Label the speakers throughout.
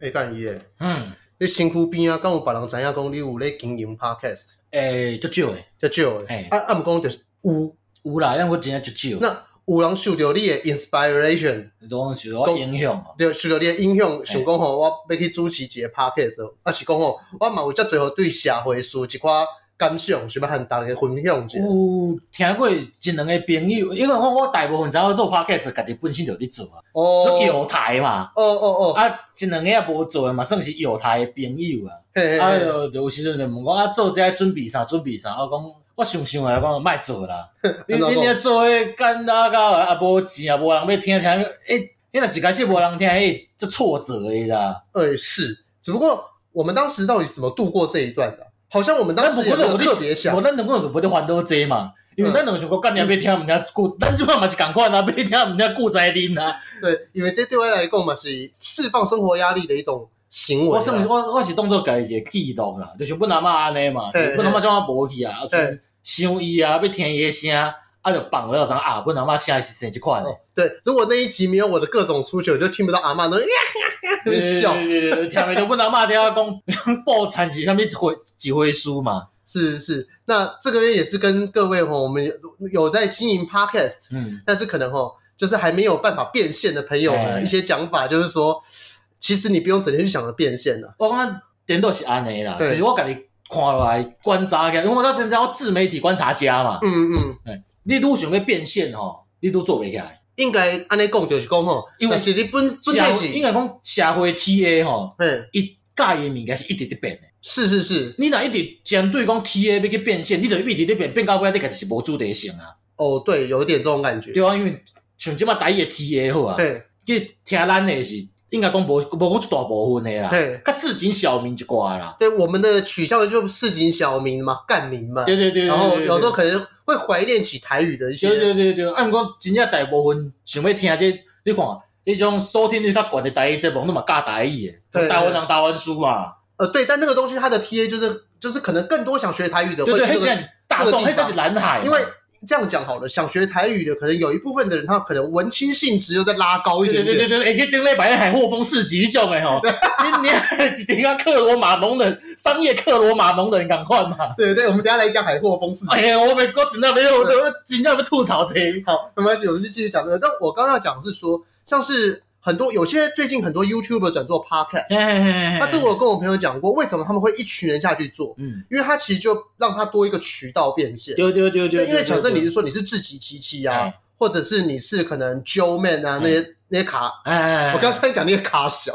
Speaker 1: 会干伊诶。
Speaker 2: 嗯，
Speaker 1: 你身躯边啊，敢有别人知影讲你有咧经营 podcast？
Speaker 2: 诶，足少诶，
Speaker 1: 较少诶
Speaker 2: 嘿。
Speaker 1: 啊啊，毋讲就是有，
Speaker 2: 有啦，但我真正足少，
Speaker 1: 那有人受到你诶 inspiration，
Speaker 2: 拢受到我影响嘛。
Speaker 1: 就受到你诶影响，想
Speaker 2: 嘿
Speaker 1: 讲吼，我要去主持一个 podcast，啊是讲吼，我嘛有遮侪吼对社会事一寡感想，想要和大家分享一下。
Speaker 2: 有听过一两个朋友，因为我我大部分知影做 podcast，家己本身就咧做啊，做
Speaker 1: 哦
Speaker 2: 友台嘛。
Speaker 1: 哦哦哦，
Speaker 2: 啊，一两个也无做的嘛，算是友台的朋友啊。
Speaker 1: 嘿嘿
Speaker 2: 啊，
Speaker 1: 嘿，
Speaker 2: 就就有时阵就问我啊，做这个准备啥？准备啥？我讲我想想来讲，莫做 啦。你
Speaker 1: 安怎
Speaker 2: 你
Speaker 1: 讲
Speaker 2: 你做迄干哪个啊？无钱啊，无人要听听。诶，迄若一开始无人听，迄就挫折的啦。
Speaker 1: 呃是，只不过我们当时到底怎么度过这一段的？好像我们当
Speaker 2: 咱无
Speaker 1: 时也
Speaker 2: 可
Speaker 1: 没
Speaker 2: 能
Speaker 1: 有
Speaker 2: 有
Speaker 1: 特别
Speaker 2: 咧，
Speaker 1: 想嗯
Speaker 2: 无，咱两个人就无咧烦恼这嘛。因为咱两个想讲干娘要听，毋听顾，咱即摆嘛是共款啊，要听毋听顾在恁啊。
Speaker 1: 对，因为这对我来讲嘛是释放生活压力的一种行为
Speaker 2: 我
Speaker 1: 啊。
Speaker 2: 哦算是我我是当做家己一个记录啦，就是阮阿嬷安尼嘛，就
Speaker 1: 嘿
Speaker 2: 是阮阿嬷怎啊无去啊，啊
Speaker 1: 嘿
Speaker 2: 像想伊啊，要听伊诶声，啊就放了，知影啊，阮阿嬷声是生即款的，
Speaker 1: 哦，对，如果那一集没有我的各种出糗，就听不到阿嬷那
Speaker 2: 对对
Speaker 1: 笑。
Speaker 2: 对对对，听袂着阮阿嬷听我 讲报产是啥物一回一回事嘛，
Speaker 1: 是是，那这个月也是跟各位吼，我们有有在经营 podcast，
Speaker 2: 嗯，
Speaker 1: 但是可能吼，就是还没有办法变现的朋友呢，
Speaker 2: 哎
Speaker 1: 一些讲法就是说，其实你不用整天去想着变现了。
Speaker 2: 我感觉顶多是安尼啦，
Speaker 1: 对
Speaker 2: 就是我家己看落来观察起来，因为我到真正我自媒体观察家嘛，
Speaker 1: 嗯嗯，
Speaker 2: 你愈想要变现吼，你愈做袂起来，
Speaker 1: 应该按尼讲就是讲吼，
Speaker 2: 因为
Speaker 1: 但是你本本
Speaker 2: 社
Speaker 1: 来
Speaker 2: 会应
Speaker 1: 是，
Speaker 2: 该讲社会 TA 吼，
Speaker 1: 嗯，
Speaker 2: 伊教伊的物件是一直伫变的。
Speaker 1: 是是是，
Speaker 2: 你若一直针对讲 T A 要去变现，你就一直咧变变到尾，啊你家己是无主题性啊，
Speaker 1: 哦，对，有一点这种感觉。
Speaker 2: 对啊，因为像即马台语的 T A 好啊，
Speaker 1: 对，
Speaker 2: 去听咱的是应该讲无无讲一大部分的啦，
Speaker 1: 对
Speaker 2: 较市井小民一挂啦，
Speaker 1: 对，我们的取向就是市井小民嘛，干民嘛，
Speaker 2: 对对对，对
Speaker 1: 然后有时候，可能会怀念起台语的一些，
Speaker 2: 对对对对对对，啊，毋过真正大部分想要听这，你看迄种收听率较悬的台语节目，那嘛教台语的，
Speaker 1: 对
Speaker 2: 台湾人台湾书嘛，
Speaker 1: 呃，对，但那个东西它的 TA 就是就是可能更多想学台语的
Speaker 2: 对
Speaker 1: 会
Speaker 2: 对，
Speaker 1: 去
Speaker 2: 迄
Speaker 1: 那
Speaker 2: 真
Speaker 1: 个
Speaker 2: 的是大
Speaker 1: 那
Speaker 2: 众，
Speaker 1: 个
Speaker 2: 迄
Speaker 1: 地方
Speaker 2: 真是蓝海嘛，
Speaker 1: 因为这样讲好了，想学台语的，可能有一部分的人，他可能文青性质又再拉高一
Speaker 2: 对
Speaker 1: 点
Speaker 2: 对对
Speaker 1: 点。
Speaker 2: 对对，哎，去顶礼拜海货风市集迄种诶 吼，你你一定要克罗马农人，商业克罗马农人赶快嘛！
Speaker 1: 对对对，我们等一下来讲海货风事情。
Speaker 2: 哎呀，我被我真的没有，我我真的要吐槽这个，
Speaker 1: 好，没关系，我们就继续讲这个。但我刚刚要讲的是说，像是很多有些最近很多 YouTuber 转做 Podcast，
Speaker 2: 那
Speaker 1: 那这我有跟我朋友讲过，为什么他们会一群人下去做？
Speaker 2: 嗯，
Speaker 1: 因为他其实就让他多一个渠道变现。
Speaker 2: 对对对对，
Speaker 1: 对，因为假设你是说你是志奇七七啊
Speaker 2: 哎，
Speaker 1: 或者是你是可能 Joe Man 啊那些那些卡
Speaker 2: 哎，
Speaker 1: 我刚才讲那个咖 小，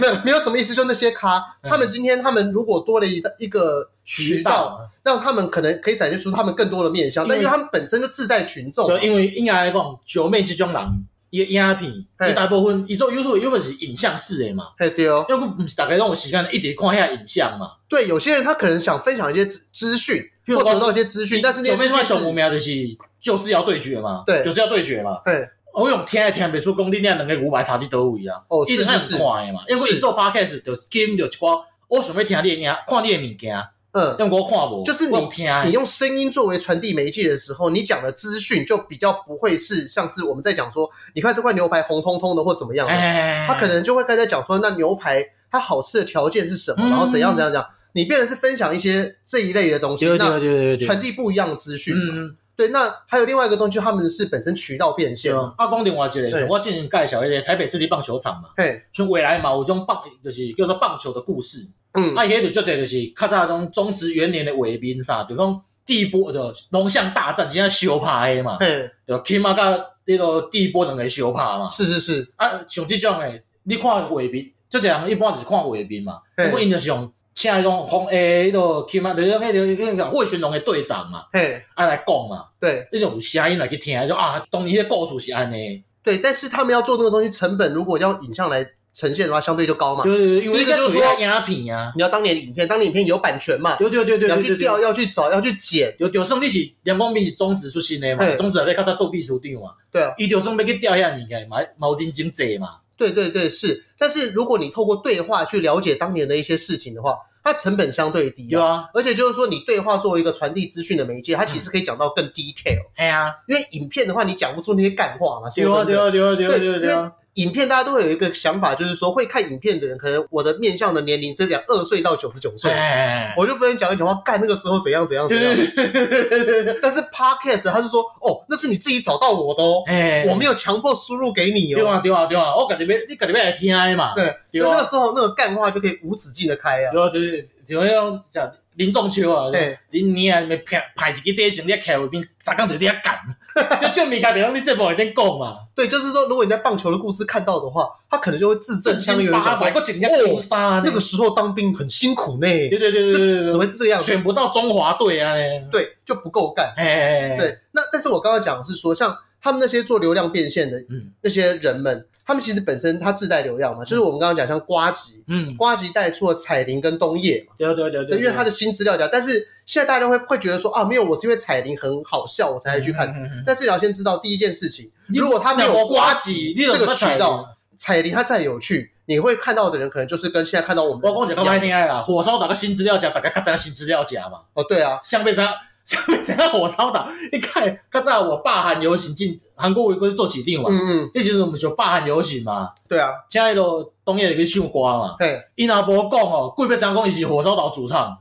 Speaker 1: 没有没有什么意思，就那些咖，
Speaker 2: 嗯
Speaker 1: 他们今天他们如果多了一一个渠
Speaker 2: 渠
Speaker 1: 道，
Speaker 2: 道，
Speaker 1: 让他们可能可以展现出他们更多的面向，
Speaker 2: 因为
Speaker 1: 但因为他们本身就自带群众嘛，
Speaker 2: 对，因为应该来讲，九妹这种人。伊影片，
Speaker 1: 嘿
Speaker 2: 伊大部分伊做 YouTube，因为是影像式的嘛，
Speaker 1: 嘿对哦，
Speaker 2: 要不毋是大家拢有时间一直看遐影像嘛。
Speaker 1: 对，有些人他可能想分享一些资资讯，
Speaker 2: 譬如
Speaker 1: 或
Speaker 2: 说
Speaker 1: 得到一些资讯，但是那
Speaker 2: 九
Speaker 1: 些
Speaker 2: 妹
Speaker 1: 资
Speaker 2: 算上
Speaker 1: 讯
Speaker 2: 有
Speaker 1: 是，
Speaker 2: 名就是就是要对决嘛，
Speaker 1: 对
Speaker 2: 就是要对决嘛。
Speaker 1: 对，
Speaker 2: 我用听来听袂出讲你那两个牛排差伫倒位啊！
Speaker 1: 哦
Speaker 2: 伊就是
Speaker 1: 是
Speaker 2: 爱看
Speaker 1: 是，
Speaker 2: 的嘛，因为伊做 podcast 就是根着一寡我想要听你的音，看你的物件，
Speaker 1: 嗯，
Speaker 2: 因为我看无，
Speaker 1: 就是你
Speaker 2: 我有听的
Speaker 1: 你用声音作为传递媒介的时候，你讲的资讯就比较不会是像是我们在讲说，你看这块牛排红彤彤的或怎么样的，
Speaker 2: 哎，
Speaker 1: 他可能就会开始讲说，那牛排它好吃的条件是什么，
Speaker 2: 嗯
Speaker 1: 然后怎样怎样怎样。你变成是分享一些这一类的东西，
Speaker 2: 对对
Speaker 1: 那
Speaker 2: 对对对，
Speaker 1: 传递不一样的资讯嘛。
Speaker 2: 嗯，嗯
Speaker 1: 对，那还有另外一个东西，他们是本身渠道变
Speaker 2: 对
Speaker 1: 现嘛。
Speaker 2: 啊。啊，讲另外一个，
Speaker 1: 对
Speaker 2: 像我之前介绍迄个台北市立棒球场嘛，
Speaker 1: 嘿，
Speaker 2: 像未来嘛有种棒，就是叫做棒球的故事。
Speaker 1: 嗯，
Speaker 2: 啊，迄就足侪就是较早种中职元年的卫兵啥，就讲地波就龙象大战，真正相拍的嘛，
Speaker 1: 嘿，
Speaker 2: 就起码甲迄个地波两个相拍嘛。
Speaker 1: 是是是，
Speaker 2: 啊，像即种诶，你看画面，即个人一般就是看画面嘛，
Speaker 1: 嘿
Speaker 2: 不过因就是用请迄种红诶迄落起码就是迄个迄个魏全龙诶队长嘛，
Speaker 1: 嘿，
Speaker 2: 啊来讲嘛，
Speaker 1: 对
Speaker 2: 迄种有声音来去听，就啊，当年迄个故事是安尼，
Speaker 1: 对。但是他们要做那个东西，成本如果要影像来呈现的话，相对就高嘛。
Speaker 2: 对对对，因为
Speaker 1: 第一个就是
Speaker 2: 属于
Speaker 1: 说
Speaker 2: 影片啊，
Speaker 1: 你要当年的影片，当年影片有版权嘛，
Speaker 2: 对对对对
Speaker 1: 你要
Speaker 2: 对
Speaker 1: 去
Speaker 2: 对
Speaker 1: 调，
Speaker 2: 对。
Speaker 1: 要去找，要去剪。
Speaker 2: 有就算你是梁光斌是中职出身的嘛
Speaker 1: 嘿，
Speaker 2: 中职咧较早做秘书长嘛，
Speaker 1: 对啊，
Speaker 2: 伊就算要去调遐物件，嘛嘛有认真济嘛，
Speaker 1: 对对对，是。但是如果你透过对话去了解当年的一些事情的话，它成本相对低、
Speaker 2: 对啊，
Speaker 1: 而且就是说，你对话作为一个传递资讯的媒介，它
Speaker 2: 嗯
Speaker 1: 其实可以讲到更 detail、
Speaker 2: 哎呀，
Speaker 1: 因为影片的话，你讲不出那些干话嘛。
Speaker 2: 对啊
Speaker 1: 说真
Speaker 2: 对
Speaker 1: 的，
Speaker 2: 啊对啊对啊对啊对啊，
Speaker 1: 影片大家都会有一个想法，就是说会看影片的人，可能我的面向的年龄是两二岁到九十九岁，
Speaker 2: 哎，
Speaker 1: 我就不能讲一讲话，干那个时候怎样怎样怎
Speaker 2: 对对
Speaker 1: 样。
Speaker 2: 对对对对对，
Speaker 1: 但是 podcast 他是说，哦，那是你自己找到我的哦，
Speaker 2: 哎，
Speaker 1: 我没有强迫输入给你
Speaker 2: 对
Speaker 1: 哦。
Speaker 2: 啊对啊对啊，我感觉没你感觉没来听的嘛，
Speaker 1: 对，
Speaker 2: 对
Speaker 1: 就
Speaker 2: 啊
Speaker 1: 那个时候那个干话就可以无止境的开啊。哎
Speaker 2: 对啊对对，就迄种叫林仲秋啊，
Speaker 1: 对
Speaker 2: 你你啊，咪拍拍一个短信，你徛后边，逐工在遐干，你这物件袂用你节目里面讲嘛，
Speaker 1: 对，就是说，如果你在棒球的故事看到的话，他可能就会字正腔圆地
Speaker 2: 经八
Speaker 1: 讲
Speaker 2: 百，
Speaker 1: 说，
Speaker 2: 我真正秋衫
Speaker 1: 哎那个时候当兵很辛苦呢，
Speaker 2: 对对对
Speaker 1: 就
Speaker 2: 对对
Speaker 1: 只
Speaker 2: 对
Speaker 1: 只
Speaker 2: 对，
Speaker 1: 会是这个样子，
Speaker 2: 选不到中华队啊呢，
Speaker 1: 对，就不够干。
Speaker 2: 哎，，
Speaker 1: 对，那但是我刚刚讲的是说，像他们那些做流量变现的
Speaker 2: 嗯
Speaker 1: 那些人们，他们其实本身他自带流量嘛，就是我们刚刚讲像瓜吉，
Speaker 2: 嗯，
Speaker 1: 瓜吉带出了彩铃跟冬叶嘛，
Speaker 2: 对对对
Speaker 1: 对，
Speaker 2: 对，
Speaker 1: 因为他的新资料夹，但是现在大家会会觉得说啊，没有，我是因为彩铃很好笑我才去看，
Speaker 2: 看
Speaker 1: 但是你要先知道第一件事情，
Speaker 2: 你
Speaker 1: 如果他没
Speaker 2: 有
Speaker 1: 有
Speaker 2: 瓜
Speaker 1: 瓜
Speaker 2: 子
Speaker 1: 吉
Speaker 2: 你有
Speaker 1: 这
Speaker 2: 什么
Speaker 1: 个
Speaker 2: 彩铃
Speaker 1: 渠道，彩铃它再有趣，你会看到的人可能就是跟现在看到我们的
Speaker 2: 我讲一个
Speaker 1: 一样
Speaker 2: 歹听的啦，火烧岛个新资料夹，大家较知影新资料夹嘛。
Speaker 1: 哦，对啊，
Speaker 2: 像被啥 像被啥火烧岛，你看，较早我罢韩游行进韩国回归做起定嘛，
Speaker 1: 嗯嗯，
Speaker 2: 迄时阵毋是有罢韩游行嘛，
Speaker 1: 对啊，
Speaker 2: 请迄落东野去唱歌嘛，
Speaker 1: 嘿，
Speaker 2: 伊若无讲哦，贵要怎讲伊是火烧岛主唱，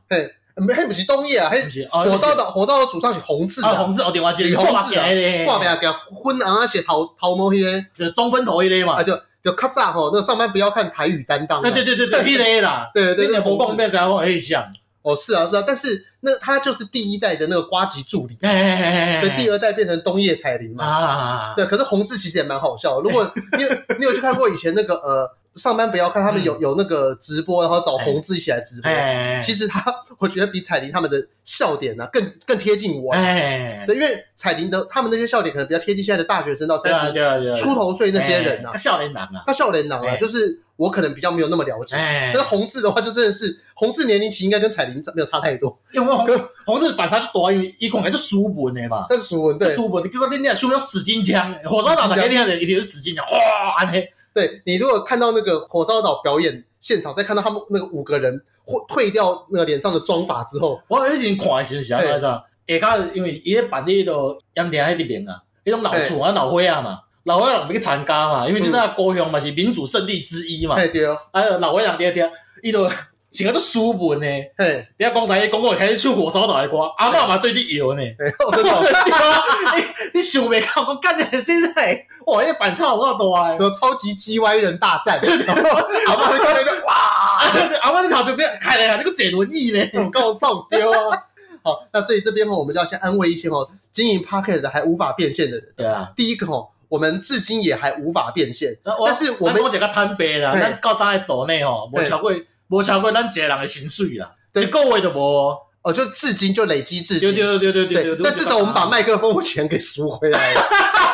Speaker 1: 没还不是冬叶啊，还
Speaker 2: 毋是哦，
Speaker 1: 火烧岛火烧岛主唱是红字
Speaker 2: 啊，
Speaker 1: 啊，
Speaker 2: 红字哦，电话机
Speaker 1: 李洪志啊
Speaker 2: 咧，
Speaker 1: 挂名给昏昂啊，写桃桃毛迄个
Speaker 2: 就是中分头迄个
Speaker 1: 啊，
Speaker 2: 嘛，
Speaker 1: 就就咔嚓吼，那个上班不要看台语担当啊，
Speaker 2: 对对对对对，迄个啦，
Speaker 1: 对
Speaker 2: 你
Speaker 1: 对
Speaker 2: 若
Speaker 1: 对，
Speaker 2: 无讲
Speaker 1: 对
Speaker 2: 要怎样讲迄哎像，
Speaker 1: 哦是啊是啊，但是那他就是第一代的那个瓜吉助理，
Speaker 2: 哎哎哎哎，
Speaker 1: 对，第二代变成冬叶彩铃嘛，
Speaker 2: 啊，
Speaker 1: 对，可是红字其实也蛮好笑的，如 果你有你有去看过以前那个呃上班不要看他们有有那个直播，然后找红字一起来直播，
Speaker 2: 嗯哎，
Speaker 1: 其实他我觉得比彩铃他们的笑点呢、更更贴近我啊。
Speaker 2: 哎，
Speaker 1: 对，因为彩铃的他们那些笑点可能比较贴近现在的大学生到
Speaker 2: 对啊
Speaker 1: 三十
Speaker 2: 对啊对啊，
Speaker 1: 出头岁那些人啊
Speaker 2: 哎，少年人啊，
Speaker 1: 他笑脸郎
Speaker 2: 哎
Speaker 1: 啊，就是我可能比较没有那么了解。
Speaker 2: 哎
Speaker 1: 但是，红志的话，就真的是红志年龄其实应该跟彩铃没有差太多，
Speaker 2: 因为红红字反差就大，因为伊看起来就斯文的嘛，
Speaker 1: 但是熟文对
Speaker 2: 斯文，结果恁俩输到死金枪，火烧岛大家听的一定是死金枪，哗安尼，
Speaker 1: 对。你如果看到那个火烧岛表演现场，再看到他们那个五个人或退掉那个脸上的妆法之后，
Speaker 2: 我以前看的时阵是安怎下骹因为伊咧办迄个盐田迄边啊，迄种老厝啊老伙啊嘛，老伙人要去参加嘛，因为你知影高雄嘛是民主圣地之一嘛，
Speaker 1: 嘿对哦，
Speaker 2: 啊老伙人听听，伊就穿个斯文的，
Speaker 1: 嘿，
Speaker 2: 你要讲台语，讲讲开始唱火烧岛的歌，阿嬷嘛对你摇呢。
Speaker 1: 嘿哦真的
Speaker 2: 啊
Speaker 1: 哦，
Speaker 2: 你你想袂到，我干的真的，哇！迄反差有够大
Speaker 1: 什么超级 G Y 人大战，然后阿妈就在那边哇，
Speaker 2: 啊！阿妈你头前边开了，你个坐轮椅呢？
Speaker 1: 广告上丢啊。好，那所以这边哦，我们就要先安慰一些哦，经营 p o c k e t 还无法变现的人。
Speaker 2: 对啊，
Speaker 1: 第一个哦，我们至今也还无法变现，但是我
Speaker 2: 我
Speaker 1: 们
Speaker 2: 讲一个坦白啦，
Speaker 1: 嘿
Speaker 2: 咱到咱的岛内吼，无
Speaker 1: 嘿
Speaker 2: 超过无超过咱一个人的薪水啦，
Speaker 1: 对
Speaker 2: 一个月都无。
Speaker 1: 哦，就至今就累积至
Speaker 2: 对
Speaker 1: 今。
Speaker 2: 对对对对
Speaker 1: 但至少我们把，麦克风的钱给赎回来了。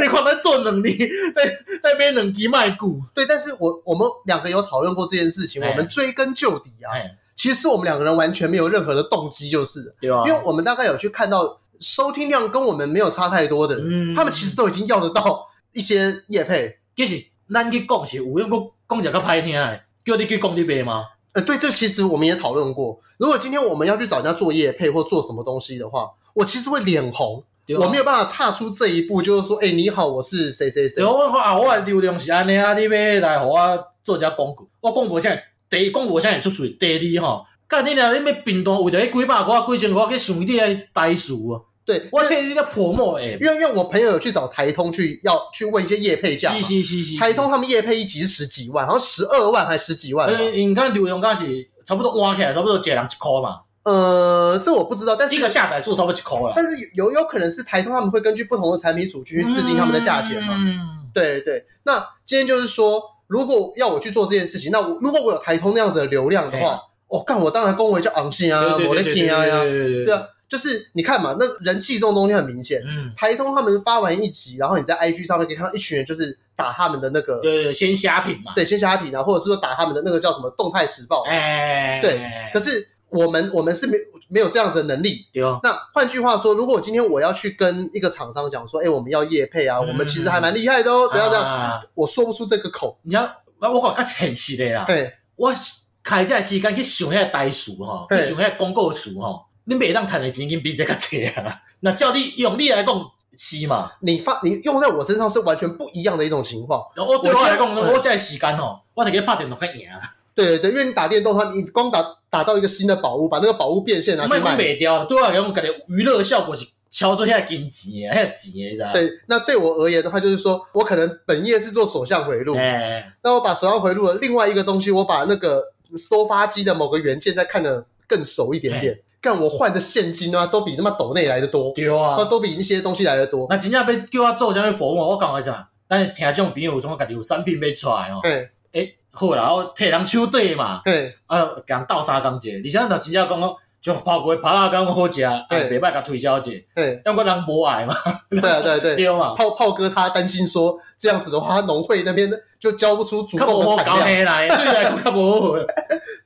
Speaker 2: 你看咱做两年，再再买两支麦骨，
Speaker 1: 对，但是我我们两个有讨论过这件事情，
Speaker 2: 哎
Speaker 1: 我们追根究底啊，
Speaker 2: 哎，
Speaker 1: 其实是我们两个人完全没有任何的动机，就是了
Speaker 2: 对啊
Speaker 1: 因为我们大概有去看到收听量跟我们没有差太多的人，
Speaker 2: 嗯
Speaker 1: 他们其实都已经要得到一些业配。
Speaker 2: 其实咱去讲是有，我讲一个歹听的，叫你去讲你卖吗？
Speaker 1: 呃，对，这其实我们也讨论过。如果今天我们要去找人家做业配或做什么东西的话，我其实会脸红，
Speaker 2: 对啊
Speaker 1: 我没有办法踏出这一步，就是说，哎、你好，我是谁谁谁
Speaker 2: 对，。我看啊，我的流量是安尼啊，你要来互我做一下广告，我广告啥？第一广告啥会出水，第二吼，干你娘，你要平单为着迄几百块、几千块去想你的代数啊！
Speaker 1: 对，
Speaker 2: 我现在你咧泼墨诶，
Speaker 1: 因为因为我朋友有去找台通去要去问一些业配价嘛，
Speaker 2: 是是是是，
Speaker 1: 台通他们业配一集是十几万，好像十二万还是十几万吧，
Speaker 2: 呃，因为看流量敢是差不多换起来，差不多一个人一箍嘛，
Speaker 1: 呃，这我不知道，但是
Speaker 2: 一个下载数差不多一箍啦。
Speaker 1: 但是有有可能是台通他们会根据不同的产品组去制定他们的价钱嘛，
Speaker 2: 嗯，
Speaker 1: 对对。那今天就是说，如果要我去做这件事情，那我如果我有台通那样子的流量的
Speaker 2: 哎呀
Speaker 1: 话，我干、我当然恭维叫昂信啊，
Speaker 2: 对
Speaker 1: 我的
Speaker 2: 对对对
Speaker 1: 天啊
Speaker 2: 嗯对
Speaker 1: 呀，
Speaker 2: 对
Speaker 1: 对啊，就是你看嘛，那人气这种东西很明显。
Speaker 2: 嗯，
Speaker 1: 台通他们发完一集，然后你在 IG 上面可以看到一群人就是打他们的那个
Speaker 2: 对对，先下停嘛，
Speaker 1: 对仙侠体呢，或者是说打他们的那个叫什么动态时报。
Speaker 2: 哎，
Speaker 1: 对，可是我们我们是没没有这样子的能力。
Speaker 2: 对哦，
Speaker 1: 那换句话说，如果今天我要去跟一个厂商讲说，哎、我们要业配啊，
Speaker 2: 嗯
Speaker 1: 我们其实还蛮厉害的哦，怎样怎样，
Speaker 2: 啊？
Speaker 1: 我说不出这个口。
Speaker 2: 你知道，我我讲较是现实的啦。
Speaker 1: 对，
Speaker 2: 我开这个时间去想遐代词吼，去
Speaker 1: 嘿
Speaker 2: 想遐广告词吼，你袂当趁的钱已经比这个济啊。若照你用你来讲，是嘛？
Speaker 1: 你发你用在我身上是完全不一样的一种情况。
Speaker 2: 然后我对
Speaker 1: 我
Speaker 2: 我
Speaker 1: 现在
Speaker 2: 来讲，
Speaker 1: 嗯
Speaker 2: 我这个时间吼，我就去拍电动去赢啊，
Speaker 1: 对对对，因为你打电动的话，你光打打到一个新的宝物，把那个宝物变现拿
Speaker 2: 卖
Speaker 1: 去
Speaker 2: 讲
Speaker 1: 卖。
Speaker 2: 卖掉，对我来讲，感觉娱乐效果是超出遐金钱的，遐钱的，你知道？，
Speaker 1: 对，那对我而言的话，就是说我可能本业是做手相回路，
Speaker 2: 哎，
Speaker 1: 那我把手相回路的另外一个东西，我把那个收发机的某个元件再看得更熟一点点。干我换的现金啊，都比他妈抖内来的多，
Speaker 2: 对啊
Speaker 1: 啊，。都比那些东西来的多。
Speaker 2: 那真正要叫我做啥物服务，我讲个啥？咱的听众朋友有种家己有产品要出来哦，
Speaker 1: 嘿，
Speaker 2: 诶，好啦，我替人手底嘛，
Speaker 1: 嘿，
Speaker 2: 啊，给人斗相共者，而且若真正讲讲，像泡粿、扒拉讲好食，哎，
Speaker 1: 对
Speaker 2: 袂歹甲推销者，因
Speaker 1: 嘿，
Speaker 2: 为人无爱嘛，
Speaker 1: 对啊，对啊对 啊。
Speaker 2: 对嘛，
Speaker 1: 炮炮哥他担心说，这样子的话，他农会那边就交不出足
Speaker 2: 较
Speaker 1: 够
Speaker 2: 无好
Speaker 1: 的
Speaker 2: 搞
Speaker 1: 产量。
Speaker 2: 起 来，对来讲较无好。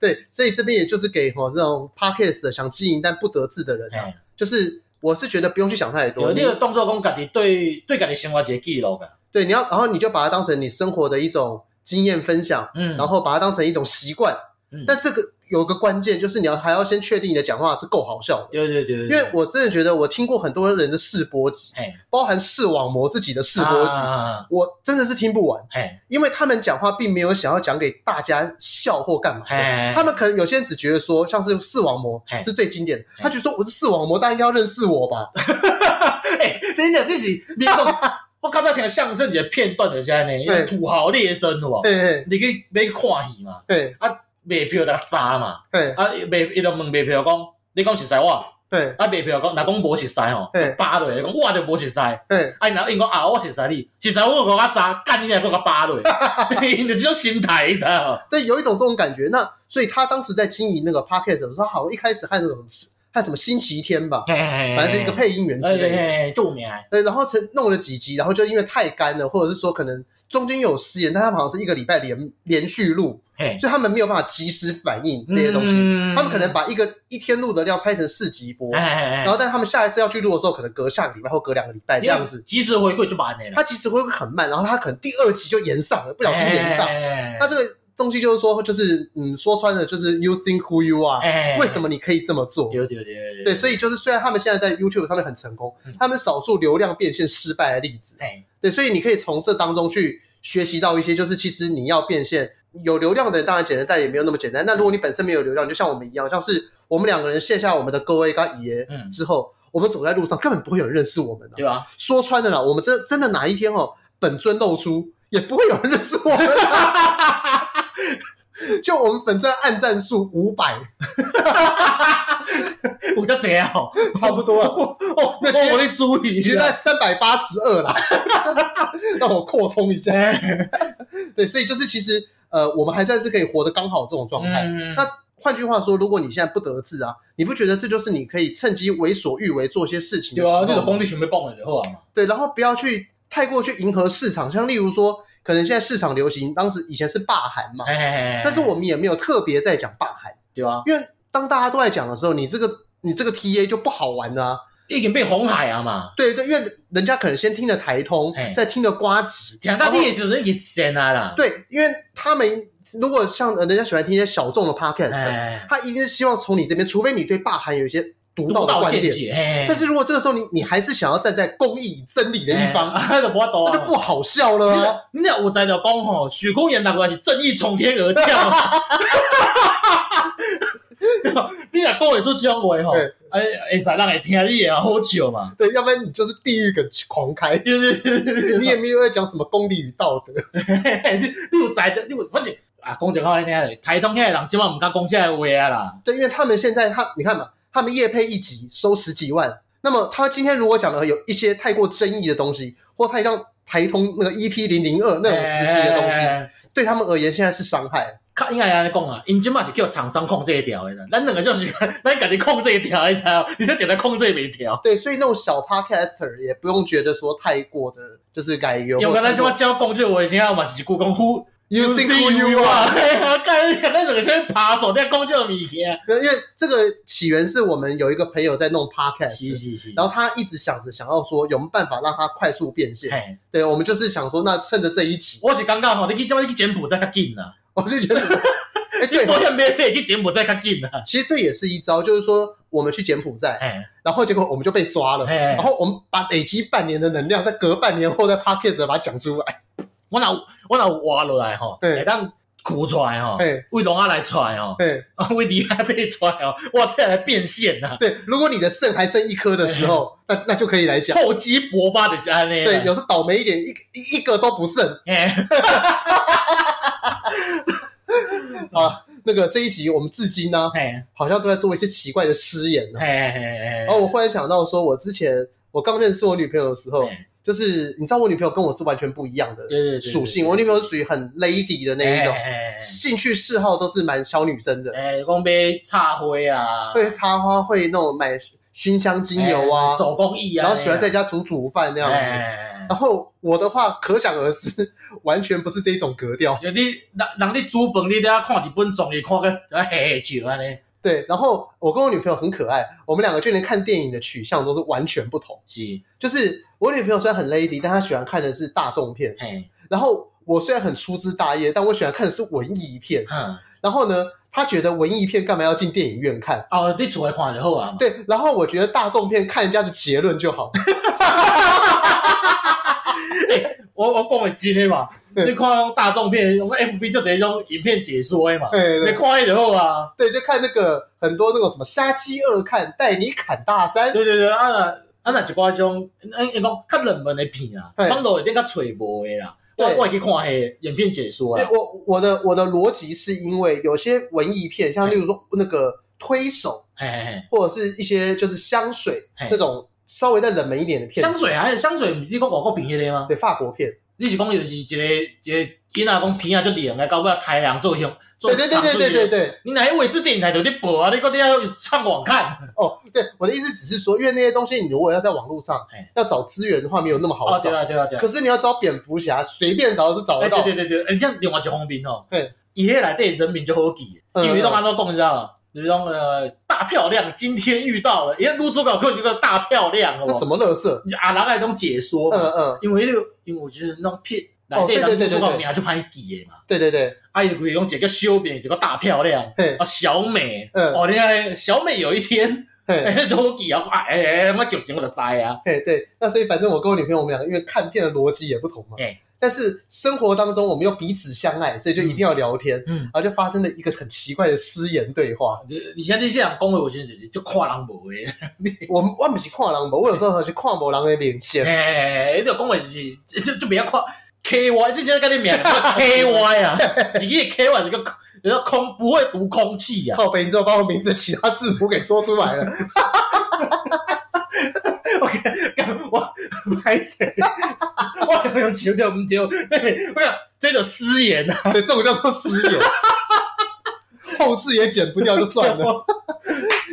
Speaker 1: 对，所以这边也就是给哈这种 podcast 的想经营但不得志的人啊
Speaker 2: 嘿，
Speaker 1: 就是我是觉得不用去想太多，
Speaker 2: 有
Speaker 1: 你
Speaker 2: 你个当做讲家己对对家己生活一个记录啊，
Speaker 1: 对你要，然后你就把它当成你生活的一种经验分享，
Speaker 2: 嗯，
Speaker 1: 然后把它当成一种习惯
Speaker 2: 嗯。
Speaker 1: 但这个有个关键就是你要还要先确定你的讲话是够好笑的。
Speaker 2: 对对对，对
Speaker 1: 因为我真的觉得，我听过很多人的试播集，
Speaker 2: 嘿，
Speaker 1: 包含视网膜自己的试播集，
Speaker 2: 啊，
Speaker 1: 我真的是听不完。
Speaker 2: 嘿，
Speaker 1: 因为他们讲话并没有想要讲给大家笑或干嘛的，
Speaker 2: 嘿，
Speaker 1: 他们可能有些人只觉得说，像是视网膜
Speaker 2: 嘿
Speaker 1: 是最经典的，他觉得说我是视网膜，大家应该要认识我吧？
Speaker 2: 哎，真的这是你讲， 我刚才听相声一个片段就是安尼，
Speaker 1: 对
Speaker 2: 土豪劣绅有无？
Speaker 1: 嘿嘿
Speaker 2: 你去买去看戏嘛，
Speaker 1: 嘿
Speaker 2: 卖票就砸嘛，
Speaker 1: 嘿
Speaker 2: 啊，卖伊就问卖票讲，你讲实在话，
Speaker 1: 嘿
Speaker 2: 啊，卖票讲，若讲无实在吼
Speaker 1: 嘿，
Speaker 2: 扒落来讲我就无实在，
Speaker 1: 嘿，
Speaker 2: 啊，然后因讲啊，我实在你，实在我讲我砸，干你来讲我扒 落，因就这种心态，你知道无？
Speaker 1: 对，有一种这种感觉。那所以他当时在经营那个 podcast 的时候，他好像一开始看那种看什么星期天吧，
Speaker 2: 反
Speaker 1: 反正是一个配音员之类的。
Speaker 2: 哎，著名的，
Speaker 1: 对，然后成弄了几集，然后就因为太干了，或者是说可能中间有失言，但他们好像是一个礼拜连连续录，
Speaker 2: 嘿，
Speaker 1: 所以他们没有办法及时反应这些东西。
Speaker 2: 嗯
Speaker 1: 他们可能，把一个一天录的量拆成四集播，
Speaker 2: 哎哎哎，
Speaker 1: 然后但他们下一次要去录的时候，可能隔下个礼拜或隔两个礼拜这样子。
Speaker 2: 及时回馈就慢的啦，
Speaker 1: 他其实会很慢，然后他可能第二集就延上了，不
Speaker 2: 不
Speaker 1: 小心延上。
Speaker 2: 上
Speaker 1: 那这个东西就是说，就是嗯，说穿了就是 you think who you are，、
Speaker 2: 哎，
Speaker 1: 为什
Speaker 2: 么？
Speaker 1: 么你可以这么做？
Speaker 2: 对对对
Speaker 1: 对，所
Speaker 2: 以
Speaker 1: 以就是虽然他们现在在 YouTube 上面很成功，
Speaker 2: 嗯
Speaker 1: 他们少数流量变现失败的例子，
Speaker 2: 哎，
Speaker 1: 对，所以你可以从这当中去学习到一些，就是其实你要变现，有流量的人当然简单，但也没有那么简单。那如果你本身没有流量，就像我们一样，像是我们两个人卸下我们的各位跟爷
Speaker 2: 嗯
Speaker 1: 之后，我们走在路上根本不会有人认识我们啊的、
Speaker 2: 对啊吧？
Speaker 1: 说穿了啦，我们真真的哪一天哦，本尊露出，也不会有人认识我们啊。 就我们粉钻暗战数五百，
Speaker 2: 有遮济啊，哦
Speaker 1: 差不多了，
Speaker 2: 哦，
Speaker 1: 那
Speaker 2: 我无你注意，
Speaker 1: 已经在三百八十二啦， 让我扩充一下。
Speaker 2: 哎
Speaker 1: 对，所以就是其实呃，我们还算是可以活得刚好这种状态。
Speaker 2: 嗯
Speaker 1: 那换句话说，如果你现在不得志啊，你不觉得这就是你可以趁机为所欲为做些事情的
Speaker 2: 对
Speaker 1: 时
Speaker 2: 啊
Speaker 1: 候，
Speaker 2: 你就
Speaker 1: 吗
Speaker 2: 讲你想要放的就好啊嘛。
Speaker 1: 对，然后不要去太过去迎合市场，像例如说，可能现在市场流行，当时以前是霸韩嘛，
Speaker 2: 嘿嘿嘿
Speaker 1: 但是我们也没有特别在讲霸韩，
Speaker 2: 对啊，
Speaker 1: 因为当大家都在讲的时候，你这个你这个 TA 就不好玩了、啊。
Speaker 2: 已经被红海啊嘛，
Speaker 1: 对对，因为人家可能先听了台通
Speaker 2: 嘿，
Speaker 1: 再听了瓜子，
Speaker 2: 听
Speaker 1: 然
Speaker 2: 哎到
Speaker 1: 后
Speaker 2: 你的时阵已经先啊啦。
Speaker 1: 对，因为他们如果像呃人家喜欢听一些小众的 podcast，
Speaker 2: 哎，
Speaker 1: 他一定是希望从你这边，除非你对霸韩有一些独到
Speaker 2: 独
Speaker 1: 的
Speaker 2: 到
Speaker 1: 观
Speaker 2: 见
Speaker 1: 点，
Speaker 2: 解，嘿
Speaker 1: 但是如果这个时候你你还是想要站在公益真理的一方，
Speaker 2: 哎啊，就无法度
Speaker 1: 那就
Speaker 2: 啊
Speaker 1: 不好笑了啊。
Speaker 2: 你若有才就讲吼，许公演那个是正义从天而降。 你若讲会出这种话吼，
Speaker 1: 对
Speaker 2: 哎，会使人会听你的啊好笑嘛？
Speaker 1: 对，要不然你就是地狱梗狂开，
Speaker 2: 对对对对 对，
Speaker 1: 你也没有在讲什么公理与道德。
Speaker 2: 你你有才的，你有反正啊，讲一个较安尼的，台东遐的人即满毋敢讲这个话啊啦。
Speaker 1: 对，因为他们现在他你看嘛，他们夜配一集收十几万，那么他今天如果讲的有一些太过争议的东西，或太像台通那个 EP 零零二那种时期的东西，
Speaker 2: 哎
Speaker 1: 对他们而言现在是伤害。
Speaker 2: 较应该安尼讲啊，因即满是叫厂商控制一条的啦，咱两个就是 咱家己控制一条，你知道吗？你说点来控制袂条，
Speaker 1: 对，所以那种小 podcaster 也不用觉得说太过的，就是改优
Speaker 2: 因
Speaker 1: 或
Speaker 2: 为
Speaker 1: 者
Speaker 2: 咱
Speaker 1: 太
Speaker 2: 即满
Speaker 1: 过。
Speaker 2: 只要讲这个话，真正嘛是一句讲呼。
Speaker 1: You think who you are？
Speaker 2: 啊！ 干，咱两个先扒手在讲这物件。
Speaker 1: 因为这个起源是我们有一个朋友在弄 podcast，
Speaker 2: 是是是，
Speaker 1: 然后他一直想着想要说有没有办法让他快速变现。
Speaker 2: 嘿，
Speaker 1: 对，我们就是想说，那趁着这一集，
Speaker 2: 我是感觉吼，你去即摆去柬埔寨较紧啊啦，
Speaker 1: 我就觉得，哎、
Speaker 2: 你
Speaker 1: 对
Speaker 2: 保，险买买去柬埔寨较紧啦。啊
Speaker 1: 其实这也是一招，就是说，我们去柬埔寨，
Speaker 2: 哎
Speaker 1: 然后结果我们就被抓了，
Speaker 2: 哎
Speaker 1: 然，后我们把累积半年的能量，在隔半年后在 podcast 把它讲出来，
Speaker 2: 我若有我若有活落来吼，
Speaker 1: 对
Speaker 2: 会当哭出来吼，
Speaker 1: 哎
Speaker 2: 为龙啊来出来吼，
Speaker 1: 对
Speaker 2: 啊 为底下被出来吼，哇，这来变现呐，
Speaker 1: 对，如果你的肾还剩一颗的时候，那那就可以来讲，
Speaker 2: 厚积薄发的是安尼啦，
Speaker 1: 对，有时候倒霉一点，一一一个都不剩，
Speaker 2: 哎，
Speaker 1: 那个这一集我们至今呢、
Speaker 2: 嘿
Speaker 1: 好像都在做一些奇怪的失言呢、
Speaker 2: 嘿嘿嘿嘿，
Speaker 1: 然后我忽然想到说，我之前我刚认识我女朋友的时候
Speaker 2: 哎，
Speaker 1: 就是你知道我女朋友跟我是完全不一样的
Speaker 2: 对对对对
Speaker 1: 属性，我女朋友是属于很 lady 的那一种，
Speaker 2: 哎，
Speaker 1: 兴趣嗜好都是蛮小女生的，
Speaker 2: 哎，讲买插花啊，
Speaker 1: 会插花，会那种买熏香精油啊
Speaker 2: 哎，手工艺啊，
Speaker 1: 然后喜欢在家煮煮饭那
Speaker 2: 这
Speaker 1: 样子。然后我的话，可想而知， 完全不是这一种格调。
Speaker 2: 有你人人咧煮饭，你咧看日本综艺，看个嘿嘿笑啊安尼，
Speaker 1: 对，然后我跟我女朋友很可爱，我们两个就连看电影的取向都是完全不同。
Speaker 2: 是，
Speaker 1: 就是我女朋友虽然很 lady，但她喜欢看的是大众片。
Speaker 2: 嘿，
Speaker 1: 然后我虽然很粗枝大叶，但我喜欢看的是文艺片。
Speaker 2: 哼，
Speaker 1: 然后呢，她觉得文艺片干嘛要进电影院看？
Speaker 2: 哦，你厝内看就好啊嘛，
Speaker 1: 对，然后我觉得大众片看人家的结论就 好。
Speaker 2: 我我讲的真的嘛，
Speaker 1: 对
Speaker 2: 你看那种大众片，我们 FB 就直接种影片解说的嘛，
Speaker 1: 对
Speaker 2: 你
Speaker 1: 对
Speaker 2: 看迄就好啊。
Speaker 1: 对，就看那个很多那种什么杀鸡二看，带你砍大山。
Speaker 2: 对对对，啊若啊若一寡种，啊因讲较冷门的片啊，
Speaker 1: 嘿
Speaker 2: 网络会顶较揣无的啦，我
Speaker 1: 对
Speaker 2: 我会去看迄影片解说啊
Speaker 1: 对
Speaker 2: 啦，
Speaker 1: 我我的我的逻辑是因为有些文艺片，像例如说那个推手，
Speaker 2: 嘿嘿嘿，
Speaker 1: 或者是一些就是香水
Speaker 2: 嘿
Speaker 1: 那种稍微再冷门一点的片，
Speaker 2: 香水啊，香水你讲外国片迄个吗？
Speaker 1: 对法国片，
Speaker 2: 你是讲就是一个一个囡仔讲片啊就冷的，到尾太人做香，做
Speaker 1: 对对对对对对
Speaker 2: 对，
Speaker 1: 对。
Speaker 2: 你哪一卫视电影台就在播啊？你搁底下上网看？
Speaker 1: 哦，对，我的意思只是说，因为那些东西你如果要在网络上
Speaker 2: 哎
Speaker 1: 要找资源的话，没有那么好
Speaker 2: 哦，
Speaker 1: 找
Speaker 2: 对。啊对啊对啊
Speaker 1: 可。是你要找蝙蝠侠，随便找都找
Speaker 2: 哎，
Speaker 1: 得
Speaker 2: 对
Speaker 1: 到。
Speaker 2: 对对对，哎，这样另外一方面哦吼
Speaker 1: 嘿，
Speaker 2: 伊迄内底人名就好记，
Speaker 1: 嗯
Speaker 2: 因为拢安怎讲你知道吗？就是讲呃大漂亮，今天遇到了，因为女主角可能就叫大漂亮哦
Speaker 1: 这。什么乐色？
Speaker 2: 就啊，人爱种解说
Speaker 1: 嗯
Speaker 2: 嘛，
Speaker 1: 嗯，
Speaker 2: 因为那个因为我觉得那种片内
Speaker 1: 哦
Speaker 2: 底
Speaker 1: 对对
Speaker 2: 人
Speaker 1: 对
Speaker 2: 女
Speaker 1: 对
Speaker 2: 主角
Speaker 1: 对
Speaker 2: 名就歹记的嘛，
Speaker 1: 对对对，
Speaker 2: 啊，伊就规个讲一个小美，一个大漂亮，
Speaker 1: 嘿
Speaker 2: 啊小美，
Speaker 1: 嗯
Speaker 2: 哦，你看小美有一天，
Speaker 1: 嘿
Speaker 2: 哎，就好记啊，啊哎哎，我剧情我就知啊，
Speaker 1: 嘿对。那所以反正我跟我女朋友，我们两个因为看片的逻辑也不同嘛
Speaker 2: 哎。
Speaker 1: 但是生活当中我们又彼此相爱，所以就一定要聊天。
Speaker 2: 嗯
Speaker 1: 然，后就发生了一个很奇怪的失言对话。
Speaker 2: 而且你这样讲话，我现在就是就看人无的。
Speaker 1: 我我不是跨狼吧，我有时候是跨某狼的脸线。
Speaker 2: 哎，你就讲话就是就就不要看 K Y，这真跟你名 K Y 啊，一个 K Y 一个一个空不会读空气啊，
Speaker 1: 靠北，你知道把我名字的其他字母给说出来了。
Speaker 2: 我拍谁？我可能想到唔对，我讲这个失言啊，
Speaker 1: 对，这种叫做私有，后置也剪不掉就算了。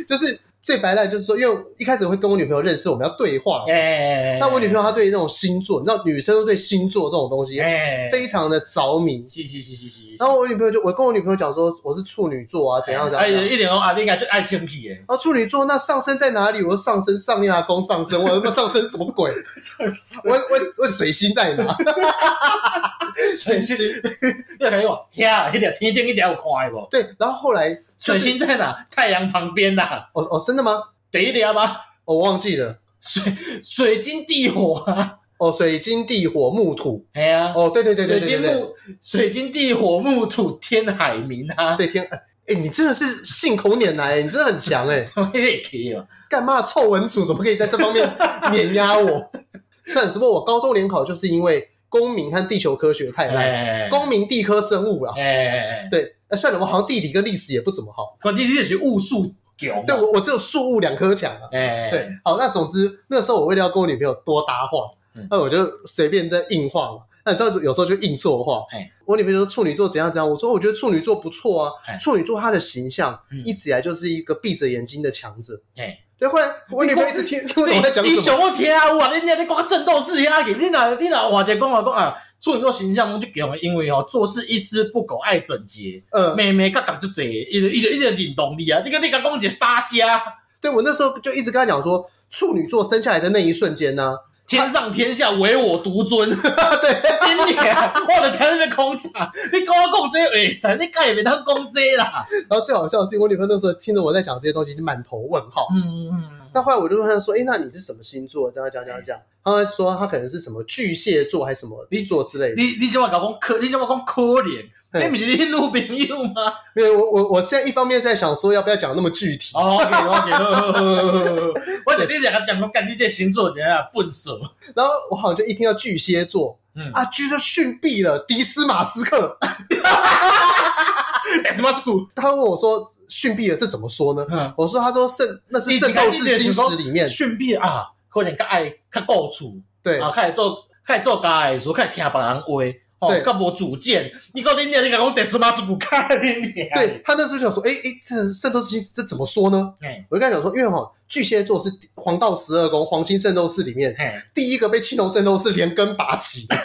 Speaker 1: 就是最白烂，就是说，因为一开始会跟我女朋友认识，我们要对话。
Speaker 2: 哎，
Speaker 1: 那我女朋友她对那种星座，你知道女生都对星座这种东西
Speaker 2: 哎，
Speaker 1: 非常的着迷。
Speaker 2: 是是是是是，
Speaker 1: 然后我女朋友就，我跟我女朋友讲说我是处女座啊，怎样怎样
Speaker 2: 哎，
Speaker 1: 怎样。
Speaker 2: 一点讲啊，你应该就爱生气诶，
Speaker 1: 然后处女座那上升在哪里？我说上升上面啊，宫上升，我他妈上升什么鬼？我我我水星在哪？
Speaker 2: 水星，你讲我呀，迄条天顶一条有看的无？
Speaker 1: 对，然后后来
Speaker 2: 水星在哪？太阳旁边呐，
Speaker 1: 哦哦，真的吗？
Speaker 2: 第一条吗？
Speaker 1: 哦我忘记了。
Speaker 2: 水水晶地火啊，
Speaker 1: 哦，水晶地火木土。
Speaker 2: 哎呀、
Speaker 1: 哦，对对对对
Speaker 2: 水
Speaker 1: 对对
Speaker 2: 晶
Speaker 1: 对。
Speaker 2: 木、水晶地火木土天海明啊，
Speaker 1: 对天，哎、哎你真的是信口拈来，你真的很强哎、
Speaker 2: 也可以嘛。
Speaker 1: 干嘛臭文组怎么可以在这方面碾压 我？算了，只不过我高中联考就是因为公民和地球科学太烂，
Speaker 2: 哎，
Speaker 1: 公民地科生物啦。啊
Speaker 2: 哎哎哎，
Speaker 1: 对，哎算了，我好像地理跟历史也不怎么好。
Speaker 2: 关键你就是武术强。
Speaker 1: 对，我，我只有数物两科强啊。
Speaker 2: 哎，
Speaker 1: 对，好，那总之那时候我为了要跟我女朋友多搭话
Speaker 2: 嗯，
Speaker 1: 那我就随便在硬话嘛。那你知道有时候就硬错话
Speaker 2: 哎，
Speaker 1: 我女朋友说处女座怎样怎样，我说我觉得处女座不错啊
Speaker 2: 哎，
Speaker 1: 处女座她的形象
Speaker 2: 嗯
Speaker 1: 一直以来就是一个闭着眼睛的强者。
Speaker 2: 哎，
Speaker 1: 对，后来我女朋友一直听听不懂我在讲
Speaker 2: 你
Speaker 1: 什么，
Speaker 2: 想我听啊！哇，你你你讲圣斗士遐个，你哪你哪换一个讲啊讲啊，处女座形象拢就强的，因为哦做事一丝不苟，爱整洁，
Speaker 1: 嗯，
Speaker 2: 妹妹甲讲就济，伊就伊就伊就认同你啊！你个你个讲一个沙家，
Speaker 1: 对我那时候就一直跟她讲说，处女座生下来的那一瞬间呢、
Speaker 2: 天上天下唯我独尊，对，今年我的在那边空啥？你跟我讲这个会知，你干也别当讲这个啦。
Speaker 1: 然后最好笑的是，我女朋友那时候听着我在讲这些东西，就满头问号。
Speaker 2: 嗯嗯
Speaker 1: 那后来我就问她说：“哎、那你是什么星座？”这样讲讲讲，她说她可能是什么巨蟹座还是什么座之类
Speaker 2: 嗯，
Speaker 1: 的。
Speaker 2: 你你怎么讲讲可？你怎么讲可怜？
Speaker 1: 嘿
Speaker 2: 你不是你女朋友吗？
Speaker 1: 因为我我我现在一方面在想说要不要讲那么具体，
Speaker 2: 哦，OK OK，好好好好好我这你两个讲讲，干你这星座人啊，笨手。
Speaker 1: 然后我好像就一听到巨蟹座
Speaker 2: 嗯，
Speaker 1: 啊，居就逊毙了迪斯马斯克。
Speaker 2: 但什么是酷？
Speaker 1: 他问我说：“逊毙了，这怎么说呢？”
Speaker 2: 嗯，
Speaker 1: 我说：“他说圣那是
Speaker 2: 你
Speaker 1: 圣斗士星
Speaker 2: 你
Speaker 1: 矢里面，
Speaker 2: 逊毙啊，可能较爱较顾厝。
Speaker 1: 对
Speaker 2: 啊，较会做较会做家的事，较会听别人话，吼、
Speaker 1: 对
Speaker 2: 较无主见。你讲你娘，你讲我第四马是不看你娘。
Speaker 1: 对，他那时候想说，哎、哎，这圣斗士星矢这怎么说呢？
Speaker 2: 嘿，
Speaker 1: 我就跟他讲说，因为哈，巨蟹座是黄道十二宫黄金圣斗士里面
Speaker 2: 嘿，
Speaker 1: 第一个被青铜圣斗士连根拔起。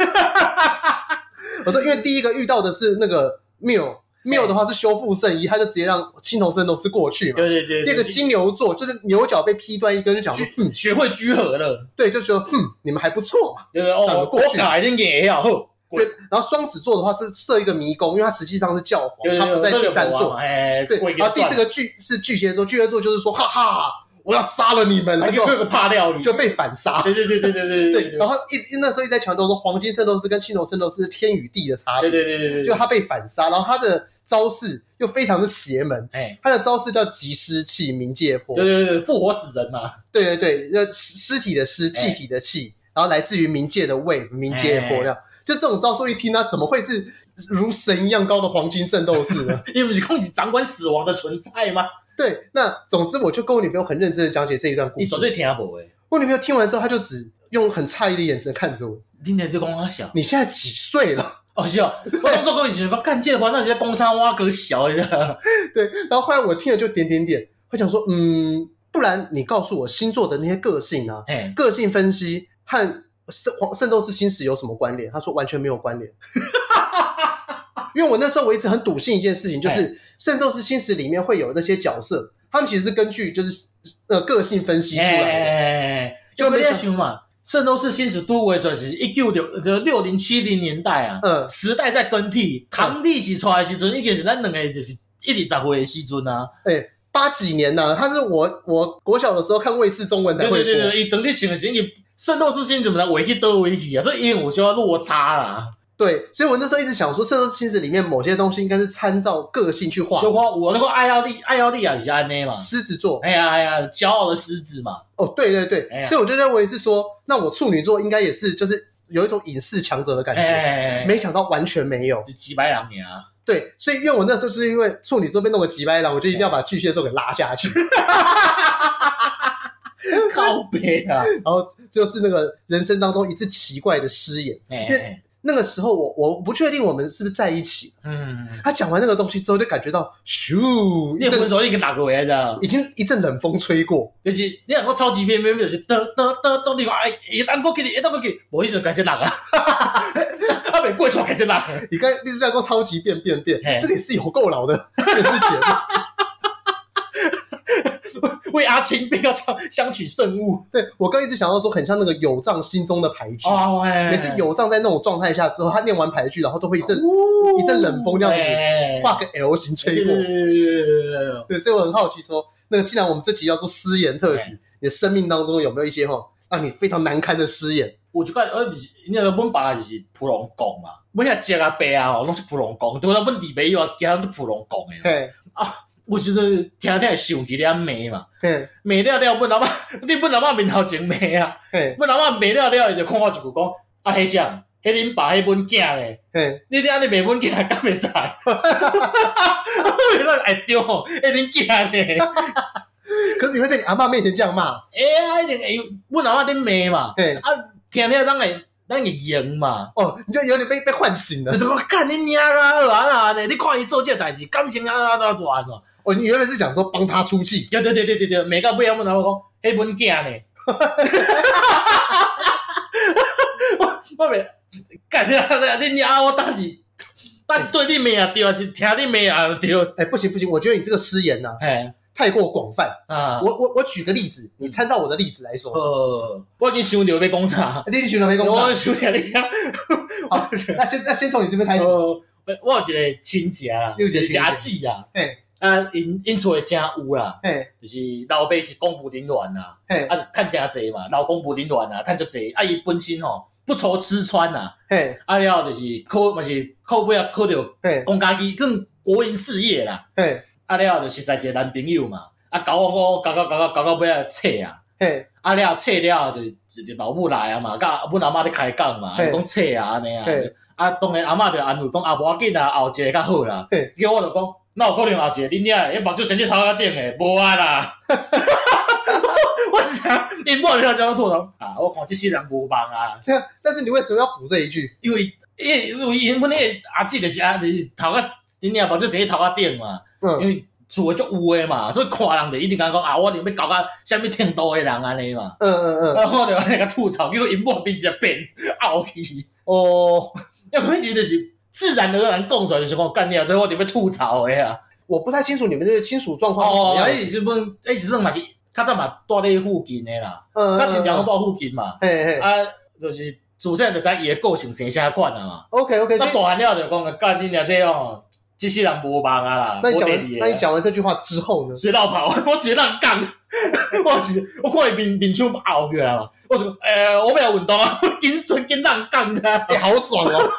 Speaker 1: 我说，因为第一个遇到的是那个缪，缪的话是修复圣衣，他就直接让青铜圣斗士过去嘛。
Speaker 2: 对对对，
Speaker 1: 第二个
Speaker 2: 对
Speaker 1: 金牛座就是牛角被劈断一根，就讲说，嗯，
Speaker 2: 学会聚合了，
Speaker 1: 对，就觉得，哼，你们还不错嘛。
Speaker 2: 对对
Speaker 1: 上
Speaker 2: 哦
Speaker 1: 了，过
Speaker 2: 我
Speaker 1: 去哦
Speaker 2: 改恁也好，好
Speaker 1: 对，然后双子座的话是设一个迷宫，因为它实际上是教皇，
Speaker 2: 对
Speaker 1: 它
Speaker 2: 对
Speaker 1: 不
Speaker 2: 对，
Speaker 1: 在第三座。
Speaker 2: 哎，
Speaker 1: 对，
Speaker 2: 鬼给
Speaker 1: 然
Speaker 2: 他
Speaker 1: 后第四
Speaker 2: 算了，
Speaker 1: 个巨是巨蟹座，巨蟹座就是说，哈哈，我要杀了你们，他
Speaker 2: 还
Speaker 1: 就
Speaker 2: 有个啊怕料理，
Speaker 1: 就被反杀。
Speaker 2: 对对对对对哎对对
Speaker 1: 对，然后一直那时候一直在强调说，黄金圣斗士跟青铜圣斗士是天与地的差
Speaker 2: 对
Speaker 1: 别，
Speaker 2: 对对对对，
Speaker 1: 就他被反杀，然后他的招式又非常的邪门，
Speaker 2: 哎，
Speaker 1: 他的招式叫集尸气冥界火，
Speaker 2: 对对对，复活死人嘛，
Speaker 1: 对对对，呃，尸尸体的尸，
Speaker 2: 哎
Speaker 1: 气体的气，然后来自于冥界的 wave，冥界的波量。就这种招数一听呢，怎么会是如神一样高的黄金圣斗士 呢？
Speaker 2: 因为不是控制掌管死亡的存在吗？
Speaker 1: 对，那总之我就跟我女朋友很认真的讲解这一段故
Speaker 2: 你
Speaker 1: 事
Speaker 2: 绝。对听无诶，
Speaker 1: 我女朋友听完之后，她就只用很诧异的眼神看着我
Speaker 2: 恁娘对讲我小：“，
Speaker 1: 你现在几岁了
Speaker 2: 哦是哦，我当作讲以前讲干这话，那是在工山挖个小的。？”
Speaker 1: 对，然后后来我听了就点点点，我想说，嗯，不然你告诉我星座的那些个性啊，
Speaker 2: 哎，
Speaker 1: 个性分析和圣黄圣斗士星矢有什么关联？他说完全没有关联。 因为我那时候我一直很笃信一件事情，就是
Speaker 2: 哎
Speaker 1: 圣斗士星矢里面会有那些角色，他们其实是根据就是呃个性分析出来的。
Speaker 2: 哎，
Speaker 1: 就
Speaker 2: 就
Speaker 1: 没
Speaker 2: 没
Speaker 1: 想
Speaker 2: 在想嘛，圣斗士星矢都为转是一九六六零七零年代啊，
Speaker 1: 嗯，
Speaker 2: 时代在更替，唐立是出来的时阵，已经是咱两个就是一二十岁的时阵啊，
Speaker 1: 哎，八几年呢、他是我我国小的时候看卫视中文台
Speaker 2: 对
Speaker 1: 会播，
Speaker 2: 对对对，伊当地穿的已经圣斗士星矢怎么来围去倒围去啊，所以因为我就要落差啦，
Speaker 1: 对所以我那时候一直想说，圣斗士星矢里面某些东西应该是参照个性去画
Speaker 2: 小。可有那个艾奥利，艾奥利也是安尼嘛，
Speaker 1: 狮子座，
Speaker 2: 哎呀哎呀，骄傲的狮子嘛，
Speaker 1: 哦，对对对，
Speaker 2: 哎呀
Speaker 1: 所以我就认为是说，那我处女座应该也是，就是有一种隐士强者的感觉。
Speaker 2: 哎，
Speaker 1: 没想到完全没有，
Speaker 2: 几百两年啊，
Speaker 1: 对，所以因为我那时候就是因为处女座被弄个急掰了，我就一定要把巨蟹座给拉下去，
Speaker 2: 哎靠背 啊，
Speaker 1: 然后就是那个人生当中一次奇怪的失言。
Speaker 2: 哎哎，
Speaker 1: 那个时候我我不确定我们是不是在一起，
Speaker 2: 嗯，
Speaker 1: 他讲完那个东西之后，就感觉到咻
Speaker 2: 你
Speaker 1: 一
Speaker 2: 分
Speaker 1: 阵
Speaker 2: 手你给打过来的。
Speaker 1: 已经一阵冷风吹过，
Speaker 2: 就是你若讲超级变变变，就是得得得得你讲哎，一旦过去，一旦过去，无迄阵开始落啊， 啊未过错开始落。
Speaker 1: 你看一直在说超级变变变
Speaker 2: 嘿，
Speaker 1: 这个也是有够老的电视节目。
Speaker 2: 为阿青变到相相取圣物
Speaker 1: 对我刚一直想要说，很像那个有藏心中的牌局，
Speaker 2: 哦，哎
Speaker 1: 也是有藏在那种状态下之后，他念完牌局，然后都会一阵一阵冷风这样子
Speaker 2: 哎
Speaker 1: 画个 L 型吹过。
Speaker 2: 过。
Speaker 1: 对，所以我很好奇说，那个既然我们这集叫做失言特
Speaker 2: 哎
Speaker 1: 辑，你的生命当中有没有一些哈让你非常难堪的失言？
Speaker 2: 有一款，呃，就是，你若阮爸就是普龙公嘛，阮遐叔啊伯啊吼，拢是普龙公，对啦，阮弟妹又啊，加都普龙公诶。
Speaker 1: 嘿，
Speaker 2: 有时阵听听想起了骂嘛，
Speaker 1: 嘿，
Speaker 2: 骂了了，阮阿嬷，你阮阿嬷面头前骂啊。
Speaker 1: 嘿，
Speaker 2: 阮阿嬷骂了了，伊就看我一句讲，啊，迄啥，迄恁爸迄本囝咧，
Speaker 1: 嘿，
Speaker 2: 你安尼卖本囝敢袂使？我那会丢，迄恁囝咧，
Speaker 1: 可是你会在你阿妈面前这样骂？
Speaker 2: 哎呀，一定会有，阮阿嬷咧骂嘛，
Speaker 1: 嘿，
Speaker 2: 啊，听听咱会咱会赢嘛。
Speaker 1: 哦，你就有点被被唤醒
Speaker 2: 就
Speaker 1: 了。
Speaker 2: 就讲干你娘啊，乱啊呢！你看伊做这代志，感情啊啊啊乱哦。
Speaker 1: 哦，你原本是想说帮他出气，
Speaker 2: 对对对对对对，每到尾啊，阮阿嬷讲，迄本囝咧，我我袂干你啊！你娘我当时。但是对你骂也对，是听你骂也对，
Speaker 1: 哎，不行不行，我觉得你这个失言呐、
Speaker 2: 哎，
Speaker 1: 太过广泛。
Speaker 2: 啊，嗯
Speaker 1: 我我我举个例子，你参照我的例子来说，
Speaker 2: 呃，我已经想到要讲啥，
Speaker 1: 你去了没工作？
Speaker 2: 我想到你讲，
Speaker 1: 好，那先那先从你这边啊开始。
Speaker 2: 呃，我有一个亲戚啊啦，
Speaker 1: 你有一个亲戚
Speaker 2: 是阿姊啊，
Speaker 1: 嘿，
Speaker 2: 啊，因因厝诶真有啦，
Speaker 1: 嘿，
Speaker 2: 就是老爸是公务人员啦，
Speaker 1: 嘿，
Speaker 2: 啊，趁真济嘛，老公务人员啦，趁足济，啊，伊本身吼不愁吃穿啦，
Speaker 1: 嘿，
Speaker 2: 啊了后就是靠嘛是靠尾啊靠着
Speaker 1: 嘿，
Speaker 2: 公家机更国营事业啦，
Speaker 1: 嘿，
Speaker 2: 啊了后就实在一个男朋友嘛，啊搞我搞搞搞搞搞到尾啊切啊。
Speaker 1: 嘿，
Speaker 2: 啊了，册了就就老母来啊嘛，甲阮阿嬷咧开讲嘛，
Speaker 1: 嘿
Speaker 2: 讲册啊安尼啊
Speaker 1: 嘿，
Speaker 2: 啊当然阿嬷就安慰讲啊无要紧啦，后一个较好啦
Speaker 1: 嘿。
Speaker 2: 叫我就讲，那有可能后一个恁遐迄目睭伸去头壳顶诶，无啊啦。 我是啥？因某了叫我吐槽啊！我看即世人无望啊，
Speaker 1: 这但是你为什么要补这一句？
Speaker 2: 因为因为因阮迄个阿姊就是啊，就是头壳恁遐目睭伸去头壳顶嘛，因
Speaker 1: 嗯，
Speaker 2: 为厝诶足有诶嘛，所以看人就一定讲讲啊，我一定要搞到啥物程度诶人安尼嘛。
Speaker 1: 嗯嗯嗯，
Speaker 2: 然后我就安尼甲吐槽，结果因某变一个变傲气，
Speaker 1: 哦，
Speaker 2: 要不是就是自然而然讲出来就是讲干掉，这我就要吐槽的啊。
Speaker 1: 我不太清楚你们这个亲属状况是什
Speaker 2: 哦，
Speaker 1: 么
Speaker 2: 迄
Speaker 1: 样
Speaker 2: 时
Speaker 1: 子。
Speaker 2: 阵，迄时阵嘛是较早嘛住咧附近的啦，
Speaker 1: 嗯，
Speaker 2: 较
Speaker 1: 嗯
Speaker 2: 亲戚拢，住附近嘛，
Speaker 1: 嘿嘿
Speaker 2: 啊，就是自细就知伊的个性生啥款啊嘛。
Speaker 1: ，OK OK，
Speaker 2: 那大汉了就讲干你娘这样哦，即世人无望啊啦，
Speaker 1: 那你
Speaker 2: 无
Speaker 1: 讲
Speaker 2: 第
Speaker 1: 完，那
Speaker 2: 二
Speaker 1: 你
Speaker 2: 个啊。
Speaker 1: 讲完这句话之后呢？
Speaker 2: 随老跑，我随浪讲，我是我看伊面面相熬起来嘛，我就诶、呃，我不要运动啊，我紧身紧浪讲的啊。
Speaker 1: 哎，好爽哦！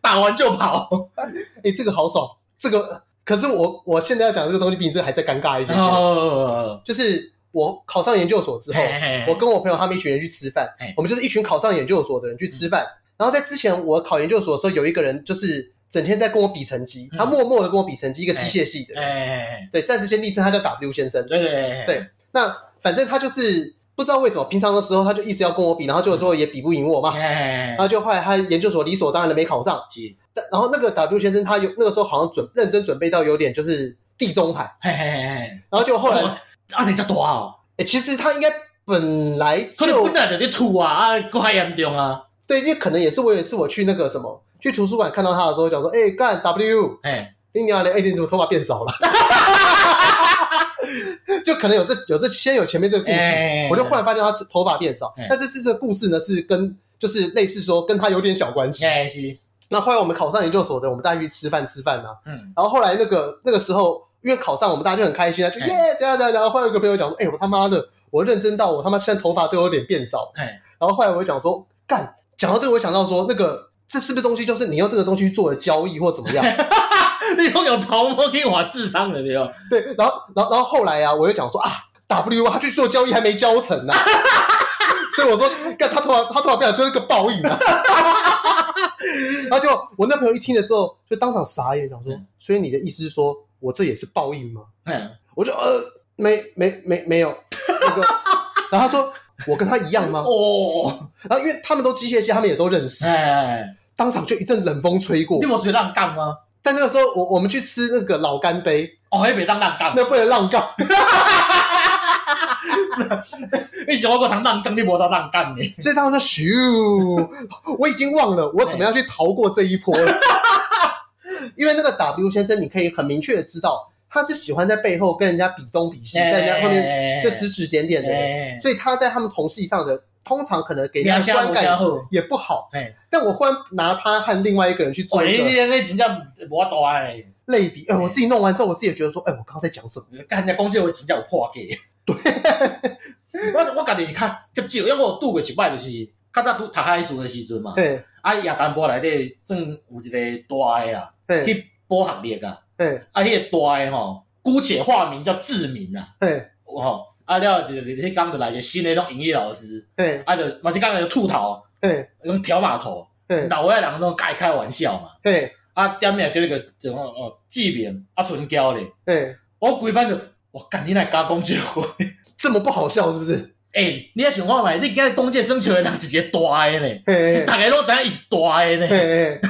Speaker 2: 打完就跑。
Speaker 1: 哎，这个好爽，这个可是我我现在要讲这个东西比你这个还再尴尬一些些。
Speaker 2: 哦，
Speaker 1: 就是我考上研究所之后，
Speaker 2: 哎
Speaker 1: 我跟我朋友他们一群人去吃饭
Speaker 2: 嘿，
Speaker 1: 我们就是一群考上研究所的人去吃
Speaker 2: 嗯
Speaker 1: 饭。然后在之前我考研究所的时候，有一个人就是整天在跟我比成绩，
Speaker 2: 嗯
Speaker 1: 他默默的跟我比成绩，一个机械系的，
Speaker 2: 哎，
Speaker 1: 对，暂时先昵称他叫 W 先生。
Speaker 2: 对对
Speaker 1: 对那反正他就是不知道为什么，平常的时候他就一直要跟我比，然后结果最后也比不赢我嘛。
Speaker 2: 哎
Speaker 1: 然，后就后来他研究所理所当然的没考上，
Speaker 2: 是，
Speaker 1: 但然后那个 W 先生他有那个时候好像准认真准备到有点就是地中海，
Speaker 2: 嘿嘿嘿，
Speaker 1: 然后就后来，哎、
Speaker 2: 啊，你遮大哦，
Speaker 1: 其实他应该本来
Speaker 2: 可能
Speaker 1: 就
Speaker 2: 本来就咧吐啊，啊，够较严重啊，
Speaker 1: 对，因为可能也是我也是我去那个什么，去图书馆看到他的时候，讲说，哎、干 W，
Speaker 2: 哎，
Speaker 1: 你娘嘞，哎、你怎么头发变少了？ 就可能有这有这先有前面这个故事，
Speaker 2: 哎
Speaker 1: 我就忽然发现他头发变少，
Speaker 2: 哎
Speaker 1: 但是是这个故事呢是跟就是类似说跟他有点小关系。
Speaker 2: 哎是，
Speaker 1: 那后来我们考上研究所的，我们大家去吃饭吃饭啊嘛、
Speaker 2: 嗯，
Speaker 1: 然后后来那个那个时候，因为考上，我们大家就很开心啊，就
Speaker 2: 哎
Speaker 1: 耶怎样怎样。然后后来有个朋友讲说，哎、我他妈的，我认真到我他妈现在头发都有点变少。
Speaker 2: 哎，
Speaker 1: 然后后来我就讲说，干，讲到这个，我想到说，那个这是不是东西，就是你用这个东西去做的交易或怎么样？
Speaker 2: 你讲用头毛去换智商了对哦，
Speaker 1: 对，然后，然后，然后后来啊，我就讲说啊，W 啊他去做交易还没交成呢、所以我说，干他头发，他头发变成就是个报应啊。然后就我那朋友一听了之后，就当场傻眼，想说
Speaker 2: 嗯，
Speaker 1: 所以你的意思是说我这也是报应吗？
Speaker 2: 嗯，
Speaker 1: 我就呃，没没没没有那个，然后他说我跟他一样吗？
Speaker 2: 哦，
Speaker 1: 然后因为他们都机械系，他们也都认识，
Speaker 2: 哎，当
Speaker 1: 当场就一阵冷风吹过
Speaker 2: 你。无随浪讲吗？
Speaker 1: 但那个时候我我们去吃那个老干杯，
Speaker 2: 哦，迄袂当浪讲，
Speaker 1: 那不能浪杠，
Speaker 2: 你是我个通浪讲，你无当浪讲呢，
Speaker 1: 所以他们说咻，我已经忘了我怎么样去逃过这一波了。因为那个 W 先生，你可以很明确的知道，他是喜欢在背后跟人家比东比西，在人家后面
Speaker 2: 面
Speaker 1: 就指指点点的人，
Speaker 2: 哎，
Speaker 1: 所以他在他们同系上的通常可能给人
Speaker 2: 名
Speaker 1: 家
Speaker 2: 声
Speaker 1: 观
Speaker 2: 无啥
Speaker 1: 感
Speaker 2: 好，
Speaker 1: 也不好。
Speaker 2: 哎，
Speaker 1: 但我忽然拿他和另外一个人去
Speaker 2: 哦，
Speaker 1: 做
Speaker 2: 你
Speaker 1: 一
Speaker 2: 你
Speaker 1: 个
Speaker 2: 你真正无大诶。
Speaker 1: 类比，哎，我自己弄完之后，我自己也觉得说，哎，我刚刚在讲什么？
Speaker 2: 干人家讲这话真正有破格。对，我我家己是较接少，因为我有拄过一摆，就是较早拄读海事的时阵嘛，
Speaker 1: 对
Speaker 2: 啊夜间部内底算有一个大的啊，
Speaker 1: 对
Speaker 2: 去补学历啊，
Speaker 1: 对
Speaker 2: 啊迄、个大的吼，姑且化名叫志明啊，
Speaker 1: 对
Speaker 2: 吼，啊了就就迄工就来一个新的那种英语老师，
Speaker 1: 对
Speaker 2: 啊就嘛是讲个秃头，
Speaker 1: 对
Speaker 2: 那种条码头，
Speaker 1: 对
Speaker 2: 老外人拢爱开玩笑嘛，
Speaker 1: 对
Speaker 2: 啊点名叫那个就讲哦志明啊纯娇咧，
Speaker 1: 对，
Speaker 2: 我规班就我干你来甲我讲这话。
Speaker 1: 这么不好笑是不是？
Speaker 2: 诶、哎你也想看卖，你今日讲这生笑的人是一个大诶呢，
Speaker 1: 嘿
Speaker 2: 是
Speaker 1: 嘿
Speaker 2: 大家拢知影伊是大诶呢，
Speaker 1: 嘿嘿
Speaker 2: 人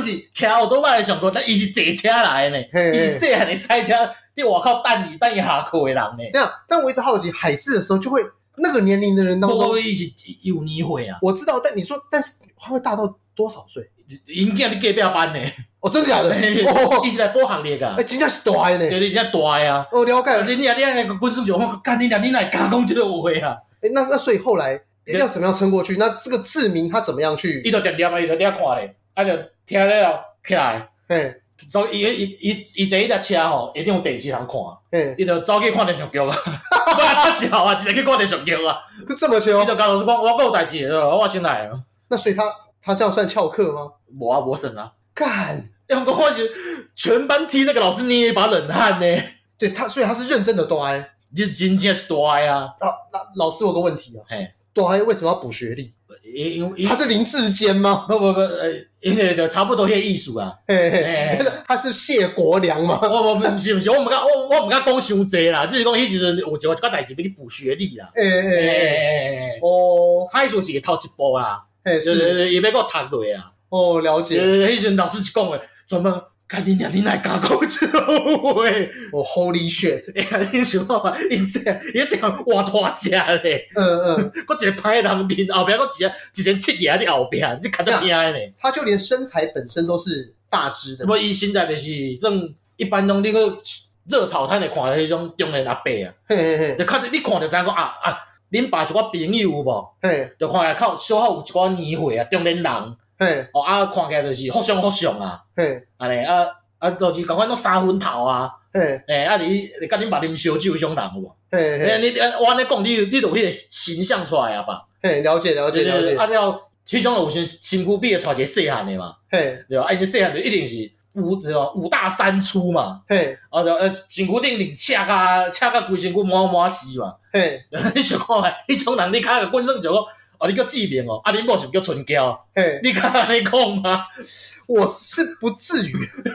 Speaker 2: 是徛后倒摆来上课，但伊是坐车来的呢，
Speaker 1: 嘿
Speaker 2: 伊是细汉的赛车，伫外口等伊等伊下课的人呢，
Speaker 1: 这样，但我一直好奇，海试的时候就会那个年龄的人当
Speaker 2: 不过
Speaker 1: 中，
Speaker 2: 伊是幼年会啊，
Speaker 1: 我知道，但你说，但是他会大到多少岁？
Speaker 2: 因囝伫隔壁班诶，
Speaker 1: 哦，真 假的？
Speaker 2: 伊
Speaker 1: 哦，
Speaker 2: 是来补学历啊
Speaker 1: 哎，，真正是大的
Speaker 2: 对
Speaker 1: 呢。
Speaker 2: 对，真大诶啊。
Speaker 1: 哦，了解。
Speaker 2: 但是你啊，你啊，个滚出去，我干你娘，你来敢讲即个话啊？
Speaker 1: 哎，那那所以后来
Speaker 2: 对
Speaker 1: 要怎么样撑过去？那这个志明他怎么样去
Speaker 2: 伊？就点点啊，伊就点看咧，啊，就听了起来，
Speaker 1: 哎
Speaker 2: 走，伊伊伊伊坐迄台车吼，一定有电视通看，
Speaker 1: 哎，
Speaker 2: 伊就走去看电视剧啊， 我插笑啊，直接去看电视剧啊。
Speaker 1: 就这么
Speaker 2: 伊
Speaker 1: 凶。
Speaker 2: 就甲老师讲，我还有代志，我先来啊，
Speaker 1: 那所以他他这样算翘课吗？
Speaker 2: 无啊，无算啊。
Speaker 1: 干，
Speaker 2: 因为我是全班替那个老师捏一把冷汗呢，
Speaker 1: 对他，所以他是认真的大的。
Speaker 2: 你真正是大的啊。
Speaker 1: 啊，那老师我有个问题啊，
Speaker 2: 嘿，
Speaker 1: 大的为什么要补学历？
Speaker 2: 因因因
Speaker 1: 他是林志坚吗？
Speaker 2: 不不不，呃，因为就差不多迄个意思啊。
Speaker 1: 嘿
Speaker 2: 嘿
Speaker 1: 嘿
Speaker 2: 嘿，
Speaker 1: 他是谢国良吗？
Speaker 2: 我我不是不是，我毋敢我我毋敢讲伤济啦，只是讲迄时阵有一个代志俾你补学历啦。
Speaker 1: 哎
Speaker 2: 诶
Speaker 1: 哎哎，
Speaker 2: 诶诶，
Speaker 1: 哦，
Speaker 2: 歹事是会偷一步啦，
Speaker 1: 哎，
Speaker 2: 就是呃是伊要给我读落啊。
Speaker 1: 哦，了解。
Speaker 2: 呃，迄时阵老师一讲诶，专门干你娘，你来敢讲即个话？
Speaker 1: 哦，Holy shit，
Speaker 2: 哎呀，你想看嘛？伊说伊说活大只咧，
Speaker 1: 嗯嗯，
Speaker 2: 搁一个歹人面后壁，搁一个一个七爷伫后壁，你卡只拼咧。
Speaker 1: 他就连身材本身都是大只的
Speaker 2: 那。么伊现在就是算一般拢你个热炒摊会看到迄种中年阿伯啊。
Speaker 1: 嘿嘿
Speaker 2: 就
Speaker 1: 嘿
Speaker 2: 看着你看着知影讲啊啊，恁爸一寡朋友有无？
Speaker 1: 嘿
Speaker 2: 就看起来靠小可有一寡年岁啊，中年人
Speaker 1: 嘿
Speaker 2: 哦啊，看起来就是福相福相啊，
Speaker 1: 嘿
Speaker 2: 安尼啊啊，就是共款拢三分头啊，
Speaker 1: 嘿
Speaker 2: 诶、啊你你甲恁爸啉烧酒迄种人有无？
Speaker 1: 嘿
Speaker 2: 诶、
Speaker 1: 嘿
Speaker 2: 你啊我安尼讲，你你就有迄个形象出来啊吧？
Speaker 1: 嘿，了解了解了
Speaker 2: 就是
Speaker 1: 解。
Speaker 2: 啊了，迄种有身身躯边会带一个细汉的嘛，
Speaker 1: 嘿
Speaker 2: 对吧？啊，伊细汉就一定是五对吧？五大三粗嘛，
Speaker 1: 嘿
Speaker 2: 啊就呃身躯顶是赤甲赤甲规身躯满满是嘛。
Speaker 1: 嘿
Speaker 2: 你想看觅迄种人你较个官算就讲，哦，你叫志明哦，啊，你某是不叫春娇，
Speaker 1: 嘿，
Speaker 2: 你敢安尼讲吗？
Speaker 1: 我是不至于，
Speaker 2: 你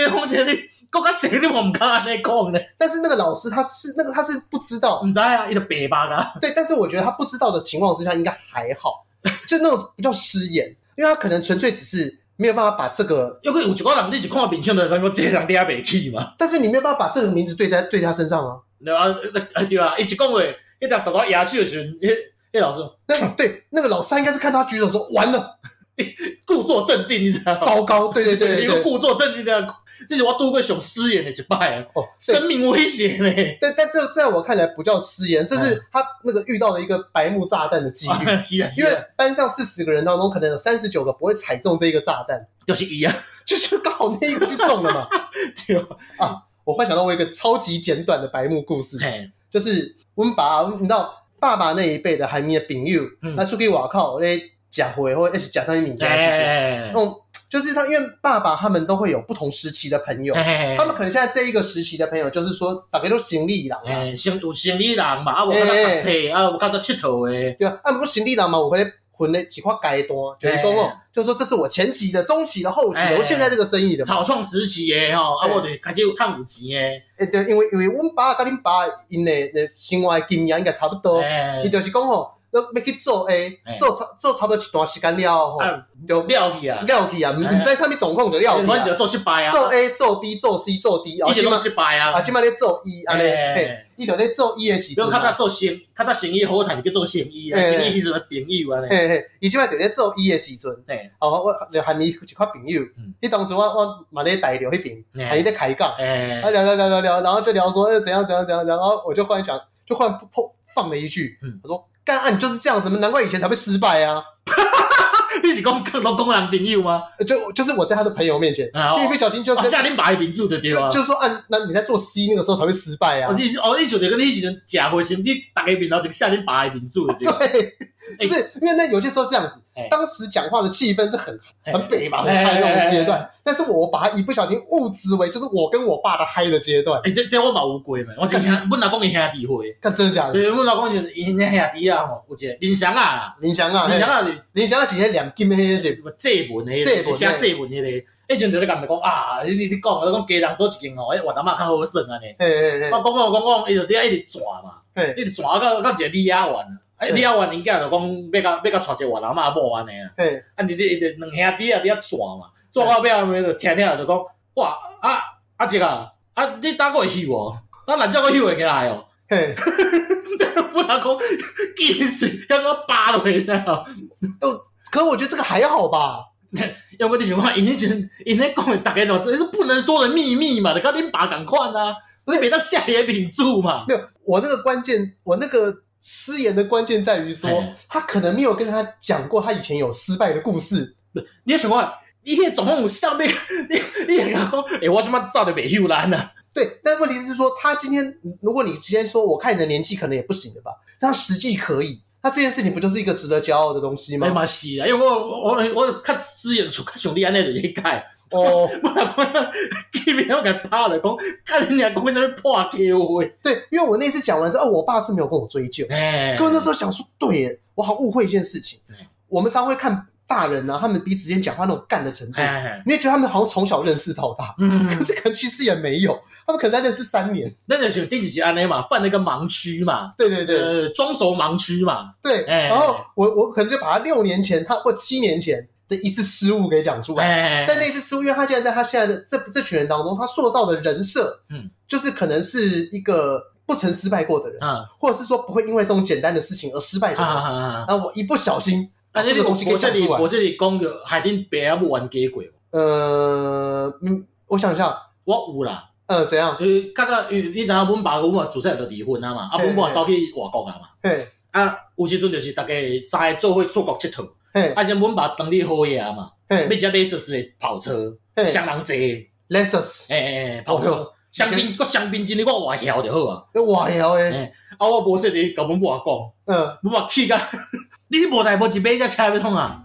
Speaker 2: 讲者你讲较细，你嘛毋敢安尼讲呢？
Speaker 1: 但是那个老师他是那个他是不知道，
Speaker 2: 毋知啊，伊就白目啊，
Speaker 1: 对，但是我觉得他不知道的情况之下应该还好，就那种比较失言，因为他可能纯粹只是没有办法把这个，
Speaker 2: 又有一个人，你是看面相就知影讲，这个人你也袂去嘛？
Speaker 1: 但是你没有办法把这个名字对在对他身上啊。
Speaker 2: 对啊，啊对啊，伊一讲话，迄搭达到野手的时阵，迄迄老师
Speaker 1: 那对那个老师他应该是看他举手说完了，
Speaker 2: 故作镇定，你知道吗？
Speaker 1: 糟糕，对对对
Speaker 2: 伊个
Speaker 1: 对对，
Speaker 2: 故作镇定的，这是我拄过上失言的一摆啊，
Speaker 1: 哦，对
Speaker 2: 生命危险呢。
Speaker 1: 但但这在我看来不叫失言，这
Speaker 2: 哎
Speaker 1: 是他那个遇到了一个白目炸弹的机遇。
Speaker 2: 啊， 是啊，
Speaker 1: 因
Speaker 2: 是
Speaker 1: 为
Speaker 2: 啊，
Speaker 1: 班上四十个人当中，可能有三十九个不会踩中这一个炸弹，
Speaker 2: 就是伊啊，
Speaker 1: 就是刚好那一个去中了嘛。
Speaker 2: 对啊，
Speaker 1: 我幻想到我有一个超级简短的白目故事，
Speaker 2: 嘿，
Speaker 1: 就是我们爸，你知道爸爸那一辈的还没的朋友
Speaker 2: 嗯，
Speaker 1: 他出去外靠咧假货或者是假上一名
Speaker 2: 哎
Speaker 1: 家
Speaker 2: 哎
Speaker 1: 事
Speaker 2: 哎
Speaker 1: 那种就是他因为爸爸他们都会有不同时期的朋友，
Speaker 2: 哎
Speaker 1: 他们可能现在这一个时期的朋友，就是说大家都行李郎啊，
Speaker 2: 诶，生有生理人嘛，啊，无较早读册，啊，无较早佚佗诶，
Speaker 1: 对啊，啊，不过行李郎嘛，我跟你混了几块阶段，就是说哦，就是说这是我前期的、中期的、后期
Speaker 2: 哎
Speaker 1: 的，我现在这个生意的嘛。
Speaker 2: 草创时期诶吼，啊，
Speaker 1: 对
Speaker 2: 我就是开始有趁有钱诶，
Speaker 1: 诶，哎对，因为因为阮爸甲恁爸因诶诶生活的经验应该差不
Speaker 2: 哦
Speaker 1: 多，伊
Speaker 2: 诶，
Speaker 1: 就是讲吼，要要去做 A，
Speaker 2: 哎
Speaker 1: 做差做差不多一段时间了吼，
Speaker 2: 啊，
Speaker 1: 就
Speaker 2: 了去啊，
Speaker 1: 了去啊，毋
Speaker 2: 哎
Speaker 1: 毋知啥物状况就了去
Speaker 2: 反
Speaker 1: 啊
Speaker 2: 正就做失败啊，
Speaker 1: 做 A 做 B 做 C 做 D，啊，
Speaker 2: 以前
Speaker 1: 即
Speaker 2: 拢
Speaker 1: 嘛
Speaker 2: 失败啊
Speaker 1: 啊，，即嘛咧做 E 安尼，
Speaker 2: 哎
Speaker 1: 嘿，伊就咧做 E 诶时
Speaker 2: 比
Speaker 1: 阵
Speaker 2: 如较早
Speaker 1: 啊，
Speaker 2: 做生，较早生意好趁，就叫做生意啊，
Speaker 1: 哎
Speaker 2: 生意迄阵的朋友啊安尼，
Speaker 1: 嘿嘿，伊即嘛就咧做 E 诶时阵，
Speaker 2: 诶，
Speaker 1: 哦，我就喊伊有一块朋友
Speaker 2: 嗯，
Speaker 1: 迄当时我我嘛咧大陆迄边，
Speaker 2: 哎
Speaker 1: 喊伊咧开讲。啊
Speaker 2: 诶
Speaker 1: 他，聊聊聊聊聊，然后就聊说，呃，怎样怎样怎样，然后我就忽然想，就忽然砰放了一句，
Speaker 2: 嗯
Speaker 1: 我说，干啊，你就是这样子，难怪以前才会失败啊！
Speaker 2: 你是讲拢讲人朋友吗？
Speaker 1: 呃就就是我在他的朋友面前，
Speaker 2: 啊
Speaker 1: 就一不小心就
Speaker 2: 哦，
Speaker 1: 跟
Speaker 2: 下恁爸诶民主就对啊
Speaker 1: 就。就说，啊，那你在做 C 那个时候才会失败
Speaker 2: 哦
Speaker 1: 啊，，
Speaker 2: 你哦，你就着讲你迄时阵食花生，你逐个面头就下恁爸诶民主就对了。
Speaker 1: 对，就是因为那有些时候这样子
Speaker 2: 哎，
Speaker 1: 当时讲话的气氛是很
Speaker 2: 哎
Speaker 1: 很北吧，很嗨那种阶段，但是我把它一不小心误植为就是我跟我爸的嗨的阶段，
Speaker 2: 诶、哎这这我嘛有过嘛，
Speaker 1: 哎
Speaker 2: 我是兄，阮老公伊兄弟会，
Speaker 1: 看真的假的？
Speaker 2: 对，阮老公就是因兄弟啊吼，有一个林翔啊，
Speaker 1: 林翔啊，
Speaker 2: 林翔
Speaker 1: 嘿
Speaker 2: 啊就是
Speaker 1: 林翔啊，是那两金的那些，
Speaker 2: 祭文迄
Speaker 1: 祭
Speaker 2: 个，
Speaker 1: 文
Speaker 2: 写祭文迄个，迄阵就咧甲咪讲啊，你你你讲，我讲家人倒一间哦哎吼，迄越南嘛较好耍啊安尼，
Speaker 1: 嘿嘿嘿
Speaker 2: 我讲讲讲讲，伊就伫遐一直转嘛，
Speaker 1: 嘿
Speaker 2: 一直转到到一个李亚元，啊，
Speaker 1: 嘿
Speaker 2: 李亚元因囝就讲要甲要甲娶一个越南嘛某安尼啊，
Speaker 1: 嘿，
Speaker 2: 啊，你你伊就两兄弟啊伫遐转嘛，转到尾后面就听听就讲，哇啊啊这个啊，你打过会翕哦，咱难叫个翕会起来哦。
Speaker 1: 嘿。
Speaker 2: 不然讲见水让我扒落去，你知道吗哦
Speaker 1: 可我觉得这个还好吧，
Speaker 2: 因为你想看，因迄阵因咧讲的，大家都这是不能说的秘密嘛，就甲恁爸共款啊，你别当下野民主嘛。
Speaker 1: 没有，我那个关键，我那个失言的关键在于说
Speaker 2: 哎，
Speaker 1: 他可能没有跟他讲过他以前有失败的故事。
Speaker 2: 你要想看，伊迄总统有上面，你你会讲，诶、欸，我即摆走着袂休咱啊。
Speaker 1: 对，但问题是说，他今天如果你今天说，我看你的年纪可能也不行了吧，但他实际可以，那这件事情不就是一个值得骄傲的东西
Speaker 2: 哎
Speaker 1: 吗？
Speaker 2: 嘛是啊，因为我我我我较私人像较像你安尼就去改，
Speaker 1: 哦，
Speaker 2: 我我 见面我甲拍落讲，甲你俩讲啥物破球话，
Speaker 1: 对，因为我那次讲完之后，哦，我爸是没有跟我追究，
Speaker 2: 哎、
Speaker 1: 可我那时候想说，对耶，我好像误会一件事情
Speaker 2: 嗯。
Speaker 1: 我们常会看大人啊，他们彼此间讲话那种干的程度
Speaker 2: 哎，哎哎，
Speaker 1: 你也觉得他们好像从小认识到大，
Speaker 2: 嗯，
Speaker 1: 可这个其实也没有，他们可能在认识三年。
Speaker 2: 那就像第几集安尼嘛，犯了一个盲区嘛，
Speaker 1: 对对对
Speaker 2: 呃，装熟盲区嘛，
Speaker 1: 对，
Speaker 2: 哎
Speaker 1: 然后我我可能就把他六年前他或七年前的一次失误给讲出来。
Speaker 2: 哎，
Speaker 1: 但那次失误，因为他现在在他现在的这这群人当中，他塑造的人设，
Speaker 2: 嗯，
Speaker 1: 就是可能是一个不曾失败过的人，
Speaker 2: 啊
Speaker 1: 或者是说不会因为这种简单的事情而失败的
Speaker 2: 啊
Speaker 1: 人。
Speaker 2: 啊啊！
Speaker 1: 然后我一不小心把
Speaker 2: 啊，
Speaker 1: 这
Speaker 2: 这
Speaker 1: 个
Speaker 2: 个
Speaker 1: 东西
Speaker 2: 东西
Speaker 1: 给
Speaker 2: 我
Speaker 1: 讲
Speaker 2: 这里
Speaker 1: 出来。
Speaker 2: 我这里讲个海顶白啊，玩假过，
Speaker 1: 呃，嗯，我想一下，
Speaker 2: 我有啦，
Speaker 1: 呃，怎样？
Speaker 2: 因为较早因为你知影阮爸阮妈自细就离婚啊嘛，啊
Speaker 1: 嘿
Speaker 2: 阮爸
Speaker 1: 嘿
Speaker 2: 走去外国啊嘛，
Speaker 1: 嘿，
Speaker 2: 啊有时阵就是逐个三个做伙出国佚佗，
Speaker 1: 嘿，
Speaker 2: 啊像阮爸当地好野嘛，要
Speaker 1: 嘿，
Speaker 2: 食 Lexus 的跑车，
Speaker 1: 嘿
Speaker 2: 双人坐，
Speaker 1: ，Lexus，
Speaker 2: 诶诶跑车，香槟个香槟真哩我外晓就好啊，
Speaker 1: 哇哎摇诶，
Speaker 2: 嘿啊我无说你甲阮爸讲。
Speaker 1: 嗯，
Speaker 2: 我嘛气甲， 你无代无志买只车要创啊？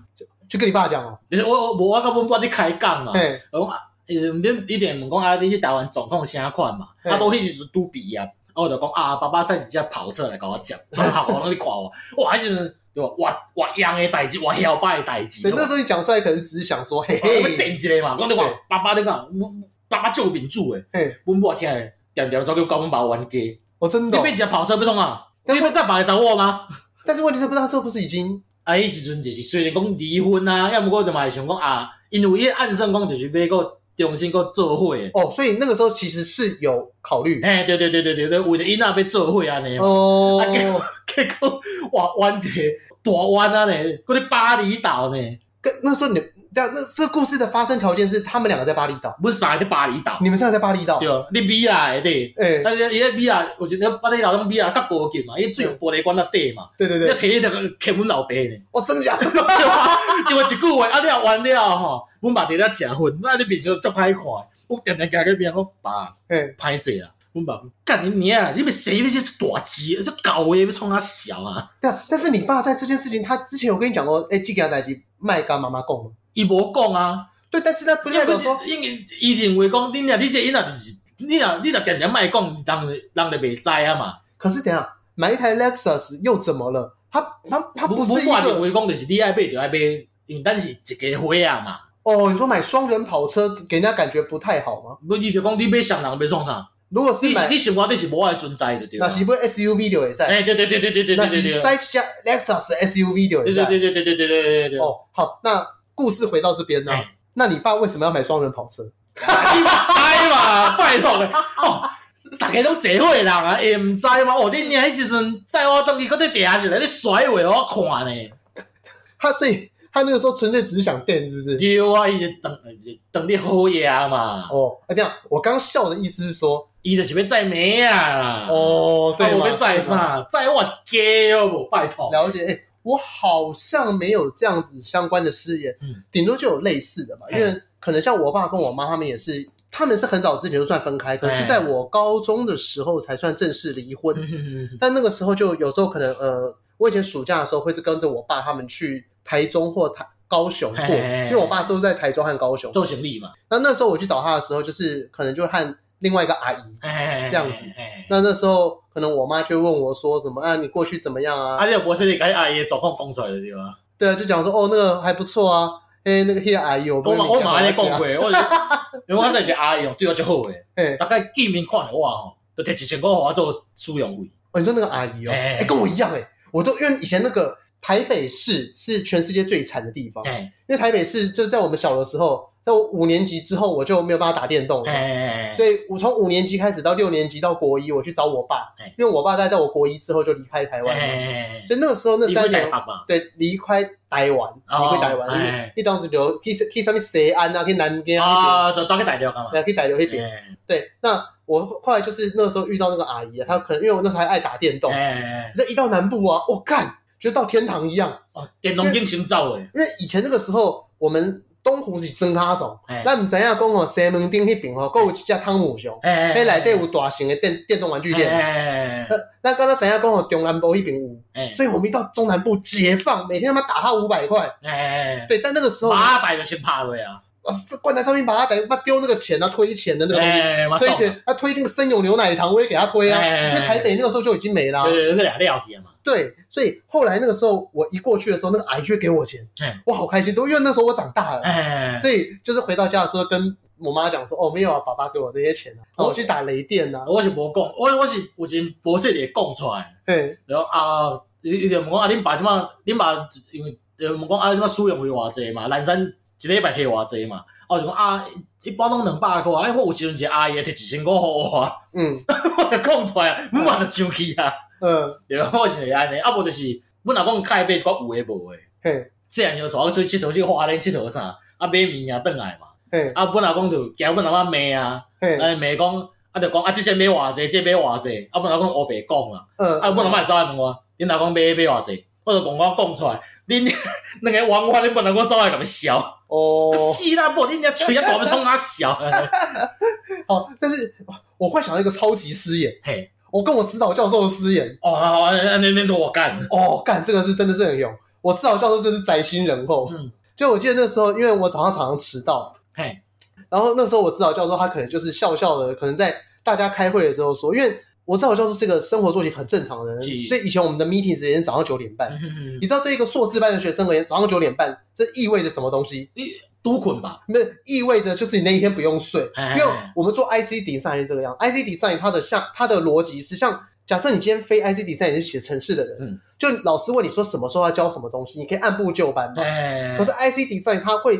Speaker 1: 就跟你爸讲哦，
Speaker 2: 就是我我无我甲阮爸伫开讲嘛，
Speaker 1: 嘿，
Speaker 2: 我讲啊，呃恁你定问讲啊，你去台湾状况啥款嘛？
Speaker 1: 嘿
Speaker 2: 啊，我迄时阵拄毕业，啊，我就讲啊，爸爸塞一只跑车来甲我接，全校我拢咧看我，哇，迄时阵对吧？哇哇样诶代志，哇摇摆诶代志，
Speaker 1: 对，
Speaker 2: 我
Speaker 1: 那时候你讲出来，可能只是想说，嘿
Speaker 2: 我要
Speaker 1: 嘿，
Speaker 2: 顶一个嘛，讲你
Speaker 1: 对
Speaker 2: 看爸爸你讲，我爸爸救民主诶
Speaker 1: 嘿，
Speaker 2: 阮爸听诶，点点走去甲阮爸冤家，你
Speaker 1: 我真的哦，
Speaker 2: 买一只跑车要创啊？
Speaker 1: 但
Speaker 2: 你
Speaker 1: 是
Speaker 2: 要再买个查某吗？
Speaker 1: 但是问题是，不知道这不是已经
Speaker 2: 啊，迄时阵就是虽然讲离婚啊，要毋过就嘛会想讲啊，因为伊按算讲就是要个重新个做伙的。
Speaker 1: 哦，所以那个时候其实是有考虑
Speaker 2: 嘿，哎对对对对对对，为着因啊要做伙安尼，
Speaker 1: 哦
Speaker 2: 啊，结果哇弯一个大弯啊呢，搁咧巴厘岛呢，
Speaker 1: 跟那时候你，但那这个故事的发生条件是他们两个在巴厘岛，
Speaker 2: 阮三个伫巴厘岛，
Speaker 1: 你们现在在巴厘岛
Speaker 2: 对，，你米亚的底，
Speaker 1: 哎，
Speaker 2: 啊，伊个米亚，有一个巴厘岛种米亚较高级嘛，伊水有玻璃管啊底嘛，
Speaker 1: 对对
Speaker 2: 你
Speaker 1: 对，
Speaker 2: 摕迄个欠阮老爸呢，
Speaker 1: 哦，真的 假的？
Speaker 2: 因为一句话啊，你啊弯了吼，阮嘛伫咧食薰，那你平常足歹看，我定定行去边讲爸。
Speaker 1: 哎，
Speaker 2: 歹势啦。阮爸讲干你娘啊！你要死你这大鸡，这狗的要创他小啊！
Speaker 1: 对啊，但是你爸在这件事情，他之前有跟你讲过，哎，寄给他奶鸡卖给妈妈供吗？
Speaker 2: 伊无讲啊，
Speaker 1: 对，但是那不代表说，
Speaker 2: 因为伊认为讲你若你这伊若就是你若你若点点卖讲，人人就袂知啊嘛。
Speaker 1: 可是等一下买一台 Lexus 又怎么了？他他他不是一
Speaker 2: 我认
Speaker 1: 个
Speaker 2: 为讲就是你爱买就爱买，因为咱是一家伙啊嘛。
Speaker 1: 哦，你说买双人跑车给人家感觉不太好吗？
Speaker 2: 无伊就讲你买双人要创啥？
Speaker 1: 如果是
Speaker 2: 你是
Speaker 1: 买
Speaker 2: 你想我你是无爱存在就对了。啊
Speaker 1: 那是不是 SUV 就也在，
Speaker 2: 哎对对对对对对
Speaker 1: 那
Speaker 2: 对
Speaker 1: 是
Speaker 2: 对对
Speaker 1: 塞下 Lexus SUV 就也
Speaker 2: 对对
Speaker 1: 在。
Speaker 2: 对对对对对对对对。
Speaker 1: 哦，好，那故事回到这边呢啊
Speaker 2: 哎，
Speaker 1: 那你爸为什么要买双人跑车？
Speaker 2: 你嘛知嘛，拜托诶，哦，大家拢坐伙人啊，会毋知嘛？哦，恁娘迄时阵载我倒去，搁伫地下室内咧甩话我看呢。
Speaker 1: 他所以他那个时候纯粹只是想电，是不是？
Speaker 2: 对啊，伊就当当你好夜嘛，
Speaker 1: 哦，啊，这样，我刚笑的意思是说，
Speaker 2: 伊就是要载妹啊啦。
Speaker 1: 哦，
Speaker 2: 啊，
Speaker 1: 对嘛，
Speaker 2: 我要载
Speaker 1: 是嘛？
Speaker 2: 啥？载我是假哦，无拜托。
Speaker 1: 了解，哎、我好像没有这样子相关的誓言
Speaker 2: 嗯，
Speaker 1: 顶、多就有类似的吧，因
Speaker 2: 嗯
Speaker 1: 为可能像我爸跟我妈他们也是，他们是很早之前就算分开，可是
Speaker 2: 嗯
Speaker 1: 在我高中的时候才算正式离婚，
Speaker 2: 嗯嗯嗯
Speaker 1: 但那个时候就有时候可能呃，我以前暑假的时候会是跟着我爸他们去台中或台。高雄过，
Speaker 2: 嘿嘿嘿
Speaker 1: 因为我爸都在台中和高雄。
Speaker 2: 做行李嘛，
Speaker 1: 那那时候我去找他的时候，就是可能就和另外一个阿姨。
Speaker 2: 这
Speaker 1: 这样子。
Speaker 2: 哎
Speaker 1: 那那时候可能我妈就问我说什么啊，你过去怎么样啊
Speaker 2: 啊，？你无说你甲你阿姨的状况讲出来就对啊。
Speaker 1: 对啊，就讲说哦，那个还不错啊，哎，那个 h e 阿姨，我
Speaker 2: 我嘛我嘛安尼讲过，
Speaker 1: 哎
Speaker 2: 我就因为我就是 阿姨哦，对我足好诶。，
Speaker 1: 嘿
Speaker 2: 大概见面看到我吼，就摕一千块互我做使用费。
Speaker 1: 哦，你说那个阿姨哦，
Speaker 2: 哎
Speaker 1: 哎，跟我一样哎，我都因为以前那个台北市是全世界最惨的地方，
Speaker 2: 哎
Speaker 1: 因为台北市就是在我们小的时候，在我五年级之后我就没有办法打电动了，
Speaker 2: 哎，
Speaker 1: 所以我从五年级开始到六年级到国一，我去找我爸
Speaker 2: 哎，
Speaker 1: 因为我爸在在我国一之后就离开台湾了，
Speaker 2: 哎，
Speaker 1: 所以那个时候那
Speaker 2: 你会
Speaker 1: 三
Speaker 2: 台
Speaker 1: 年
Speaker 2: 北。嘛？
Speaker 1: 对，离开台湾，离
Speaker 2: 哦
Speaker 1: 开台湾，
Speaker 2: 哎
Speaker 1: 你你当时留去去上面西安啊，去南京啊，
Speaker 2: 啊，就走去大陆干嘛
Speaker 1: 那？边去台留那边。
Speaker 2: 哎
Speaker 1: 对，那我后来就是那时候遇到那个阿姨啊，她可能因为我那时候还爱打电动，
Speaker 2: 哎，
Speaker 1: 这一到南部啊，我、干，就到天堂一样。
Speaker 2: 哦，电动进行走诶，
Speaker 1: 因为以前那个时候，我们东湖是真卡手
Speaker 2: 哎，
Speaker 1: 那唔知影讲哦，西门町那边哦，还有一只汤姆熊，
Speaker 2: 哎，
Speaker 1: 那内底有大型的电电动玩具店。呃
Speaker 2: 哎
Speaker 1: 那那刚才知影讲哦，中南部那边有，
Speaker 2: 哎
Speaker 1: 所以我们一到中南部解放，每天他妈打他五百块。
Speaker 2: 哎，
Speaker 1: 对，但那个时候呢
Speaker 2: 马仔就先拍落啊，
Speaker 1: 啊，是罐在上面把他等他丢那个钱啊，推钱的那个东西，
Speaker 2: 哎，我
Speaker 1: 推
Speaker 2: 送的，
Speaker 1: 钱，他推那个生永牛奶糖，我也给他推啊，因
Speaker 2: 哎
Speaker 1: 为台北那个时候就已经没啦、
Speaker 2: 对对，那俩料去嘛，
Speaker 1: 对，所以后来那个时候我一过去的时候，那个阿姨就会给我钱
Speaker 2: 哎，
Speaker 1: 我好开心，说因为那时候我长大了，
Speaker 2: 哎，
Speaker 1: 所以就是回到家的时候跟我妈讲说，哦，没有啊，爸爸给我那些钱啊，
Speaker 2: 哦
Speaker 1: 我去打雷电啊，
Speaker 2: 我是无讲，我我是有阵无说会讲出来。
Speaker 1: 嘿，
Speaker 2: 然后啊，伊伊就问讲啊，恁爸即马，恁爸因为就问讲啊，即马使用费偌济嘛，南山一礼拜摕偌济嘛，啊我就讲啊，一般拢两百箍啊，因为我有时阵一个阿姨摕一千箍互我啊，
Speaker 1: 嗯
Speaker 2: 我就讲出来，阮嘛就生气啊，
Speaker 1: 嗯
Speaker 2: 对，我是会安尼，啊无就是，阮若讲开买一寡有诶无诶，
Speaker 1: 嘿
Speaker 2: 即样就带我出去佚佗去花莲佚佗啥，啊买物件倒来嘛，
Speaker 1: 嘿
Speaker 2: 啊阮若讲就惊阮阿妈骂啊，
Speaker 1: 嘿，
Speaker 2: 啊骂讲。啊，就讲啊，即些买偌济，这买偌济，啊，阮阿讲乌白讲啦。
Speaker 1: 嗯，
Speaker 2: 啊，阮阿妈走来问我，恁老公买买偌济？我就讲我讲出来，恁两个玩我，恁本来我走来甲要笑，
Speaker 1: 哦，
Speaker 2: 死啦！无恁遐吹啊大要通啊笑，
Speaker 1: 好，但是我会想到一个超级师爷，
Speaker 2: 嘿，
Speaker 1: 我跟我指导教授的师爷，
Speaker 2: 哦，好安安尼恁都我干，
Speaker 1: 哦，干，这个是真的是很勇。我指导教授真是宅心仁厚。
Speaker 2: 嗯，
Speaker 1: 就我记得那时候，因为我早上常常迟到，
Speaker 2: 嘿，
Speaker 1: 然后那时候我指导教授他可能就是笑笑的，可能在大家开会的时候说，因为我指导教授是个生活作息很正常的人，
Speaker 2: 是
Speaker 1: 所以以前我们的 meeting 时间早上九点半。
Speaker 2: 嗯
Speaker 1: 你知道对一个硕士班的学生而言，早上九点半这意味着什么东西？
Speaker 2: 拄困吧，
Speaker 1: 那意味着就是你那一天不用睡，
Speaker 2: 哎
Speaker 1: 因为我们做 IC design 是这个样，IC design 它的像它的逻辑是像，假设你今天非 IC design 你是写程式的人，
Speaker 2: 嗯
Speaker 1: 就老师问你说什么时候要教什么东西，你可以按部就班嘛。
Speaker 2: 哎，
Speaker 1: 可是 IC design 它会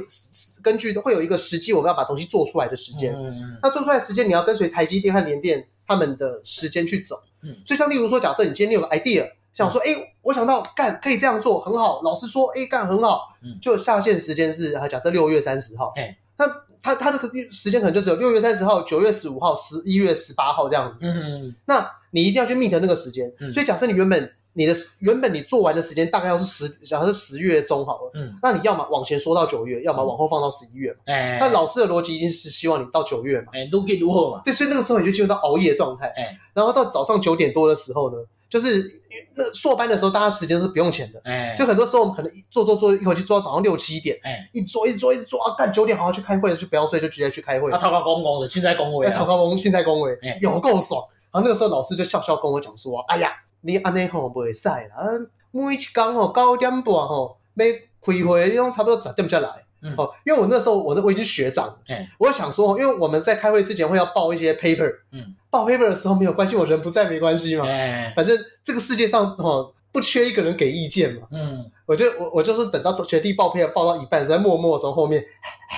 Speaker 1: 根据会有一个实际我们要把东西做出来的时间，
Speaker 2: 嗯，
Speaker 1: 那做出来的时间你要跟随台积电和联电他们的时间去走。
Speaker 2: 嗯
Speaker 1: 所以像例如说，假设你今天你有个 idea，想说，哎、我想到干可以这样做，很好。老师说，哎、干很好
Speaker 2: 嗯。
Speaker 1: 就下线时间是，啊假设六月三十号，
Speaker 2: 哎
Speaker 1: 那他他这个时间可能就只有六月三十号、九月十五号、十一月十八号这样子。
Speaker 2: 嗯，
Speaker 1: 那你一定要去 meet 那个时间。
Speaker 2: 嗯
Speaker 1: 所以假设你原本你的原本你做完的时间大概要是十，假设十月中好了，
Speaker 2: 嗯，
Speaker 1: 那你要么往前缩到九月，要么
Speaker 2: 嗯
Speaker 1: 往后放到十一月嘛。
Speaker 2: 哎，
Speaker 1: 那老师的逻辑一定是希望你到九月嘛。
Speaker 2: 哎，愈紧愈好嘛，
Speaker 1: 对，所以那个时候你就进入到熬夜状态，
Speaker 2: 哎
Speaker 1: 然后到早上九点多的时候呢，就是因为那硕班的时候，大家时间都是不用钱的，
Speaker 2: 哎，
Speaker 1: 就很多时候我们可能一做做做，一口气做到早上六七点，
Speaker 2: 哎，
Speaker 1: 一做一做一直做啊，干九点好好去开会，就不要睡，就直接去开会
Speaker 2: 啊，，头壳讲讲就凊彩讲话
Speaker 1: 要讨
Speaker 2: 啊，
Speaker 1: 高工，现在恭维
Speaker 2: 哎，
Speaker 1: 有够爽。然后那个时候老师就笑笑跟我讲说，哎呀，你安尼吼袂使啦，啊每一工吼九点半吼要开会，用差不多十点才来
Speaker 2: 嗯。
Speaker 1: 哦，因为我那时候我我已经学长了，
Speaker 2: 哎
Speaker 1: 我想说，因为我们在开会之前会要报一些 paper，
Speaker 2: 嗯，
Speaker 1: 报 paper 的时候没有关系，我人不在没关系嘛，
Speaker 2: 哎，
Speaker 1: 反正这个世界上哦不缺一个人给意见嘛，
Speaker 2: 嗯，
Speaker 1: 我就我我就是等到学弟报 paper 报到一半，在默默从后面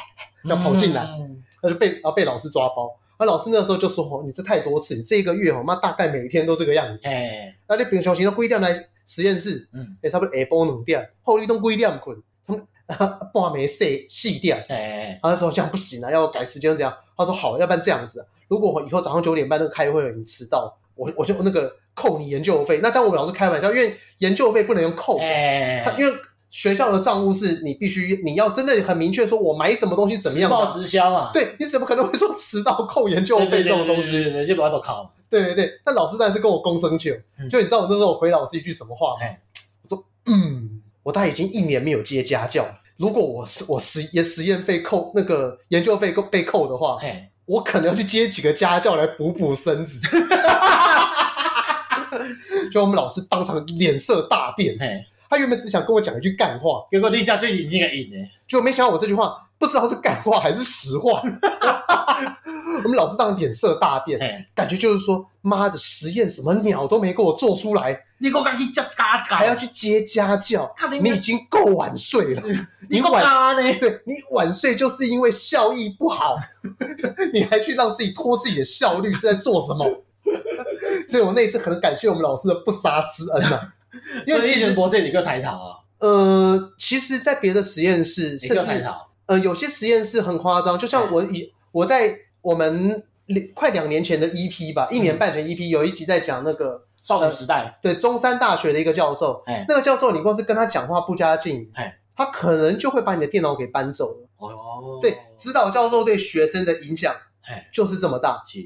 Speaker 1: 要跑进来，
Speaker 2: 嗯
Speaker 1: 那就被啊被老师抓包。那老师那时候就说：“哦，你这太多次，你这一个月哦，妈大概每天都这个样子。
Speaker 2: 哎，
Speaker 1: 那你平常时都几点来实验室？
Speaker 2: 嗯，
Speaker 1: 哎，差不多下晡两点，后日都几点困？他们、啊、半暝四四点。
Speaker 2: 哎，
Speaker 1: 然后那时候这样不行啊，要改时间这样。他说好，要不然这样子啊、如果我以后早上九点半那个开会你迟到，我我就那个扣你研究费。那当我们老师开玩笑，因为研究费不能用扣，
Speaker 2: 哎
Speaker 1: 哦他，因为学校的账务是你必须你要真的很明确说我买什么东西怎么样
Speaker 2: 实
Speaker 1: 嘛
Speaker 2: 报实销嘛，
Speaker 1: 对你怎么可能会说迟到扣研究费这种东西？
Speaker 2: 对，对对对对就把它都考嘛。
Speaker 1: 对对对，那老师当然是跟我公生气了。
Speaker 2: 嗯
Speaker 1: 就你知道我那时候我回老师一句什么话吗
Speaker 2: 哎？
Speaker 1: 我说嗯，我大概已经一年没有接家教了，如果我实我实也实验费扣那个研究费扣被扣的话，
Speaker 2: 嘿，
Speaker 1: 我可能要去接几个家教来补补身子。 就我们老师当场脸色大变，
Speaker 2: 嘿，
Speaker 1: 他原本只想跟我讲一句干话，
Speaker 2: 结果你下最认真个赢的，
Speaker 1: 就没想到我这句话不知道是干话还是实话。 我们老是让脸色大变，
Speaker 2: 嘿，
Speaker 1: 感觉就是说，妈的，实验什么鸟都没给我做出来，
Speaker 2: 你讲讲去加加加，
Speaker 1: 还要去接家教，
Speaker 2: 看
Speaker 1: 你已经够晚睡了。
Speaker 2: 哎你
Speaker 1: 你
Speaker 2: 讲
Speaker 1: 晚
Speaker 2: 加呢？
Speaker 1: 对你晚睡就是因为效益不好， 你还去让自己拖自己的效率，是在做什么？ 所以我那一次很感谢我们老师的不杀之恩呐、 因为
Speaker 2: 所以
Speaker 1: 其
Speaker 2: 以前
Speaker 1: 实
Speaker 2: 博这里个抬头啊，
Speaker 1: 呃，其实，在别的实验室，
Speaker 2: 一
Speaker 1: 甚
Speaker 2: 个抬
Speaker 1: 至
Speaker 2: 头，
Speaker 1: 呃，有些实验室很夸张，就像我以我在我们两快两年前的 EP 吧，一年半前 EP 有一集在讲那个
Speaker 2: 嗯
Speaker 1: 呃
Speaker 2: 少女时代，
Speaker 1: 对中山大学的一个教授，
Speaker 2: 哎
Speaker 1: 那个教授你光是跟他讲话不加劲
Speaker 2: 哎，
Speaker 1: 他可能就会把你的电脑给搬走了。
Speaker 2: 哦，
Speaker 1: 呃对，指导教授对学生的影响
Speaker 2: 哎
Speaker 1: 就是这么大。
Speaker 2: 是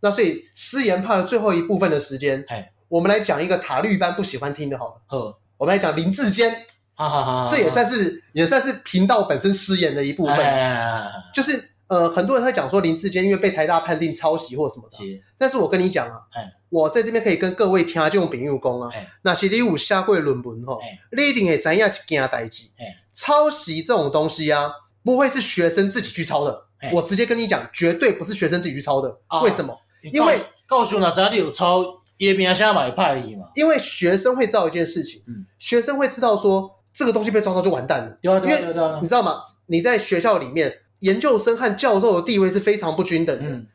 Speaker 1: 那所以私研派的最后一部分的时间
Speaker 2: 哎，
Speaker 1: 我们来讲一个塔绿班不喜欢听的，好了，
Speaker 2: 呵，
Speaker 1: 我们来讲林志坚，
Speaker 2: 哈哈哈，哎
Speaker 1: 这也算是也算是频道本身私研的一部
Speaker 2: 部分
Speaker 1: 分，，就是。呃，很多人会讲说林志坚因为被台大判定抄袭或什么的，
Speaker 2: 是
Speaker 1: 但是我跟你讲啊
Speaker 2: 哎，
Speaker 1: 我在这边可以跟各位听这种朋友讲啊
Speaker 2: 哎，
Speaker 1: 那是你有写过论文吼
Speaker 2: 哎，
Speaker 1: 你一定会知影一件代志
Speaker 2: 哎，
Speaker 1: 抄袭这种东西啊，不会是学生自己去抄的
Speaker 2: 哎，
Speaker 1: 我直接跟你讲，绝对不是学生自己去抄的
Speaker 2: 啊，
Speaker 1: 为什么？因为
Speaker 2: 告诉哪知道你有抄伊名声买派伊嘛，
Speaker 1: 因为学生会知道一件事情
Speaker 2: 嗯，
Speaker 1: 学生会知道说这个东西被抓到就完蛋了，
Speaker 2: 对啊对
Speaker 1: 因
Speaker 2: 啊对啊
Speaker 1: 为
Speaker 2: 对啊
Speaker 1: 你，知道吗？你在学校里面，研究生和教授的地位是非常不均等的。
Speaker 2: 嗯，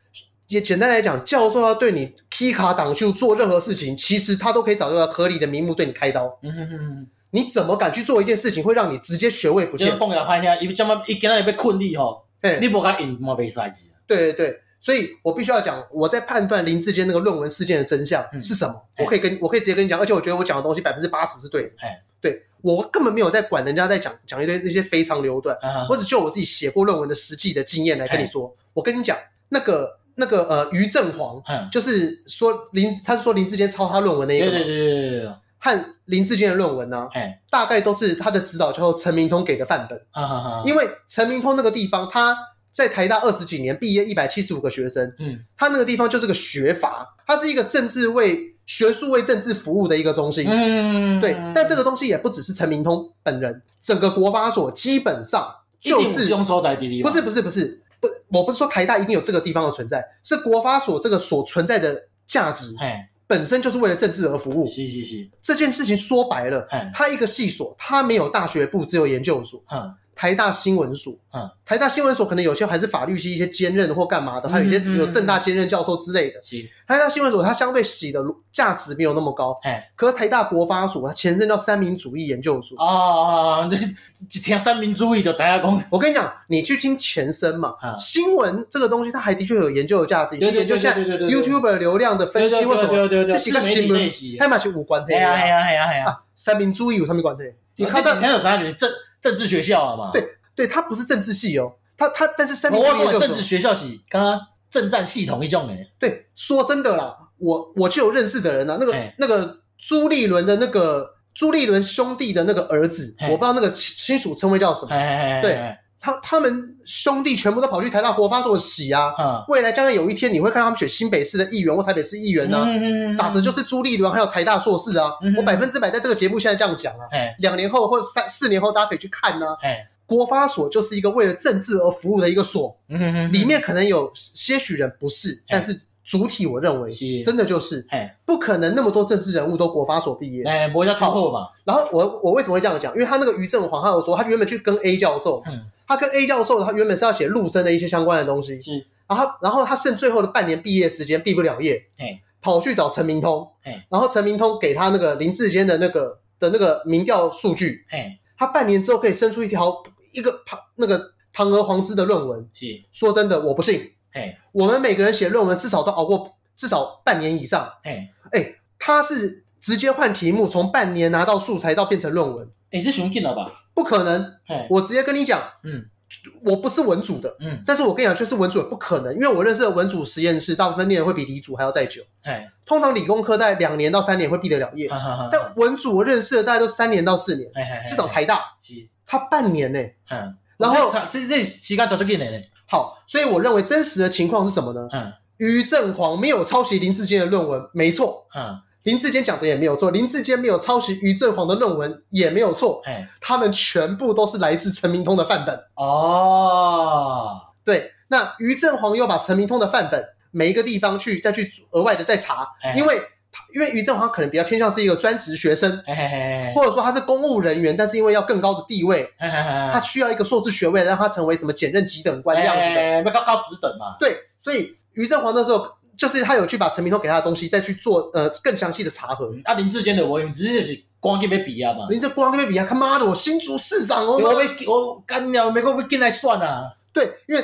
Speaker 1: 也简单来讲，教授要对你 K 卡挡就做任何事情，其实他都可以找到合理的名目对你开刀。
Speaker 2: 嗯嗯嗯。
Speaker 1: 你怎么敢去做一件事情，会让你直接学位不
Speaker 2: 就是
Speaker 1: 见？
Speaker 2: 讲也歹听，伊这啊么伊今仔日要困你吼，
Speaker 1: 哎，
Speaker 2: 嗯你无甲用嘛袂使子。
Speaker 1: 对对对，所以我必须要讲，我在判断林志坚那个论文事件的真相
Speaker 2: 嗯
Speaker 1: 是什么，
Speaker 2: 哎
Speaker 1: 我可以跟我可以直接跟你讲，而且我觉得我讲的东西百分之八十是对的。
Speaker 2: 哎
Speaker 1: 对我根本没有在管人家在讲讲一堆那些非常流段，
Speaker 2: 啊，
Speaker 1: 我只就我自己写过论文的实际的经验来跟你说。我跟你讲，那个那个呃，于正煌
Speaker 2: 嗯，
Speaker 1: 就是说林，他是说林志坚抄他论文那一个
Speaker 2: 对
Speaker 1: 嘛，
Speaker 2: 对对对对对，
Speaker 1: 和林志坚的论文呢、
Speaker 2: 哎，
Speaker 1: 大概都是他的指导教授陈明通给的范本。
Speaker 2: 啊哈哈哈，
Speaker 1: 因
Speaker 2: 为
Speaker 1: 为陈明通那个地方，他在台大二十几年，毕业一百七十五个学生，
Speaker 2: 嗯，
Speaker 1: 他那个地方就是个学阀，它是一个政治为学术为政治服务的一个中心。
Speaker 2: 嗯，
Speaker 1: 对，但这个东西也不只是陈明通本人，整个国法所基本上就
Speaker 2: 一定有这
Speaker 1: 是
Speaker 2: 种所在地理，
Speaker 1: 不是不是不是不，我不是说台大一定有这个地方的存在，是国法所这个所存在的价值
Speaker 2: 哎，
Speaker 1: 本身就是为了政治而服务。
Speaker 2: 是是是，
Speaker 1: 这件事情说白了
Speaker 2: 嗯，
Speaker 1: 它一个系所，它没有大学部，只有研究所。
Speaker 2: 嗯，
Speaker 1: 台大新闻所，
Speaker 2: 嗯，
Speaker 1: 台大新闻所可能有些还是法律系一些兼任或干嘛的，
Speaker 2: 嗯
Speaker 1: 还有一些
Speaker 2: 嗯
Speaker 1: 有正大兼任教授之类的。
Speaker 2: 是，
Speaker 1: 台大新闻所它相对洗的价值没有那么高，
Speaker 2: 哎，
Speaker 1: 可是台大国发所它前身叫三民主义研究所。
Speaker 2: 哦，你一听三民主义就知影讲，
Speaker 1: 我跟你讲，你去听前身嘛，
Speaker 2: 嗯
Speaker 1: 新闻这个东西它还的确有研究的价值，你去研究现在
Speaker 2: 对对对对对对
Speaker 1: YouTube 流量的分析或什么，
Speaker 2: 对对对，
Speaker 1: 这是个新闻，还蛮是无关
Speaker 2: 哎呀哎
Speaker 1: 的。
Speaker 2: 呀哎呀哎呀，
Speaker 1: 啊，三民主义有什么关系？你看
Speaker 2: 这
Speaker 1: 到
Speaker 2: 几天就知影就是政政治学校啊嘛，
Speaker 1: 对对，它不是政治系哦，它它但是三民
Speaker 2: 我
Speaker 1: 主义
Speaker 2: 讲
Speaker 1: 研究
Speaker 2: 的
Speaker 1: 所
Speaker 2: 政治学校是刚刚政战系统一种诶，
Speaker 1: 对，说真的啦，我我就有认识的人啊，那个、
Speaker 2: 哎
Speaker 1: 那个朱立伦的那个朱立伦兄弟的那个儿子，
Speaker 2: 哎
Speaker 1: 我不知道那个亲亲属称谓叫什么，
Speaker 2: 哎，
Speaker 1: 他他们兄弟全部都跑去台大国发所洗啊。
Speaker 2: 嗯，
Speaker 1: 未来将来有一天，你会看到他们选新北市的议员或台北市议员呢、打着就是朱立伦还有台大硕士啊，
Speaker 2: 嗯
Speaker 1: 我百分之百在这个节目现在这样讲啊。
Speaker 2: 哎
Speaker 1: 两年后或者三四年后，大家可以去看呐、
Speaker 2: 哎，
Speaker 1: 国发所就是一个为了政治而服务的一个所，
Speaker 2: 嗯哎
Speaker 1: 里面可能有些许人不是，但是主体我认为
Speaker 2: 是
Speaker 1: 真的就是
Speaker 2: 哎
Speaker 1: 不可能那么多政治人物都国发所毕业。
Speaker 2: 哎，无叫突破嘛，
Speaker 1: 然后我我为什么会这样讲？因为他那个于正煌，他有说他原本去跟 A 教授，
Speaker 2: 嗯
Speaker 1: 他跟 A 教授他原本是要写陆生的一些相关的东西
Speaker 2: 是，
Speaker 1: 然后他然后他剩最后的半年毕业时间毕不了业
Speaker 2: 哎，
Speaker 1: 跑去找陈明通
Speaker 2: 哎，
Speaker 1: 然后陈明通给他那个林志坚的那个的那个民调数据，
Speaker 2: 哎
Speaker 1: 他半年之后可以生出一条一个堂那个堂而皇之的论文。
Speaker 2: 是，
Speaker 1: 说真的，我不信。
Speaker 2: 哎
Speaker 1: 我们每个人写论文至少都熬过至少半年以上。
Speaker 2: 哎
Speaker 1: 哎，他是直接换题目，从半年拿到素材到变成论文，
Speaker 2: 哎，这熊进了吧？
Speaker 1: 不可能。
Speaker 2: 哎，
Speaker 1: 我直接跟你讲，
Speaker 2: 嗯
Speaker 1: 我不是文组的，
Speaker 2: 嗯
Speaker 1: 但是我跟你讲，就是文组也不可能，因为我认识的文组实验室大部分念的会比理组还要再久。
Speaker 2: 哎，
Speaker 1: 通常理工科在两年到三年会毕得了业，
Speaker 2: 哈哈哈，
Speaker 1: 但文组我认识的大概都三年到四年，
Speaker 2: 嗯哎
Speaker 1: 至少台大
Speaker 2: 是，
Speaker 1: 他半年呢、
Speaker 2: 嗯，
Speaker 1: 然后
Speaker 2: 这这时间早就进来了，
Speaker 1: 好，所以我认为真实的情况是什么呢？
Speaker 2: 嗯
Speaker 1: 于正煌没有抄袭林志坚的论文，没错，
Speaker 2: 嗯
Speaker 1: 林志坚讲的也没有错，林志坚没有抄袭于正煌的论文也没有错，
Speaker 2: 哎，
Speaker 1: 他们全部都是来自陈明通的范本。
Speaker 2: 哦，
Speaker 1: 对，那于正煌又把陈明通的范本每一个地方去再去额外的再查，
Speaker 2: 哎
Speaker 1: 因为他因为于正煌可能比较偏向是一个专职学生，
Speaker 2: 哎哎
Speaker 1: 或者说他是公务人员，但是因为要更高的地位，
Speaker 2: 哎哎，
Speaker 1: 他需要一个硕士学位，让他成为什么检任级等官这样子的。
Speaker 2: 的，要高高职等嘛，
Speaker 1: 对，所以于正煌那时候就是他有去把陈明通给他的东西再去做呃更详细的查核。
Speaker 2: 啊，林志坚的我，林志坚是光进要比啊嘛，
Speaker 1: 你这国王那边比啊，他妈的，我新竹市长哦！
Speaker 2: 我被我干了，美国被进来算啊，
Speaker 1: 对，因为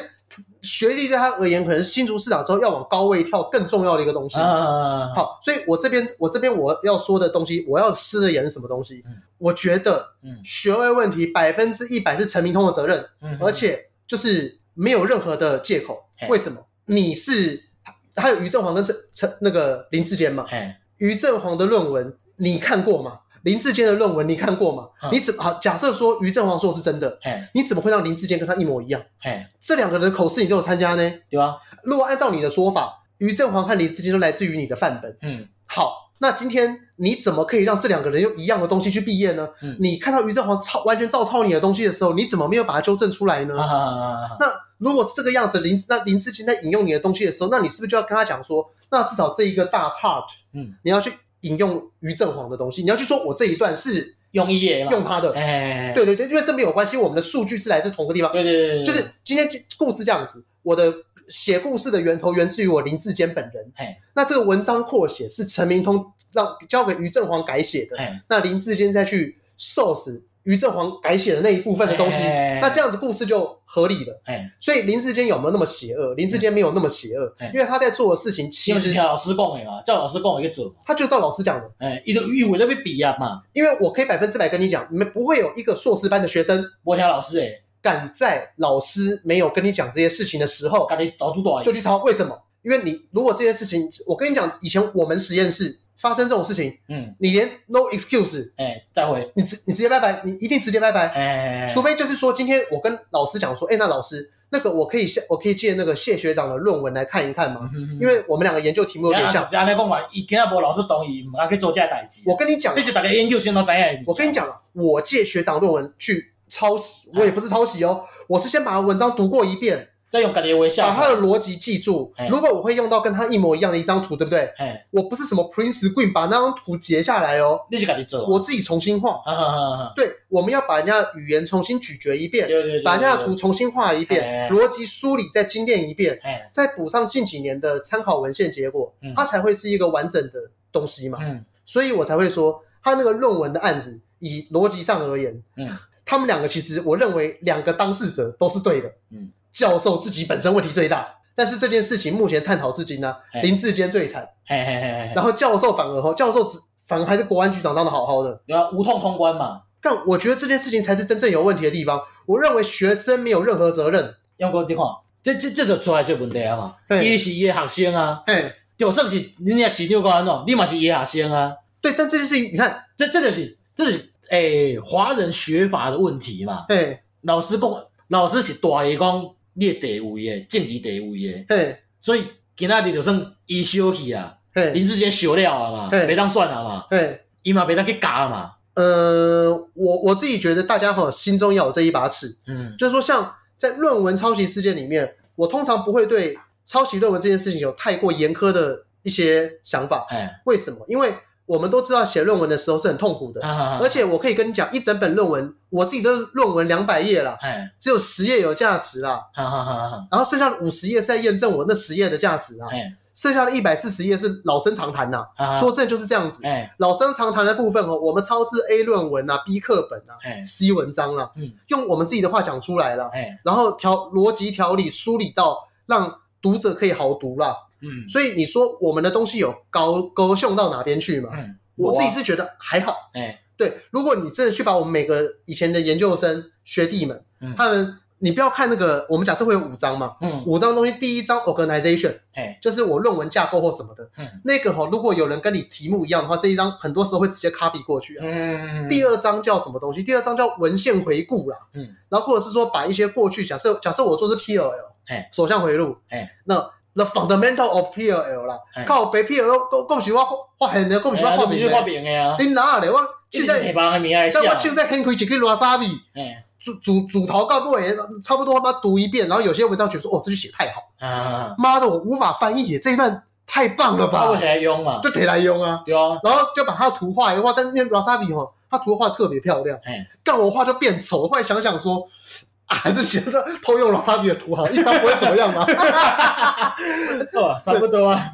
Speaker 1: 学历对他而言，可能是新竹市长之后要往高位跳更重要的一个东西。
Speaker 2: 啊，
Speaker 1: 好，所以我这边我这边我要说的东西，我要施的言是什么东西？
Speaker 2: 嗯
Speaker 1: 我觉得
Speaker 2: 嗯
Speaker 1: 学位问题百分之一百是陈明通的责任，
Speaker 2: 嗯，
Speaker 1: 而且就是没有任何的借口
Speaker 2: 嘿。
Speaker 1: 为什么？你是还有于正煌跟陈陈那个林志坚嘛？
Speaker 2: 哎，
Speaker 1: 于正煌的论文你看过吗？林志坚的论文你看过吗？
Speaker 2: 嗯
Speaker 1: 你怎么好？假设说于正煌说的是真的，
Speaker 2: 哎
Speaker 1: 你怎么会让林志坚跟他一模一样？
Speaker 2: 哎，
Speaker 1: 这两个人的口试你都有参加呢？
Speaker 2: 对啊，
Speaker 1: 如果按照你的说法，于正煌和林志坚都来自于你的范本。
Speaker 2: 嗯
Speaker 1: 好，那今天你怎么可以让这两个人用一样的东西去毕业呢？
Speaker 2: 嗯
Speaker 1: 你看到于正煌抄完全照抄你的东西的时候，你怎么没有把它纠正出来呢？
Speaker 2: 啊，
Speaker 1: 那如果是这个样子，林那林志坚在引用你的东西的时候，那你是不是就要跟他讲说，那至少这一个大 part，
Speaker 2: 嗯，
Speaker 1: 你要去引用于正煌的东西，你要去说我这一段是
Speaker 2: 用一页嘛，
Speaker 1: 用他的。
Speaker 2: 哎，
Speaker 1: 对对对，因为这没有关系，我们的数据是来自同个地方，
Speaker 2: 对对对，
Speaker 1: 就是今天故事这样子，我的写故事的源头源自于我林志坚本人
Speaker 2: 嘿。
Speaker 1: 那这个文章扩写是陈明通让交给于正煌改写的，
Speaker 2: 哎，
Speaker 1: 那林志坚再去 source 于正煌改写的那一部分的东西，
Speaker 2: 哎
Speaker 1: 那这样子故事就合理了。
Speaker 2: 哎，
Speaker 1: 所以林志坚有没有那么邪恶？林志坚没有那么邪恶
Speaker 2: 哎，
Speaker 1: 因为他在做的事情
Speaker 2: 因
Speaker 1: 其
Speaker 2: 为是
Speaker 1: 实
Speaker 2: 听老师讲的嘛，叫老师讲的去做嘛，
Speaker 1: 他就照老师讲的，
Speaker 2: 哎，伊就以为咧要比啊嘛，
Speaker 1: 因为我可以百分之百跟你讲，没不会有一个硕士班的学生
Speaker 2: 无听老师的，
Speaker 1: 敢在老师没有跟你讲这些事情的时候
Speaker 2: 家己导出大
Speaker 1: 就去抄。为什么？因为你如果这件事情，我跟你讲，以前我们实验室发生这种事情，
Speaker 2: 嗯，
Speaker 1: 你连 no excuse，
Speaker 2: 哎，再会，
Speaker 1: 你直你直接拜拜，你一定直接拜拜。
Speaker 2: 哎，
Speaker 1: 除非就是说，今天我跟老师讲说，哎、那老师，那个我可以下，我可以借那个谢学长的论文来看一看
Speaker 2: 嗯
Speaker 1: 吗？因为我们两个研究题目有点像。
Speaker 2: 啊安尼讲完，伊今仔无老师同意，毋敢去做这个代志。啊
Speaker 1: 我跟你讲啊
Speaker 2: 这，是大家研究生都知影的。
Speaker 1: 我跟你，讲啊，我借学长论文去抄袭，我也不是抄袭哦，我是先把文章读过一遍，
Speaker 2: 再用家己的微笑。
Speaker 1: 把他的逻辑记住
Speaker 2: 哎。
Speaker 1: 如果我会用到跟他一模一样的一张图，对不对？
Speaker 2: 哎，
Speaker 1: 我不是什么 Prince Green 把那张图截下来哦，
Speaker 2: 你是家己做。啊
Speaker 1: 我自己重新画。
Speaker 2: 哈哈哈哈，
Speaker 1: 对，我们要把人家的语言重新咀嚼一遍，
Speaker 2: 对对对，
Speaker 1: 把人家的图。重新画一
Speaker 2: 哎
Speaker 1: 遍，逻辑梳理再精炼一遍，
Speaker 2: 哎，
Speaker 1: 再补上近几年的参考文献结果
Speaker 2: 嗯，
Speaker 1: 它才会是一个完整的东西嘛。
Speaker 2: 嗯，
Speaker 1: 所以我才会说，他那个论文的案子，以逻辑上而言，
Speaker 2: 嗯，
Speaker 1: 他们两个其实我认为两个当事者都是对的，
Speaker 2: 嗯，
Speaker 1: 教授自己本身问题最大，但是这件事情目前探讨至今呢、
Speaker 2: 哎
Speaker 1: 林志坚最惨，
Speaker 2: 嘿嘿嘿嘿，
Speaker 1: 然后教授反而哦，教授只反而还是国安局长当的好好的。
Speaker 2: 然后无痛通关嘛，
Speaker 1: 但我觉得这件事情才是真正有问题的地方。我认为学生没有任何责任。
Speaker 2: 用过你看，这这这就出来这问题啊嘛。
Speaker 1: 对
Speaker 2: 伊是伊的学生啊，
Speaker 1: 哎，
Speaker 2: 就算是你也是六个安怎，你嘛是伊的学生啊。
Speaker 1: 对，但这件事情你看，
Speaker 2: 这这就是这就是诶，华人学法的问题嘛。
Speaker 1: 哎
Speaker 2: 老师讲，老师是大个讲你的地位的，政治地位的，
Speaker 1: 哎
Speaker 2: 所以今仔日就算伊烧去啊，
Speaker 1: 哎
Speaker 2: 林志坚烧了啊嘛，
Speaker 1: 嘿
Speaker 2: 袂当算啊嘛，
Speaker 1: 哎，
Speaker 2: 伊嘛袂当去教嘛，
Speaker 1: 呃，我我自己觉得大家哈心中要有这一把尺，
Speaker 2: 嗯
Speaker 1: 就是说像在论文抄袭事件里面，我通常不会对抄袭论文这件事情有太过严苛的一些想法。
Speaker 2: 哎，
Speaker 1: 为什么？因为我们都知道写论文的时候是很痛苦的，
Speaker 2: 啊
Speaker 1: 而且我可以跟你讲，一整本论文，我自己的论文两百页啦，
Speaker 2: 哎，
Speaker 1: 只有十页有价值啦。
Speaker 2: 哈哈哈哈，
Speaker 1: 然后剩下的五十页是在验证我那十页的价值啊，
Speaker 2: 哎
Speaker 1: 剩下的一百四十页是老生常谈呐、
Speaker 2: 啊
Speaker 1: 说这就是这样子。
Speaker 2: 哎
Speaker 1: 老生常谈的部分哦，我们抄自 A 论文啊、B 课本啊、
Speaker 2: 哎
Speaker 1: C 文章啊，
Speaker 2: 嗯
Speaker 1: 用我们自己的话讲出来了，
Speaker 2: 哎
Speaker 1: 然后调逻辑条理梳理到让读者可以好读啦。
Speaker 2: 嗯
Speaker 1: 所以你说我们的东西有高高秀到哪边去嘛？
Speaker 2: 嗯，
Speaker 1: 我自己
Speaker 2: 是
Speaker 1: 是觉得还好，
Speaker 2: 哎
Speaker 1: 对，如果你真的去把我们每个以前的研究生学弟们，
Speaker 2: 嗯
Speaker 1: 他们你不要看那个，我们假设会有五章嘛，
Speaker 2: 嗯
Speaker 1: 五章东西第一章 organization
Speaker 2: 哎
Speaker 1: 就是我论文架构或什么的，
Speaker 2: 嗯
Speaker 1: 那个哈、如果有人跟你题目一样的话，这一章很多时候会直接 copy 过去、啊。
Speaker 2: 嗯，
Speaker 1: 第二章叫什么东西？第二章叫文献回顾啦，
Speaker 2: 嗯
Speaker 1: 然后或者是说把一些过去假设假设我做是 PLL，
Speaker 2: 哎
Speaker 1: 首相回路，
Speaker 2: 哎
Speaker 1: 那 The Fundamental of PLL 啦
Speaker 2: 哎，
Speaker 1: 靠北 PLL 够够喜欢画画很的，够喜欢画饼
Speaker 2: 你画
Speaker 1: 的。
Speaker 2: 饼的啊，
Speaker 1: 你哪咧？我现
Speaker 2: 黑
Speaker 1: 在，
Speaker 2: 帮的名啊，
Speaker 1: 但我现在很开一个拉沙比，
Speaker 2: 哎
Speaker 1: 主主主头告诉我，差不多他妈读一遍，然后有些文章觉得说，哦，这句写太好了，
Speaker 2: 啊，
Speaker 1: 妈的，我无法翻译耶，这一段太棒了
Speaker 2: 他会
Speaker 1: 吧，
Speaker 2: 起来用嘛，
Speaker 1: 就得来用啊。
Speaker 2: 对啊，
Speaker 1: 然后就把他的图画一画，但是因为拉沙比哦，他图画特别漂亮，
Speaker 2: 哎，
Speaker 1: 但我画就变丑。我后来想想说，啊、还是觉得偷用拉沙比的图好，一张不会怎么 样嘛。
Speaker 2: 哦，差不多啊，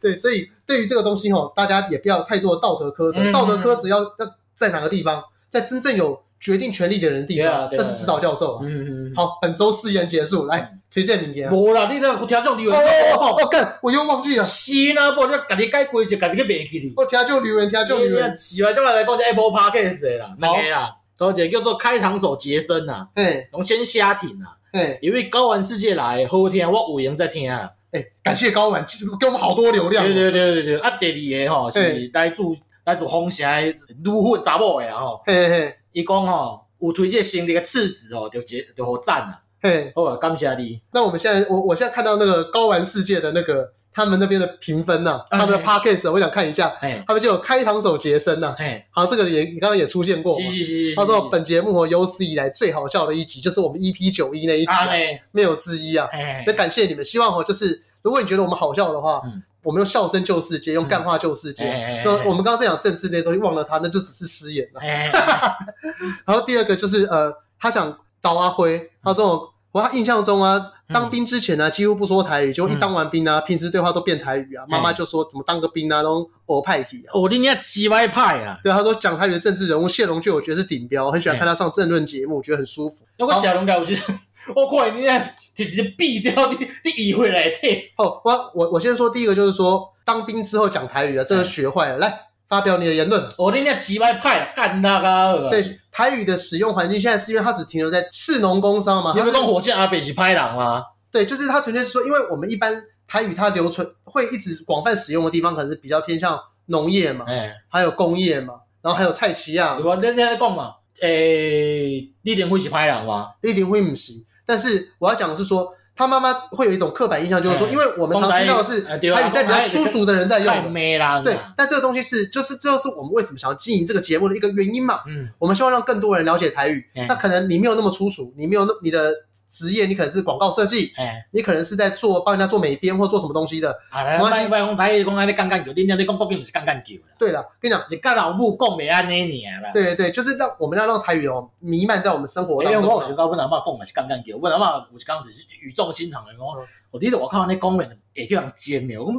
Speaker 1: 对，所以对于这个东西哦，大家也不要太多的道德苛责，
Speaker 2: 嗯
Speaker 1: 道德苛责要要在哪个地方，在真正有决定权力的人的地
Speaker 2: 对啊
Speaker 1: 方，
Speaker 2: 对啊
Speaker 1: 那是指导教授啊。
Speaker 2: 嗯，
Speaker 1: 好，本周试验结束，来推荐名言啊。
Speaker 2: 无啦，你那听众留
Speaker 1: 哦
Speaker 2: 言
Speaker 1: 哦
Speaker 2: 报
Speaker 1: 哦，哦，干，我又忘 记了，哦
Speaker 2: 是啦，不然你家己改规就家己去袂记哩。
Speaker 1: 我听就留言，听就
Speaker 2: 就你
Speaker 1: 留
Speaker 2: 们
Speaker 1: 言，
Speaker 2: 是啊，将来来讲就 Apple Podcast 的啦，两个啦，而且叫做开膛手杰森呐，
Speaker 1: 哎
Speaker 2: 从先虾挺啊，
Speaker 1: 哎
Speaker 2: 因为高玩世界来的好听，我有闲在听啊。
Speaker 1: 哎，感谢高玩给我们好多流量哦。
Speaker 2: 对对对对对，啊第二个吼是
Speaker 1: 嘿
Speaker 2: 来自来自红城的女混查某的啊吼，
Speaker 1: 嘿嘿
Speaker 2: 伊讲吼有推荐新的一个次子哦，就结就好赞啊，
Speaker 1: 嘿。
Speaker 2: 好啊，感谢你。
Speaker 1: 那我们现在，我我现在看到那个高玩世界的那个他们那边的评分呐、
Speaker 2: 嗯
Speaker 1: 他们的 podcast，、我想看一下，
Speaker 2: 嘿，
Speaker 1: 他们就有开膛手杰森呐、
Speaker 2: 嘿，
Speaker 1: 好，这个也你刚刚也出现过嘛
Speaker 2: 是是
Speaker 1: 哦
Speaker 2: 是，
Speaker 1: 他
Speaker 2: 是
Speaker 1: 说本节目和有史以来最好笑的一集，就是我们 EP 九一那一集、
Speaker 2: 啊
Speaker 1: 啊，
Speaker 2: 嘞，
Speaker 1: 没有之一啊。
Speaker 2: 嘿
Speaker 1: 那，感谢你们，希望哦，就是如果你觉得我们好笑的话，
Speaker 2: 嗯
Speaker 1: 我们用笑声救世界，用
Speaker 2: 嗯
Speaker 1: 干话救世界。
Speaker 2: 哎
Speaker 1: 那我们刚刚在讲政治那些东西，忘了他，那就只是失言了。
Speaker 2: 哎，嘿
Speaker 1: 然后第二个就是呃，他想刀阿辉，他
Speaker 2: 嗯
Speaker 1: 说我他印象中啊，当兵之前呢、几乎不说台语，结果
Speaker 2: 嗯
Speaker 1: 一当完兵啊，平时对话都变台语啊，妈妈就说怎么当个兵啊，都俄派体啊。
Speaker 2: 哦，你那鸡歪派啊啦，
Speaker 1: 对，他说讲台语的政治人物谢龙俊，我觉得是顶标，很
Speaker 2: 嗯
Speaker 1: 喜欢看他上政论节目，觉得很舒服。
Speaker 2: 那我小龙改，我就是， 我看你那直接毙掉你，你移回来退。
Speaker 1: 哦，我我我先说第一个就是说当兵之后讲台语啊，
Speaker 2: 嗯
Speaker 1: 这个学坏了，来发表你的言论。
Speaker 2: 哦，你那鸡歪派干那啊个。
Speaker 1: 对，台语的使用环境现在是因为它只停留在士农工商嘛，
Speaker 2: 你
Speaker 1: 它
Speaker 2: 不
Speaker 1: 是
Speaker 2: 是讲火箭阿北是拍人吗？
Speaker 1: 对，就是它纯粹是说，因为我们一般台语它留存会一直广泛使用的地方，可能是比较偏向农业嘛，
Speaker 2: 哎，
Speaker 1: 还有工业嘛，然后还有菜啊奇亚
Speaker 2: 对、吧？啊恁恁讲嘛，诶、你连会是拍人吗？
Speaker 1: 立林会姆西。但是我要讲的是说，他妈妈会有一种刻板印象，就是说，
Speaker 2: 哎
Speaker 1: 因为我们常听到的是
Speaker 2: 讲台语哎
Speaker 1: 台
Speaker 2: 对啊
Speaker 1: 语在比较粗俗的人在
Speaker 2: 太
Speaker 1: 用嘛，
Speaker 2: 美啊啦！
Speaker 1: 对。但这个东西是，就是这就是我们为什么想要经营这个节目的一个原因嘛。
Speaker 2: 嗯，
Speaker 1: 我们希望让更多人了解台语。
Speaker 2: 哎
Speaker 1: 那可能你没有那么粗俗，你没有那你的职业，你可能是广告设计，
Speaker 2: 哎、
Speaker 1: 你可能是在做帮人家做美编或做什么东西的。
Speaker 2: 啊，来，
Speaker 1: 我
Speaker 2: 莫
Speaker 1: 是
Speaker 2: 莫讲歹讲安尼干干球，恁遐咧讲国语毋是干干球啦，
Speaker 1: 对了，跟你讲，
Speaker 2: 是甲老母讲袂安尼尔啦。
Speaker 1: 对对对，就是让我们要让台语哦弥漫在我们生活
Speaker 2: 因
Speaker 1: 当
Speaker 2: 为
Speaker 1: 中
Speaker 2: 我
Speaker 1: 啊。
Speaker 2: 有时候阮阿嬷讲嘛是干干球，阮阿嬷有一工就是语重心长的讲，
Speaker 1: 嗯
Speaker 2: 哦，你伫外口安尼讲话会叫人尖的，我讲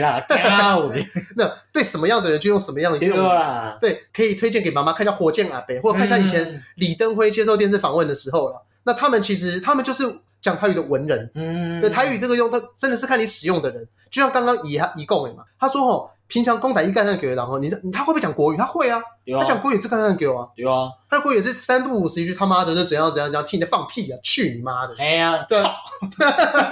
Speaker 2: 啦，教的
Speaker 1: 没有对什么样的人就用什么样的
Speaker 2: 对
Speaker 1: 用。
Speaker 2: 啦。
Speaker 1: 对，可以推荐给妈妈看一下《火箭阿北》，或者看一下以前李登辉接受电视访问的时候了。那他们其实他们就是讲台语的文人，
Speaker 2: 嗯，嗯，
Speaker 1: 对台语这个用，它真的是看你使用的人。就像刚刚以以共嘛，他说哦，平常公台一干干给然后你你他会不会讲国语？他会啊，
Speaker 2: 对
Speaker 1: 他
Speaker 2: 啊，
Speaker 1: 讲国语是干干给啊，
Speaker 2: 对啊，
Speaker 1: 他的国语是三不五时一句他妈的那怎样怎样怎样，听你在放屁啊，去你妈的！
Speaker 2: 哎呀，
Speaker 1: 对
Speaker 2: 操！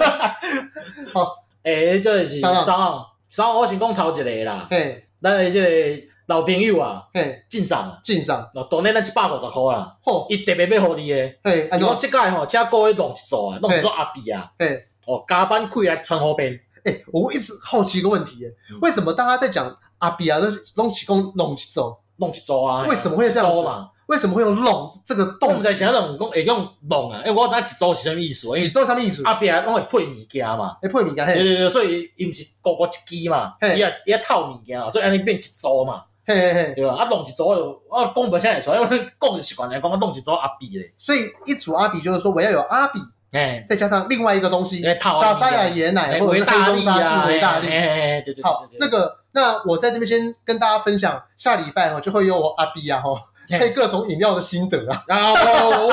Speaker 1: 好，
Speaker 2: 诶，这是
Speaker 1: 三
Speaker 2: 三
Speaker 1: 啊
Speaker 2: 号，三号我先讲头一个啦，
Speaker 1: 嘿
Speaker 2: 咱的这个老朋友啊，
Speaker 1: 嘿，
Speaker 2: 晋赏啊，
Speaker 1: 敬上
Speaker 2: 哦，当然咱一百五十块啦，
Speaker 1: 嚯，
Speaker 2: 伊特别要互你的，
Speaker 1: 嘿，啊安
Speaker 2: 因为我
Speaker 1: 诺，
Speaker 2: 即届吼，请各位弄一组啊，弄一组阿比啊，
Speaker 1: 哎嘿，
Speaker 2: 哦，加班开来穿好边，
Speaker 1: 哎，我一直好奇一个问题耶
Speaker 2: 嗯，
Speaker 1: 为什么大家在讲阿比啊，都是拢起公拢起走，
Speaker 2: 弄一组啊，
Speaker 1: 为什么会这样
Speaker 2: 一
Speaker 1: 子
Speaker 2: 组嘛？
Speaker 1: 为什么会用弄这个
Speaker 2: 我毋
Speaker 1: 动
Speaker 2: 知
Speaker 1: 词？
Speaker 2: 啥人讲会用弄啊，因为我知影一组是啥物意思，因
Speaker 1: 几
Speaker 2: 为
Speaker 1: 周什么意思？
Speaker 2: 阿比啊拢会配物件嘛，
Speaker 1: 哎，破你干
Speaker 2: 对
Speaker 1: 嘿，
Speaker 2: 对对，所以伊毋是个个一支嘛，
Speaker 1: 嘿
Speaker 2: 伊啊伊啊套物件嘛，所以安尼变一组嘛，
Speaker 1: 嘿嘿嘿，
Speaker 2: 对吧？啊，弄一组就我讲袂啥会出来，因为讲习惯来讲，我弄一组阿比咧，
Speaker 1: 所以一组阿比就是说我要有阿比，
Speaker 2: 哎，
Speaker 1: 再加上另外一个东西，
Speaker 2: 哎套
Speaker 1: 莎莎雅
Speaker 2: 啊，
Speaker 1: 椰奶
Speaker 2: 哎
Speaker 1: 或者
Speaker 2: 维
Speaker 1: 是黑
Speaker 2: 大
Speaker 1: 松
Speaker 2: 利
Speaker 1: 沙
Speaker 2: 啊，
Speaker 1: 士维大
Speaker 2: 利，
Speaker 1: 利。
Speaker 2: 哎哎，对对对，
Speaker 1: 好
Speaker 2: 对，
Speaker 1: 那个，那我在这边先跟大家分享，下礼拜哦就会有我阿 B 啊吼，
Speaker 2: 嘿
Speaker 1: 配各种饮料的心得啊。
Speaker 2: 然后我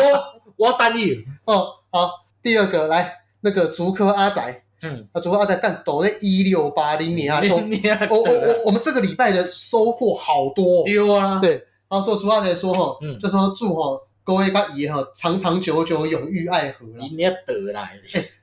Speaker 2: 我等你，
Speaker 1: 哦，好，第二个来那个竹科阿仔，
Speaker 2: 嗯，
Speaker 1: 啊竹科阿仔干抖那一六八零年啊，
Speaker 2: 你
Speaker 1: 都
Speaker 2: 你啊，
Speaker 1: 我我我我们这个礼拜的收获好多、哦。
Speaker 2: 丢啊，
Speaker 1: 对，然后说竹科阿仔说吼，
Speaker 2: 嗯
Speaker 1: 就说祝吼各位跟爷吼长长久久永浴爱河啦
Speaker 2: 你。你要得啦，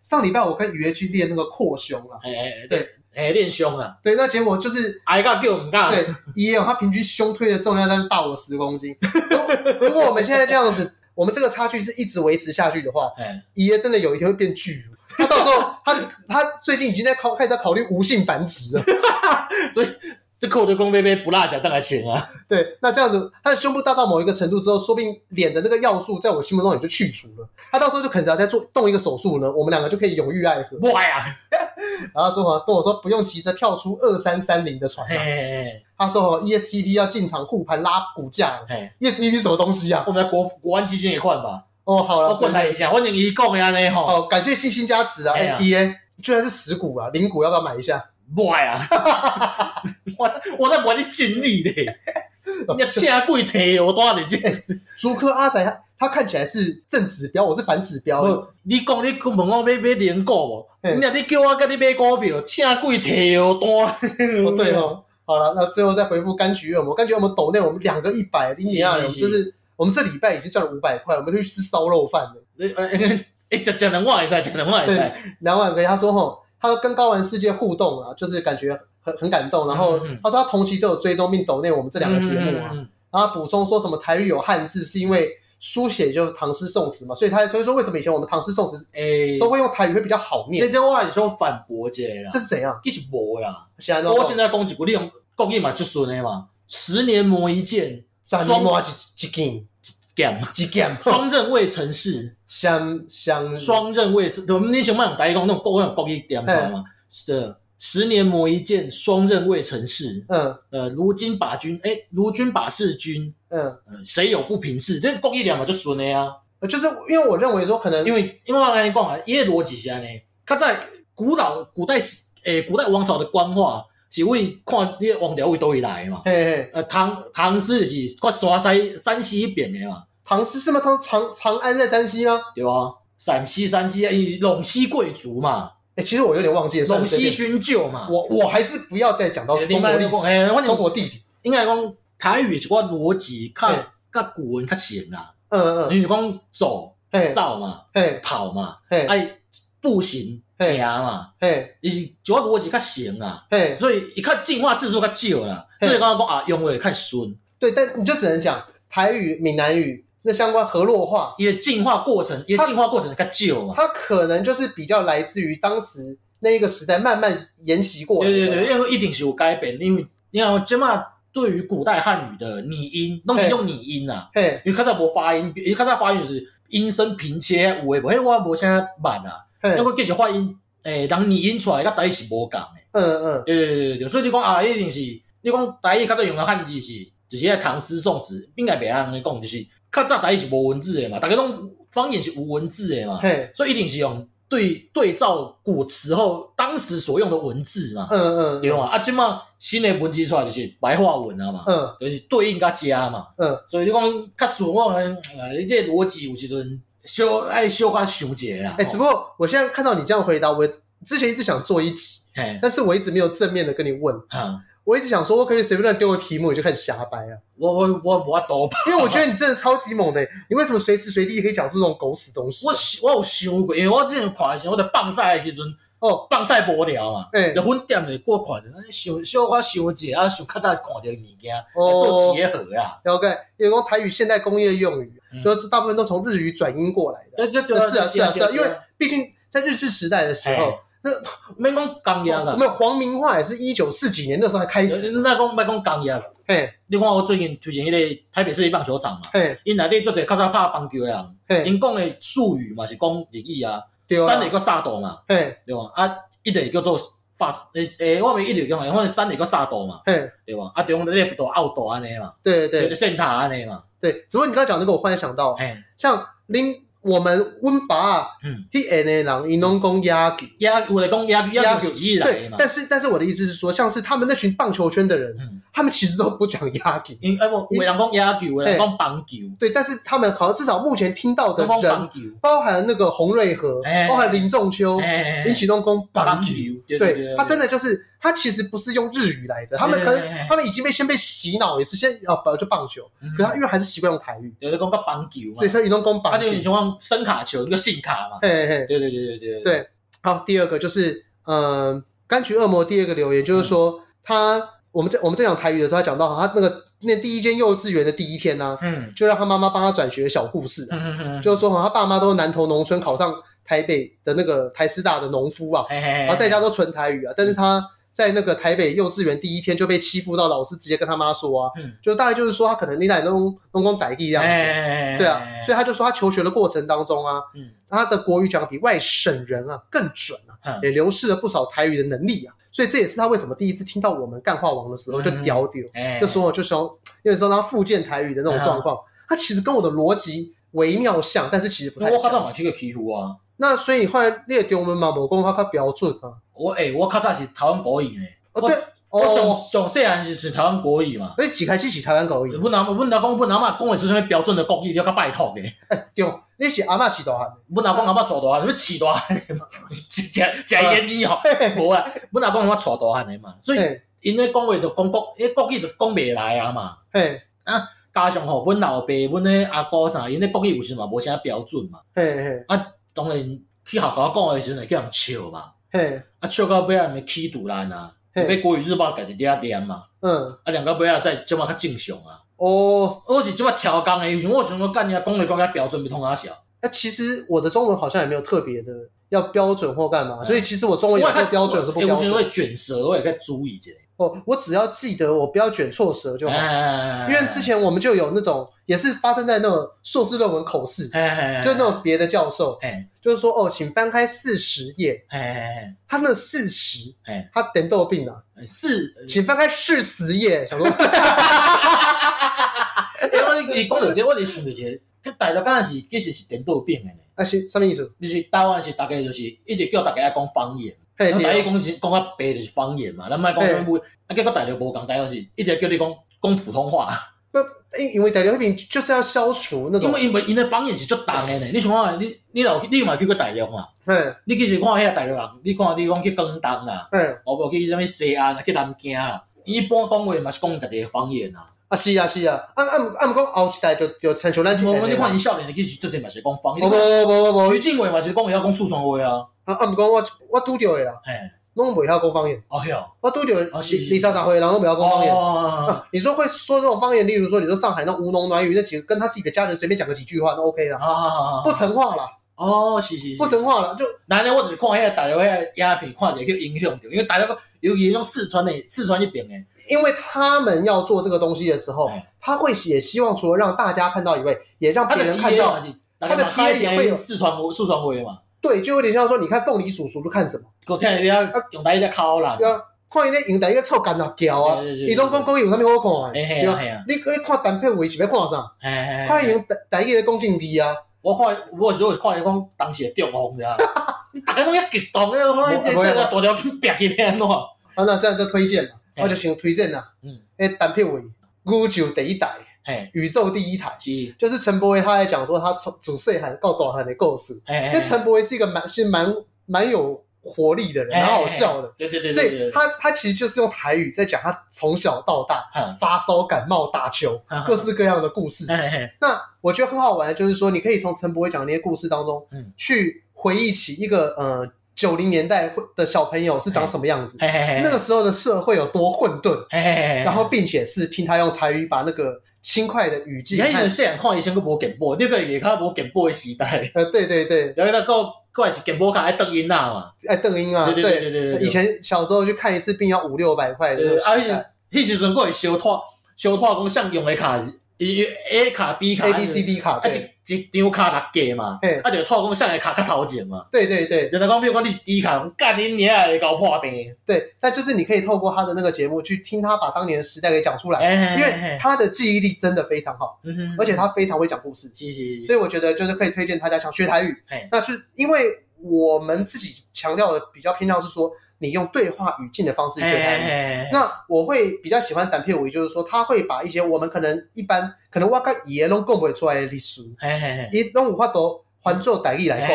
Speaker 1: 上礼拜我跟爷去练那个扩胸啦，
Speaker 2: 哎哎对，哎练胸啊，
Speaker 1: 对，那结果就是
Speaker 2: 哎个叫唔敢，
Speaker 1: 对，也有他平均胸推的重量但是大我十公斤。如如果我们现在这样子，我们这个差距是一直维持下去的话，
Speaker 2: 哎
Speaker 1: 爷真的有一天会变巨乳。他到时候他他最近已经在考开始在考虑无性繁殖了。
Speaker 2: 这扣的公杯杯不辣椒当然行啊。
Speaker 1: 对，那这样子，他的胸部大到某一个程度之后，说不定脸的那个要素在我心目中也就去除了。他到时候就可能要再做动一个手术呢，我们两个就可以永浴爱河。
Speaker 2: 哇呀，
Speaker 1: 然后说什么跟我说不用急着跳出二三三零的船
Speaker 2: 嘿
Speaker 1: 啊，
Speaker 2: 嘿
Speaker 1: 他说什，E 么 ESPP 要进场护盘拉股价
Speaker 2: 嘿嘿，
Speaker 1: ，ESPP 什么东西啊？
Speaker 2: 我们来国国安基金也换吧，
Speaker 1: 哦，好
Speaker 2: 我
Speaker 1: 了，
Speaker 2: 换他一下，我跟你讲呀呢吼，
Speaker 1: 哦，感谢信心加持啊
Speaker 2: 哎呀
Speaker 1: ！E A 居然是十股啊，零股要不要买一下？
Speaker 2: 哇呀，啊我我那不管你心 理嘞，你下跪提我多少年纪？
Speaker 1: 竹科阿仔他他看起来是正指标，我是反指标。
Speaker 2: 不，你讲你问我要买零股无？
Speaker 1: 嘿
Speaker 2: 你若你叫我跟你买股票，请贵提哦单。
Speaker 1: 哦，对哦，好了，那最后再回复柑橘恶魔，柑橘恶魔抖内我们两个一百，林尼亚
Speaker 2: 是
Speaker 1: 人
Speaker 2: 是
Speaker 1: 就是我们这礼拜已经赚了五百块，我们就去吃烧肉饭了，
Speaker 2: 你， 哎哎，讲讲人话也在，讲人话也在。
Speaker 1: 两万个。他说吼，他跟高玩世界互动啊，就是感觉很很感动。然后
Speaker 2: 嗯嗯
Speaker 1: 他说他同期都有追踪并抖内我们这两个节目啊，
Speaker 2: 嗯，嗯嗯
Speaker 1: 然后他补充说什么台语有汉字是因为。书写就是唐诗宋词嘛，所以他所以说为什么以前我们唐诗宋词
Speaker 2: 哎，
Speaker 1: 都会用台语会比较好
Speaker 2: 这
Speaker 1: 念？
Speaker 2: 这我也想反驳一下啦
Speaker 1: 这，是哎谁啊？
Speaker 2: 其实无啦。
Speaker 1: 现在都
Speaker 2: 我现在讲一句，你用国语嘛，就顺的嘛。十年磨一剑，
Speaker 1: 三
Speaker 2: 双
Speaker 1: 摩一一剑
Speaker 2: 剑
Speaker 1: 一剑，
Speaker 2: 双刃未成事，
Speaker 1: 相相
Speaker 2: 双刃未成。我们你想问台语讲那种国语国语点法嘛？是的，十年磨一剑，双刃未成事。
Speaker 1: 嗯
Speaker 2: 呃，如今把君，哎，如君把事君，
Speaker 1: 嗯，
Speaker 2: 呃，谁有不平事？这公益两嘛就损的啊，
Speaker 1: 呃，就是因为我认为说，可能
Speaker 2: 因为因为我跟你讲啊，伊个逻辑是安尼，较在古老古代时诶、古代王朝的官话是为看你的王朝为倒位来的嘛，
Speaker 1: 嘿嘿，
Speaker 2: 呃，唐唐诗是看山西山西迄边的嘛，
Speaker 1: 唐诗是吗？唐长长安在山西吗？
Speaker 2: 对啊，陕西山西啊，伊陇西贵族嘛，
Speaker 1: 哎、其实我有点忘记了。算
Speaker 2: 陇
Speaker 1: 了
Speaker 2: 西
Speaker 1: 随便
Speaker 2: 勋旧嘛，
Speaker 1: 我我还是不要再讲到
Speaker 2: 对
Speaker 1: 中国历
Speaker 2: 你别
Speaker 1: 史、
Speaker 2: 讲哎我跟你
Speaker 1: 中国地理。
Speaker 2: 应该讲台语一寡逻辑较
Speaker 1: 嘿
Speaker 2: 较古文较像啦，
Speaker 1: 嗯嗯，
Speaker 2: 因为讲走
Speaker 1: 嘿
Speaker 2: 走嘛
Speaker 1: 嘿
Speaker 2: 跑嘛。
Speaker 1: 嘿
Speaker 2: 爱步行
Speaker 1: 嘿
Speaker 2: 行嘛，
Speaker 1: 嘿
Speaker 2: 伊是主要逻辑较行啊，
Speaker 1: 嘿，
Speaker 2: 所以伊较进化次数较少啦，
Speaker 1: 嘿
Speaker 2: 所以讲讲啊，用话较顺，
Speaker 1: 对，但你就只能讲台语、闽南语那相关河洛话，
Speaker 2: 伊的进化过程，伊的进化过程较少嘛。
Speaker 1: 它可能就是比较来自于当时那一个时代慢慢沿袭过来
Speaker 2: 对
Speaker 1: 的。
Speaker 2: 对对，因为一定是有改变，因为你看即嘛对于古代汉语的拟音，拢是用拟音啊，
Speaker 1: 嘿
Speaker 2: 因为较早无发音，因为较早发音就是音声平切有诶无，迄我无啥捌啊，因
Speaker 1: 嘿，
Speaker 2: 为继续发音，诶，人拟音出来甲台语是无共诶。
Speaker 1: 嗯嗯，
Speaker 2: 对对对对，所以你讲啊，一定是你讲台语较早用的汉字是，就是迄唐诗宋词，应该袂安尼讲，就是较早台语是无文字的嘛，大家拢方言是无文字的嘛，
Speaker 1: 嘿
Speaker 2: 所以一定是用对对照古时候当时所用的文字嘛，
Speaker 1: 嗯嗯
Speaker 2: 对嘛？啊，即嘛新的文字出来就是白话文啊嘛，
Speaker 1: 嗯
Speaker 2: 就是对应甲加嘛，
Speaker 1: 嗯，
Speaker 2: 所以你讲较顺我们，呃，你这逻辑有时阵小爱小可想一下啦，
Speaker 1: 哎、只不过我现在看到你这样回答，我之前一直想做一集，
Speaker 2: 嘿，
Speaker 1: 但是我一直没有正面的跟你问。
Speaker 2: 哈，
Speaker 1: 我一直想说，我可以随便乱丢个题目，你就开始瞎掰了。
Speaker 2: 我我我我多
Speaker 1: 因为我觉得你真的超级猛的、欸你为什么随时随地可以讲出这种狗屎东西？
Speaker 2: 我想我有想过，因为我之前看的时候，我伫放屎的时阵，
Speaker 1: 哦，
Speaker 2: 放屎无聊嘛，
Speaker 1: 哎、
Speaker 2: 就分店咧过看，想小可想者，啊想较早看到的物件，来做
Speaker 1: 哦，
Speaker 2: 结合啊。
Speaker 1: 了解。有关台语现代工业用语，
Speaker 2: 嗯
Speaker 1: 就是大部分都从日语转音过来的。
Speaker 2: 对对对，
Speaker 1: 是啊，是啊，是啊，因为毕竟在日治时代的时候，
Speaker 2: 免讲工业啦
Speaker 1: 我，们皇民化也是一九四几年那时候才开始。
Speaker 2: 那讲莫讲工业。
Speaker 1: 嘿，
Speaker 2: 你看我最近推荐迄个台北市立棒球场嘛，
Speaker 1: 嘿，
Speaker 2: 因内底做者较早拍棒球的人，
Speaker 1: 嘿，
Speaker 2: 因讲的术语嘛是讲日语啊，
Speaker 1: 对
Speaker 2: 三里
Speaker 1: 啊，
Speaker 2: 个沙道嘛，
Speaker 1: 嘿，
Speaker 2: 对吧？啊，一类叫做法，诶诶，我咪一类讲，反正三里个沙道嘛，
Speaker 1: 嘿，
Speaker 2: 对吧？啊，中 left 到 out 到安尼嘛。
Speaker 1: 对
Speaker 2: 对
Speaker 1: 对
Speaker 2: 就
Speaker 1: 对
Speaker 2: 圣塔安尼嘛，
Speaker 1: 对。只不过你刚刚讲那个，我忽然想到，
Speaker 2: 哎，
Speaker 1: 像林我们温爸，
Speaker 2: 嗯，
Speaker 1: 迄下的人，伊拢讲亚语。
Speaker 2: 也有来讲也
Speaker 1: 压
Speaker 2: 也是伊来
Speaker 1: 对
Speaker 2: 的，嘛，
Speaker 1: 但是但是我的意思是说，像是他们那群棒球圈的人，
Speaker 2: 嗯
Speaker 1: 他们其实都不讲压底，
Speaker 2: 因哎不，有的人讲野球，有的人讲棒球，
Speaker 1: 对，但是他们好像至少目前听到的
Speaker 2: 都讲
Speaker 1: 人，
Speaker 2: 棒球，
Speaker 1: 包含那个洪瑞和，
Speaker 2: 哎
Speaker 1: 包含林仲秋、
Speaker 2: 哎，
Speaker 1: 林启东公
Speaker 2: 棒
Speaker 1: 棒
Speaker 2: 球
Speaker 1: 球，，
Speaker 2: 对
Speaker 1: 对
Speaker 2: 对，哎
Speaker 1: 他真
Speaker 2: 的
Speaker 1: 的就是他其实不是用日语来的，他们可
Speaker 2: 对对对
Speaker 1: 能
Speaker 2: 对
Speaker 1: 他们已经被先被洗脑一次，先哦不就棒球，可他因为还是习惯用台语，
Speaker 2: 嗯有的讲个棒球
Speaker 1: 所以
Speaker 2: 嘛，
Speaker 1: 说林仲公
Speaker 2: 啊，
Speaker 1: 棒球
Speaker 2: 你，是讲声卡球那个信卡嘛，
Speaker 1: 嘿嘿，
Speaker 2: 对对对对对
Speaker 1: 对好，第二个就是嗯，柑橘恶魔第二个留言
Speaker 2: 嗯
Speaker 1: 就是说他。我们在我们在讲台语的时候，他讲到他那个那第一间幼稚园的第一天呢、
Speaker 2: 嗯
Speaker 1: 就让他妈妈帮他转学的小故事、啊，
Speaker 2: 嗯嗯嗯，
Speaker 1: 就是说哈他爸妈都是南投农村考上台北的那个台师大的农夫啊，
Speaker 2: 嘿嘿嘿，
Speaker 1: 然后在家都纯台语啊，
Speaker 2: 嗯
Speaker 1: 但是他在那个台北幼稚园第一天就被欺负到，老师直接跟他妈说啊，
Speaker 2: 嗯
Speaker 1: 就大概就是说他可能你在弄弄工歹地这样子，
Speaker 2: 哎，
Speaker 1: 对啊，所以他就说他求学的过程当中啊，
Speaker 2: 以嗯，
Speaker 1: 他的国语讲得比外省人啊更准啊，
Speaker 2: 嗯
Speaker 1: 也流失了不少台语的能力啊，所以这也是他为什么第一次听到我们干话王的时候就
Speaker 2: 嗯
Speaker 1: 屌屌，
Speaker 2: 哎，嗯
Speaker 1: 就说我就想，因为说他复健台语的那种状况，他其实跟我的逻辑微妙像，但是其实不
Speaker 2: 因
Speaker 1: 太
Speaker 2: 为我较
Speaker 1: 像。
Speaker 2: 早嘛去过欺负啊，
Speaker 1: 那所以后来列丢我们嘛，某公他较标准啊，
Speaker 2: 我诶，我较早是台湾国语呢，
Speaker 1: 哦
Speaker 2: 我
Speaker 1: 对，
Speaker 2: 我上
Speaker 1: 哦，
Speaker 2: 上细汉是是台湾国语嘛。
Speaker 1: 而且几开始是台湾狗语，
Speaker 2: 阮阿阮阿公阮阿嬷讲会出啥物标准的国语，你要较拜托诶。
Speaker 1: 对，你是阿嬷起大汉的，
Speaker 2: 阮阿公阿嬷娶大汉，要饲大汉，食食食烟烟吼，
Speaker 1: 嘿嘿
Speaker 2: 无啊。阮阿公阿嬷娶大汉诶嘛，所以
Speaker 1: 嘿
Speaker 2: 因咧讲话就讲国，迄国语就讲袂来啊嘛。
Speaker 1: 嘿
Speaker 2: 加上吼，阮老爸、阮咧阿姑啥，因咧国语有时嘛无啥标准嘛，
Speaker 1: 嘿
Speaker 2: 当然去学校讲诶时阵会去人笑嘛，
Speaker 1: 嘿
Speaker 2: 啊笑到尾啊咪起堵烂啊，
Speaker 1: 嘿
Speaker 2: 被国语日报家己嗲点嘛，
Speaker 1: 嗯，
Speaker 2: 啊两到尾啊再即马较正常啊。
Speaker 1: 哦，
Speaker 2: 我是即马超工诶，有时候我想讲干你啊，讲来讲去标准要通啊小。
Speaker 1: 那其实我的中文好像也没有特别的要标准或干嘛，所以其实我中文有
Speaker 2: 嗯我
Speaker 1: 时候标准，有时候不
Speaker 2: 欸
Speaker 1: 标
Speaker 2: 有时候
Speaker 1: 准。
Speaker 2: 会卷舌，我也该注意一下。
Speaker 1: 哦，我只要记得我不要卷错舌就好。
Speaker 2: 哎
Speaker 1: 啊因为之，前我们就有那种，也是发生在那种硕士论文口试，
Speaker 2: 哎哎哎，
Speaker 1: 就是那种别的教授，
Speaker 2: 哎，
Speaker 1: 就是说哦，请翻开四十页，
Speaker 2: 哎哎
Speaker 1: 他那四十
Speaker 2: 哎，
Speaker 1: 他等豆病啊，
Speaker 2: 哎，是，
Speaker 1: 请翻开四十页，想说
Speaker 2: 哎，我你你讲到这个，我就想到一个，去大陆敢若是其实是颠倒变的呢。
Speaker 1: 啊是什么意思？
Speaker 2: 就是台湾是大概就是一直叫大家要讲方言，
Speaker 1: 嘿，
Speaker 2: 咱
Speaker 1: 对
Speaker 2: 台
Speaker 1: 啊
Speaker 2: 语讲是讲较白就是方言嘛，咱莫讲什么，啊结果大陆无讲，大陆是一直叫你讲讲普通话，
Speaker 1: 因因为大陆那边就是要消除那
Speaker 2: 因
Speaker 1: 种，
Speaker 2: 为因为因的方言是足重的呢。你想看，你你老你有嘛去过大陆啊嘛？
Speaker 1: 嗯
Speaker 2: 你其实看遐大陆人，你看你讲去广东啦。
Speaker 1: 嗯，
Speaker 2: 我无去啥物西安啊，去南京啊，伊一般讲话嘛是讲家己的方言啊。
Speaker 1: 啊是啊是啊，啊啊啊，不过后一代就就成就咱这
Speaker 2: 我
Speaker 1: 代
Speaker 2: 们你看
Speaker 1: 的。
Speaker 2: 伊少年的，其实最近嘛是讲方
Speaker 1: 不不
Speaker 2: 言。
Speaker 1: 不不
Speaker 2: 徐
Speaker 1: 不，
Speaker 2: 静伟嘛是讲会晓讲四川话啊，
Speaker 1: 啊啊不过我我拄着的啦，
Speaker 2: 嘿，
Speaker 1: 拢袂晓讲方言，
Speaker 2: 哦哟，
Speaker 1: 我拄着
Speaker 2: 啊是是
Speaker 1: 二三十岁，然后袂晓讲方言。
Speaker 2: 哦，
Speaker 1: 啊，你说会说这种方言，例如说你说上海那吴侬软语，那几个跟他自己的家人随便讲个几句话，那 OK 啦，
Speaker 2: 啊，
Speaker 1: 不成话啦，
Speaker 2: 哦，是是是
Speaker 1: 不，成话啦，就
Speaker 2: 那呢我就是看遐大陆遐影片，看者去影响着，因为大陆尤其种四川的四川那边的，
Speaker 1: 因为他们要做这个东西的时候
Speaker 2: 哎，
Speaker 1: 他会也希望除了让大家看到以外，也让
Speaker 2: 他
Speaker 1: 别
Speaker 2: 的啊
Speaker 1: 人看
Speaker 2: TA
Speaker 1: 到
Speaker 2: 嘛，是，
Speaker 1: 他的 TA 也会有
Speaker 2: 四川话四川话嘛，
Speaker 1: 对，就有点像说，你看凤梨叔叔都看什么？
Speaker 2: 我听人家用台语在哭啦，
Speaker 1: 呃对啊，看人家用台一个臭干辣椒啊，
Speaker 2: 对对对
Speaker 1: 伊拢讲讲有啥物好看的，
Speaker 2: 嘿
Speaker 1: 对
Speaker 2: 嘿啊
Speaker 1: 啊。
Speaker 2: 嘿啊，
Speaker 1: 你你看单片位是要看啥？
Speaker 2: 嘿嘿嘿
Speaker 1: 看用台台语的讲政治啊，
Speaker 2: 我看，我有时候是看伊讲当时的中风，你知 道吗？你大家拢遐激动，你看你这
Speaker 1: 无无
Speaker 2: 这个大条筋劈起来安怎？
Speaker 1: 啊那现在就推荐嘛，
Speaker 2: 哎
Speaker 1: 我就想推荐啦，
Speaker 2: 嗯，
Speaker 1: 诶单片位宇宙第一台，
Speaker 2: 嘿，
Speaker 1: 宇宙第一台。
Speaker 2: 是，
Speaker 1: 就是陈柏惟他在讲说他从主岁喊到短喊的故事，
Speaker 2: 嘿，
Speaker 1: 因
Speaker 2: 因
Speaker 1: 为陈柏惟是一个蛮是蛮蛮有活力的人，蛮好笑的，，
Speaker 2: 对对对
Speaker 1: 所
Speaker 2: 哎对
Speaker 1: 以
Speaker 2: 对，
Speaker 1: 他他其实就是用台语在讲他从小到大
Speaker 2: 哈，
Speaker 1: 发烧、感冒、打球
Speaker 2: 嗯
Speaker 1: 各式各样的故事。
Speaker 2: 嘿嘿，
Speaker 1: 那我觉得很好玩，就是说你可以从陈柏惟讲的那些故事当中
Speaker 2: 嗯，
Speaker 1: 去回忆起一个呃九零年代的小朋友是长什么样子，
Speaker 2: 嘿嘿嘿，
Speaker 1: 那个，时候的社会有多混沌，
Speaker 2: 嘿嘿嘿，
Speaker 1: 然后并且是听他用台语把那个轻快的语
Speaker 2: 以
Speaker 1: 境
Speaker 2: 前
Speaker 1: 和
Speaker 2: 是细汉看医生佫无健保，你个也较无健保的时代，
Speaker 1: 呃对对对，
Speaker 2: 然后那个个是健保卡爱当囡仔嘛，
Speaker 1: 哎，邓英啊，
Speaker 2: 对对对对对，
Speaker 1: 以前小时候去看一次病要五六百块的那
Speaker 2: 对，
Speaker 1: 种
Speaker 2: 啊，
Speaker 1: 时代，
Speaker 2: 迄时阵佫会小拖小拖讲上用的卡，伊 A 卡 B 卡
Speaker 1: A B C D 卡，
Speaker 2: 啊
Speaker 1: 对
Speaker 2: 一一张卡六格嘛
Speaker 1: 嘿，
Speaker 2: 啊就套讲上个卡较头前嘛。
Speaker 1: 对对对
Speaker 2: 人家讲，比如讲你是低卡，干你娘来搞破病，
Speaker 1: 对，但就是你可以透过他的那个节目去听他把当年的时代给讲出来，
Speaker 2: 哎
Speaker 1: 因为他的记忆力真的非常好，而且他非常会讲故事，
Speaker 2: 嗯是是
Speaker 1: 所以我觉得就是可以推荐大家想学台语
Speaker 2: 嘿，
Speaker 1: 那就是因为我们自己强调的比较偏向是说你用对话语境的方式学台语。
Speaker 2: 那
Speaker 1: 那我会比较喜欢胆片舞，就是说他会把一些我们可能一般可能我跟爷拢讲不出来的历史，伊拢有法度还做台语
Speaker 2: 嗯
Speaker 1: 来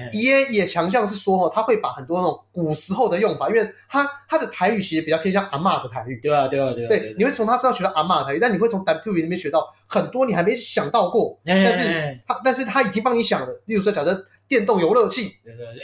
Speaker 1: 讲。伊也也强项是说哦，他会把很多那种古时候的用法，因为他他的台语其实比较偏向阿嬷的台语。
Speaker 2: 对啊对啊对啊，
Speaker 1: 对，你会从他身上学到阿嬷的台语，但你会从 W 那边学到很多你还没想到过。
Speaker 2: 但
Speaker 1: 他但是他已经帮你想了，例如说，假设电动游乐器，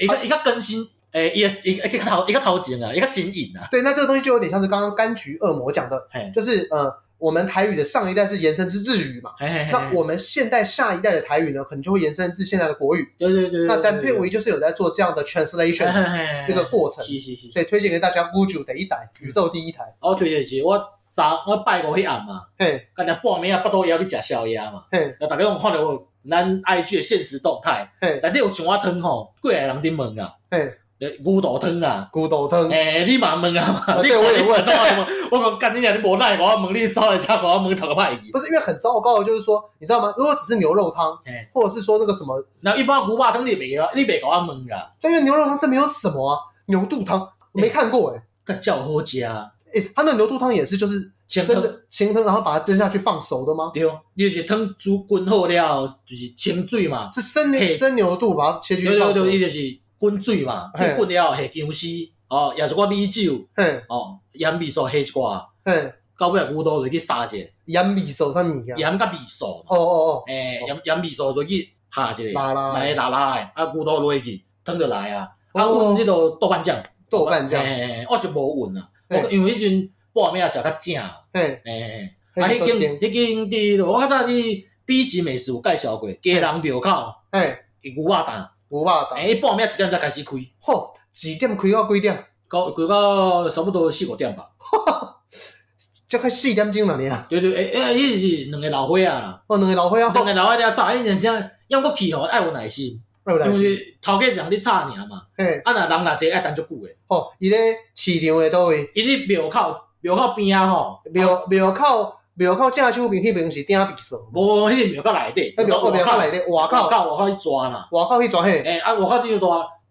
Speaker 2: 伊个伊个更新，诶，伊个伊个头伊个头前啊，伊个新颖啊，
Speaker 1: 对，那这个东西就有点像是刚刚柑橘恶魔讲的，
Speaker 2: 嘿
Speaker 1: 就是呃我们台语的上一代是延伸至日语嘛，
Speaker 2: 嘿嘿嘿
Speaker 1: 那我们现代下一代的台语呢，可能就会延伸至现在的国语。
Speaker 2: 对对对对，
Speaker 1: 那单
Speaker 2: 对
Speaker 1: 片唯就是有在做这样的 translation 这
Speaker 2: 这
Speaker 1: 个过程，
Speaker 2: 是是是，哦
Speaker 1: 所以推荐给大家乌九的一台宇宙第一台。
Speaker 2: 我推荐是，我昨我拜五迄暗嘛，
Speaker 1: 嘿，
Speaker 2: 干才半暝啊，巴肚枵去食宵夜嘛，
Speaker 1: 嘿，
Speaker 2: 那大家拢看到我咱 IG 的现实动态
Speaker 1: 嘿，
Speaker 2: 内底有上我汤吼，几个人伫问啊，
Speaker 1: 嘿，
Speaker 2: 呃牛肚汤啊。
Speaker 1: 骨头汤，
Speaker 2: 诶、你嘛问啊嘛？
Speaker 1: 啊嗯
Speaker 2: 你
Speaker 1: 对我也问
Speaker 2: 走来问，我讲干你娘，你无奈我问你走来吃，我问头个歹去。
Speaker 1: 不是因为很糟糕，的就是说，你知道吗？如果只是牛肉汤
Speaker 2: 嘿，
Speaker 1: 或者是说那个什么，
Speaker 2: 然后一包牛肉汤你袂啊，你袂甲我问噶，
Speaker 1: 对，因为牛肉汤这没有什么啊，牛肚汤我没看过哎、
Speaker 2: 干叫好食啊，
Speaker 1: 诶，他那牛肚汤也是就是
Speaker 2: 清
Speaker 1: 生的清汤，然后把它扔下去放熟的吗？
Speaker 2: 对，你就是汤煮滚好了，就是清水嘛，
Speaker 1: 是生牛
Speaker 2: 嘿
Speaker 1: 生牛肚把它切进
Speaker 2: 对
Speaker 1: 去放
Speaker 2: 对
Speaker 1: 熟
Speaker 2: 对，，伊就是滚水嘛，煮
Speaker 1: 嘿
Speaker 2: 滚了下姜丝，哦，也是寡米酒，
Speaker 1: 嘿，
Speaker 2: 哦，盐味素下一寡，
Speaker 1: 嘿，
Speaker 2: 到尾牛肚就去杀者，
Speaker 1: 盐米手上米啊，
Speaker 2: 盐甲味素嘛，
Speaker 1: 哦哦哦，
Speaker 2: 诶，盐盐味素就去下一个，
Speaker 1: 拉拉
Speaker 2: 来拉拉诶，啊牛肚落去，汤就来啊，啊
Speaker 1: 哦
Speaker 2: 阮迄个豆瓣酱，
Speaker 1: 豆瓣酱，
Speaker 2: 诶，我是无混啊，我
Speaker 1: 嘿
Speaker 2: 因为迄阵半暝啊食较正，
Speaker 1: 嘿，
Speaker 2: 诶，
Speaker 1: 嘿
Speaker 2: 啊迄
Speaker 1: 多一间
Speaker 2: 间迄间伫我较早伫 B 级美食有介绍过，家人庙口
Speaker 1: 嘿，
Speaker 2: 的牛肉档，
Speaker 1: 牛肉汤，
Speaker 2: 诶，半暝一点才开始开。
Speaker 1: 吼，几点开到几点？
Speaker 2: 搞搞到差不多四五点吧。
Speaker 1: 这快四点钟了呢，
Speaker 2: 对对，诶、诶，迄、是两个老伙仔啦，
Speaker 1: 哦，两个老伙仔，
Speaker 2: 两
Speaker 1: 吼
Speaker 2: 个老伙仔吵，迄人家要我去吼爱有耐心，
Speaker 1: 哎有来
Speaker 2: 因为头家人咧吵尔嘛，
Speaker 1: 嘿，
Speaker 2: 啊若人若坐爱等足久诶。
Speaker 1: 吼，伊咧市场的倒位，
Speaker 2: 伊咧庙口庙口边啊吼，
Speaker 1: 庙庙口庙口正手边迄边是鼎匕首，
Speaker 2: 无迄是庙口内底，
Speaker 1: 迄哎庙口庙口内
Speaker 2: 底，
Speaker 1: 底，外
Speaker 2: 外口
Speaker 1: 口
Speaker 2: 外口去抓嘛。
Speaker 1: 外口迄撮嘿，
Speaker 2: 诶、啊外口即大，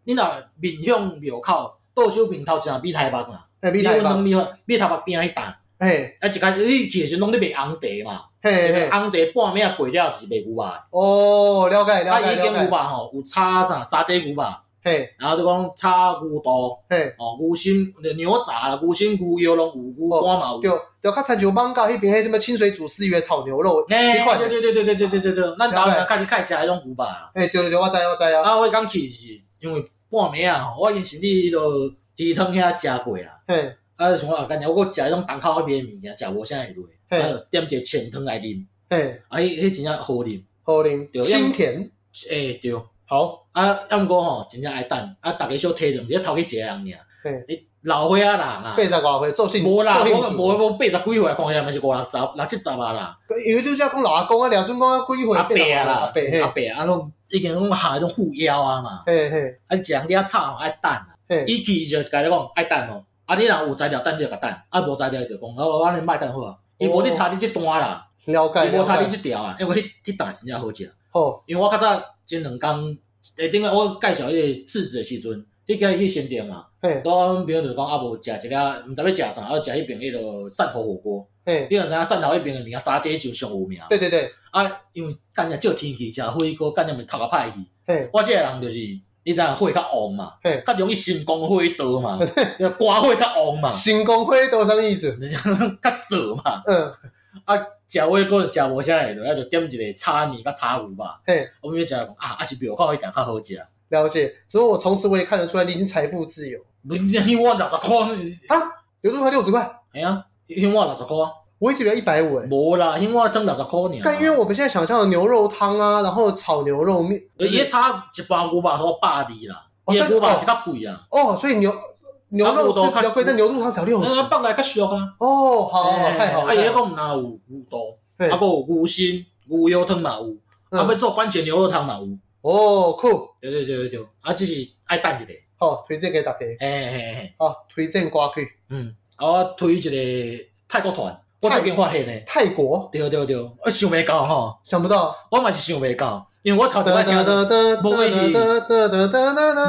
Speaker 2: 你若面向庙口，倒手边头前米台北嘛，
Speaker 1: 嘿，米台
Speaker 2: 两
Speaker 1: 吧，
Speaker 2: 米米台北边迄搭。
Speaker 1: 嘿，
Speaker 2: 啊，一开始你去诶时拢咧卖红茶嘛，
Speaker 1: 嘿嘿，嘿
Speaker 2: 红茶半暝啊过了就是卖牛肉的。
Speaker 1: 哦，了解
Speaker 2: 啊，
Speaker 1: 了
Speaker 2: 伊
Speaker 1: 解
Speaker 2: 间牛
Speaker 1: 了
Speaker 2: 肉
Speaker 1: 解，
Speaker 2: 吼有炒啥沙茶牛肉，
Speaker 1: 嘿，
Speaker 2: 然后就讲炒牛肚、
Speaker 1: 嘿。
Speaker 2: 哦牛心、牛杂啦、牛心、牛腰拢有，牛肝嘛有。
Speaker 1: 对，对，较亲像网到迄边迄什么清水煮丝鱼的炒牛肉，
Speaker 2: 哎
Speaker 1: 迄款
Speaker 2: 对
Speaker 1: 的。
Speaker 2: 对对对对对对对对，咱台湾人较较爱食迄种牛肉啦。
Speaker 1: 哎，对对对，我知我知啊。
Speaker 2: 啊，我刚去是因为半暝啊，吼，我已经是伫迄落鱼汤遐食过啦。
Speaker 1: 嘿，
Speaker 2: 啊，想讲啊，干日我食迄种东口迄边的物件，食无啥会落，
Speaker 1: 嘿
Speaker 2: 啊，就点一个清汤来啉。
Speaker 1: 嘿，
Speaker 2: 啊，迄迄真正好啉，
Speaker 1: 好啉，
Speaker 2: 对
Speaker 1: 清甜。
Speaker 2: 诶、对。
Speaker 1: 好，
Speaker 2: 啊，啊毋过吼，真正爱等，啊，逐个小体谅，这头家一个人尔。
Speaker 1: 嘿，
Speaker 2: 你老伙仔人啊
Speaker 1: 八，十外岁做性，
Speaker 2: 无啦，
Speaker 1: 做兴
Speaker 2: 我
Speaker 1: 趣
Speaker 2: 无无八十几岁，看起来嘛是五六十、六七十啊啦，
Speaker 1: 有就是讲老阿公啊，聊阵讲啊，几岁
Speaker 2: 阿伯
Speaker 1: 变
Speaker 2: 啊啦，
Speaker 1: 阿伯嘿
Speaker 2: 阿，伯啊，拢已经拢下迄种护腰啊嘛，
Speaker 1: 嘿嘿
Speaker 2: 啊，一人咧吵爱等啊，
Speaker 1: 嘿，
Speaker 2: 伊去就甲你讲爱等哦，啊，你若有材料等就甲等，啊，无材料就讲哦，安尼卖等好啊，伊无咧差你即段啦，
Speaker 1: 了解
Speaker 2: 伊无差
Speaker 1: 了
Speaker 2: 你
Speaker 1: 解。
Speaker 2: 即条啦，因为迄迄段真正好食，
Speaker 1: 好，
Speaker 2: 因为我较早前两工，诶，顶下我介绍迄个柿子的时阵，迄个去新店嘛，
Speaker 1: 嘿
Speaker 2: 我阮朋友就讲啊，无食一个，毋知要食啥，啊，食迄边迄个汕头火锅。
Speaker 1: 嘿，
Speaker 2: 你若知影汕头迄边诶物件，沙嗲就上有名。
Speaker 1: 对对对，
Speaker 2: 啊，因为干日即天气食火锅，干日咪头壳歹去。
Speaker 1: 嘿
Speaker 2: 我即个人就是，你知影火较旺嘛
Speaker 1: 嘿，
Speaker 2: 较容易心肝火多嘛，肝火较旺嘛，
Speaker 1: 新功会都什么意思？
Speaker 2: 嗯较涩嘛。
Speaker 1: 嗯，
Speaker 2: 啊，食火锅就食无啥会落，啊就点一个炒面甲炒牛吧。
Speaker 1: 嘿，
Speaker 2: 我们要食讲啊，啊是庙口迄店较好食。
Speaker 1: 了解。只不过我从此我也看得出来，你已经财富自由。
Speaker 2: 迄碗六十箍，
Speaker 1: 牛肚才六十块，
Speaker 2: 哎呀，迄碗六十箍，啊
Speaker 1: 我一直以为一百五哎。
Speaker 2: 无啦，迄碗汤六十箍尔。
Speaker 1: 但因为我们现在想象的牛肉汤啊，然后炒牛肉面，
Speaker 2: 伊炒一包牛肉都百二啦，
Speaker 1: 哦
Speaker 2: 伊的
Speaker 1: 但是
Speaker 2: 牛肉
Speaker 1: 哦
Speaker 2: 是较贵啊。
Speaker 1: 哦，所以牛牛肉是比较贵，但牛肚汤只要六十
Speaker 2: 那。放来较俗啊，
Speaker 1: 哦，好好好，太好了。
Speaker 2: 啊，伊
Speaker 1: 太
Speaker 2: 迄
Speaker 1: 好了
Speaker 2: 个毋若有牛肚，
Speaker 1: 嘿
Speaker 2: 啊，搁有牛心、牛腰汤嘛有，啊，要
Speaker 1: 嗯
Speaker 2: 做番茄牛肉汤嘛有。
Speaker 1: 哦，酷，
Speaker 2: 对对对对对，啊，只是爱等一个，
Speaker 1: 好，推荐给大家。
Speaker 2: 嘿嘿嘿，
Speaker 1: 好，推荐瓜去
Speaker 2: 嗯，啊，我推一个泰国团，我最近发现诶，
Speaker 1: 泰国，
Speaker 2: 对对对，我想袂到吼，
Speaker 1: 想不到。
Speaker 2: 我嘛是想袂到，因为我头一摆听，无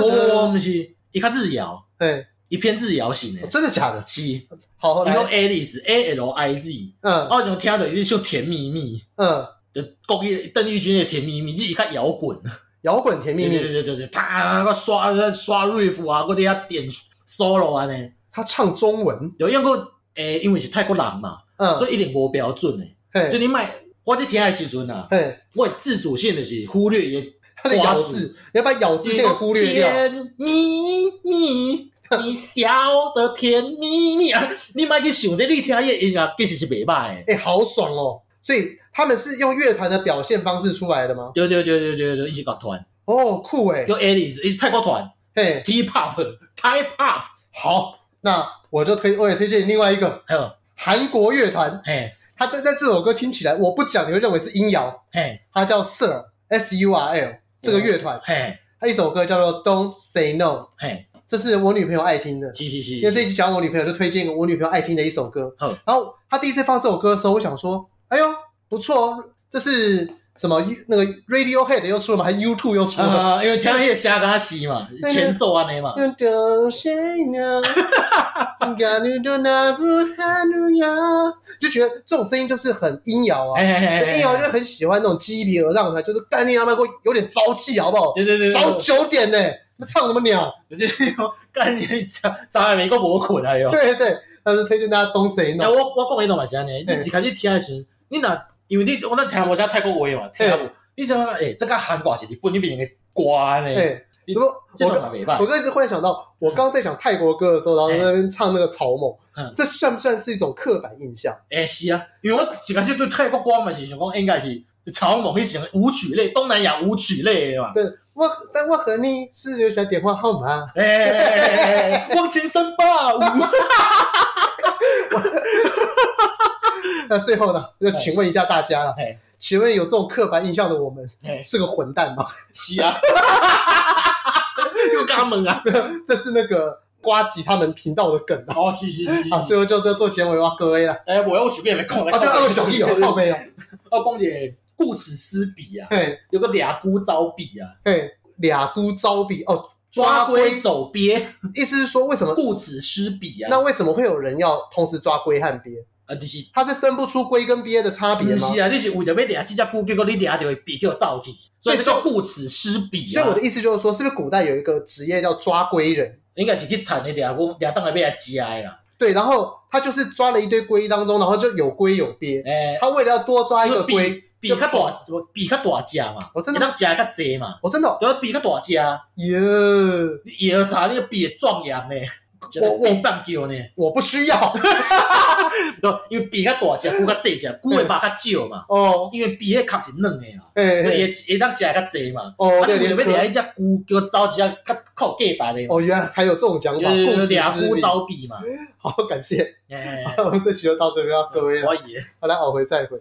Speaker 2: 无无，毋是，伊较日谣，
Speaker 1: 对，
Speaker 2: 伊偏日谣型诶，
Speaker 1: 哦真的假的？
Speaker 2: 是，伊
Speaker 1: 好，后来
Speaker 2: 讲，Alice A L I Z，
Speaker 1: 嗯
Speaker 2: 我种听着伊像甜蜜蜜。
Speaker 1: 嗯，
Speaker 2: 就国语邓丽君的《甜蜜蜜》，自己较摇滚，
Speaker 1: 摇滚甜蜜蜜，
Speaker 2: 对对对对对，他个刷刷 riff 啊，嗰啲啊点 solo 安尼，
Speaker 1: 他唱中文，
Speaker 2: 有因个诶，因为是泰国人嘛，
Speaker 1: 嗯，
Speaker 2: 所以一定无标准诶。所以
Speaker 1: 嘿，
Speaker 2: 你卖我伫听的时阵啊，
Speaker 1: 嘿，
Speaker 2: 我的自主性就是忽略伊
Speaker 1: 他的咬字，你要把咬字先给忽略掉。
Speaker 2: 甜蜜蜜，你笑得甜蜜蜜，啊你莫去想这，你听伊音乐其实是袂歹的。
Speaker 1: 哎、好爽哦！所以他们是用乐团的表现方式出来的吗？
Speaker 2: 对对对对对对，伊是乐团，
Speaker 1: 哦，酷哎、
Speaker 2: 叫 Alice，伊是泰国团
Speaker 1: 嘿，
Speaker 2: T-pop、Thai pop，
Speaker 1: 好，那我就推，我也推荐另外一个
Speaker 2: 还有
Speaker 1: 韩国乐团，
Speaker 2: 嘿
Speaker 1: 它在在这首歌听起来，我不讲你会认为是音摇，
Speaker 2: 嘿
Speaker 1: 它叫 Sur S U R L 这个乐团，
Speaker 2: 嘿
Speaker 1: 它一首歌叫做 Don't Say No，
Speaker 2: 嘿，
Speaker 1: 这是我女朋友爱听的，
Speaker 2: 是是是，
Speaker 1: 因为这一集讲我女朋友，就推荐我女朋友爱听的一首歌
Speaker 2: 好。
Speaker 1: 然后她第一次放这首歌的时候，我想说，哎呦不错哦，这是什么那个 Radiohead 又出了嘛，还 U Two 又出了。
Speaker 2: 啊，因为听迄个虾敢死嘛，前奏安尼嘛，
Speaker 1: Don't say no，感觉都那不寒冷呀就觉得这种声音就是很阴摇啊
Speaker 2: 嘿，嘿嘿，
Speaker 1: 阴
Speaker 2: 嘿
Speaker 1: 摇就很喜欢那种鸡皮鹅让的，就是干你娘那个有点朝气，好不好？
Speaker 2: 对对对，
Speaker 1: 早九点呢、那唱什么鸟？
Speaker 2: 对对，干你早早下面个无困啊哟。
Speaker 1: 对对对，但是推荐大家 Don't say
Speaker 2: 哎，
Speaker 1: no，
Speaker 2: 我我讲迄种嘛是安尼，你一开始听的时候，你若因为你我咱听无啥泰国话
Speaker 1: 哎
Speaker 2: 嘛，听无，你想讲诶，这个韩国是日本那边的歌安
Speaker 1: 哎、
Speaker 2: 尼，
Speaker 1: 怎么
Speaker 2: 这
Speaker 1: 我
Speaker 2: 种
Speaker 1: 刚
Speaker 2: 嘛袂
Speaker 1: 我
Speaker 2: 歹，
Speaker 1: 刚一直忽然想到，我刚在讲泰国歌的时候，然后在那边唱那个草蜢，
Speaker 2: 嗯
Speaker 1: 这算不算是一种刻板印象？
Speaker 2: 诶是啊，因为我一开始对泰国歌嘛是想讲应该是草蜢迄种舞曲类、东南亚舞曲类的嘛。
Speaker 1: 对，我但我和你是留下电话号码。
Speaker 2: 哎，忘情生吧，
Speaker 1: 那最后呢，就请问一下大家了
Speaker 2: 哎，
Speaker 1: 请问有这种刻板印象的我们
Speaker 2: 哎
Speaker 1: 是个混蛋吗？
Speaker 2: 是啊，又加盟啊，
Speaker 1: 这是那个瓜吉他们频道的梗啊！
Speaker 2: 哦，是是是
Speaker 1: 啊，
Speaker 2: 是，
Speaker 1: 最后就这做结尾哇，各位了。
Speaker 2: 哎，我又随便来讲来
Speaker 1: 啊，
Speaker 2: 讲，
Speaker 1: 对，二小弟哦，靠背哦，
Speaker 2: 我讲一个顾此失彼啊，
Speaker 1: 嘿，
Speaker 2: 有个俩姑招彼啊，
Speaker 1: 嘿，俩都招比哦，
Speaker 2: 抓龟走鳖，
Speaker 1: 意思是说为什么？
Speaker 2: 顾此失彼啊。
Speaker 1: 那为什么会有人要同时抓龟和鳖？
Speaker 2: 啊，就是
Speaker 1: 他是分不出龟跟鳖的差别
Speaker 2: 不
Speaker 1: 吗？
Speaker 2: 是啊，你是为着要掠这只姑，结果你掠就会比叫走去，所以这个顾此失彼
Speaker 1: 所
Speaker 2: 啊。
Speaker 1: 以我的意思就是说，是不是古代有一个职业叫抓龟人？
Speaker 2: 应该是去田的掠讲掠当来要来食的啦。
Speaker 1: 对，然后他就是抓了一堆龟当中，然后就有龟有鳖。
Speaker 2: 诶，
Speaker 1: 他为了要多抓一个
Speaker 2: 因为
Speaker 1: 龟，
Speaker 2: 比较大，比较大只嘛，
Speaker 1: 我真的
Speaker 2: 当食较济嘛，
Speaker 1: 我真的哦
Speaker 2: 要比较大只，啊
Speaker 1: 耶
Speaker 2: 你野啥你比会壮阳呢？
Speaker 1: 我我
Speaker 2: 比棒球呢，
Speaker 1: 我不需要
Speaker 2: 因为比较大 只，骨较细只，骨的肉较少嘛，
Speaker 1: 哦，
Speaker 2: 因为比迄壳是软的啊嘛。
Speaker 1: 哎、
Speaker 2: 会
Speaker 1: 欸，
Speaker 2: 会当食较济嘛。
Speaker 1: 哦，
Speaker 2: 啊，
Speaker 1: 对，
Speaker 2: 你为
Speaker 1: 连
Speaker 2: 了要掠
Speaker 1: 壳，
Speaker 2: 迄只龟，叫走一只较靠价值的嘛，
Speaker 1: 哦，原来还有这种讲法，
Speaker 2: 就是
Speaker 1: 顾此
Speaker 2: 掠
Speaker 1: 失
Speaker 2: 龟
Speaker 1: 彼。
Speaker 2: 走比嘛。
Speaker 1: 好，感谢，
Speaker 2: 哎，
Speaker 1: 嗯我们这期就到这边，各位啊
Speaker 2: 我
Speaker 1: 了，
Speaker 2: 以为
Speaker 1: 好来，好回再会。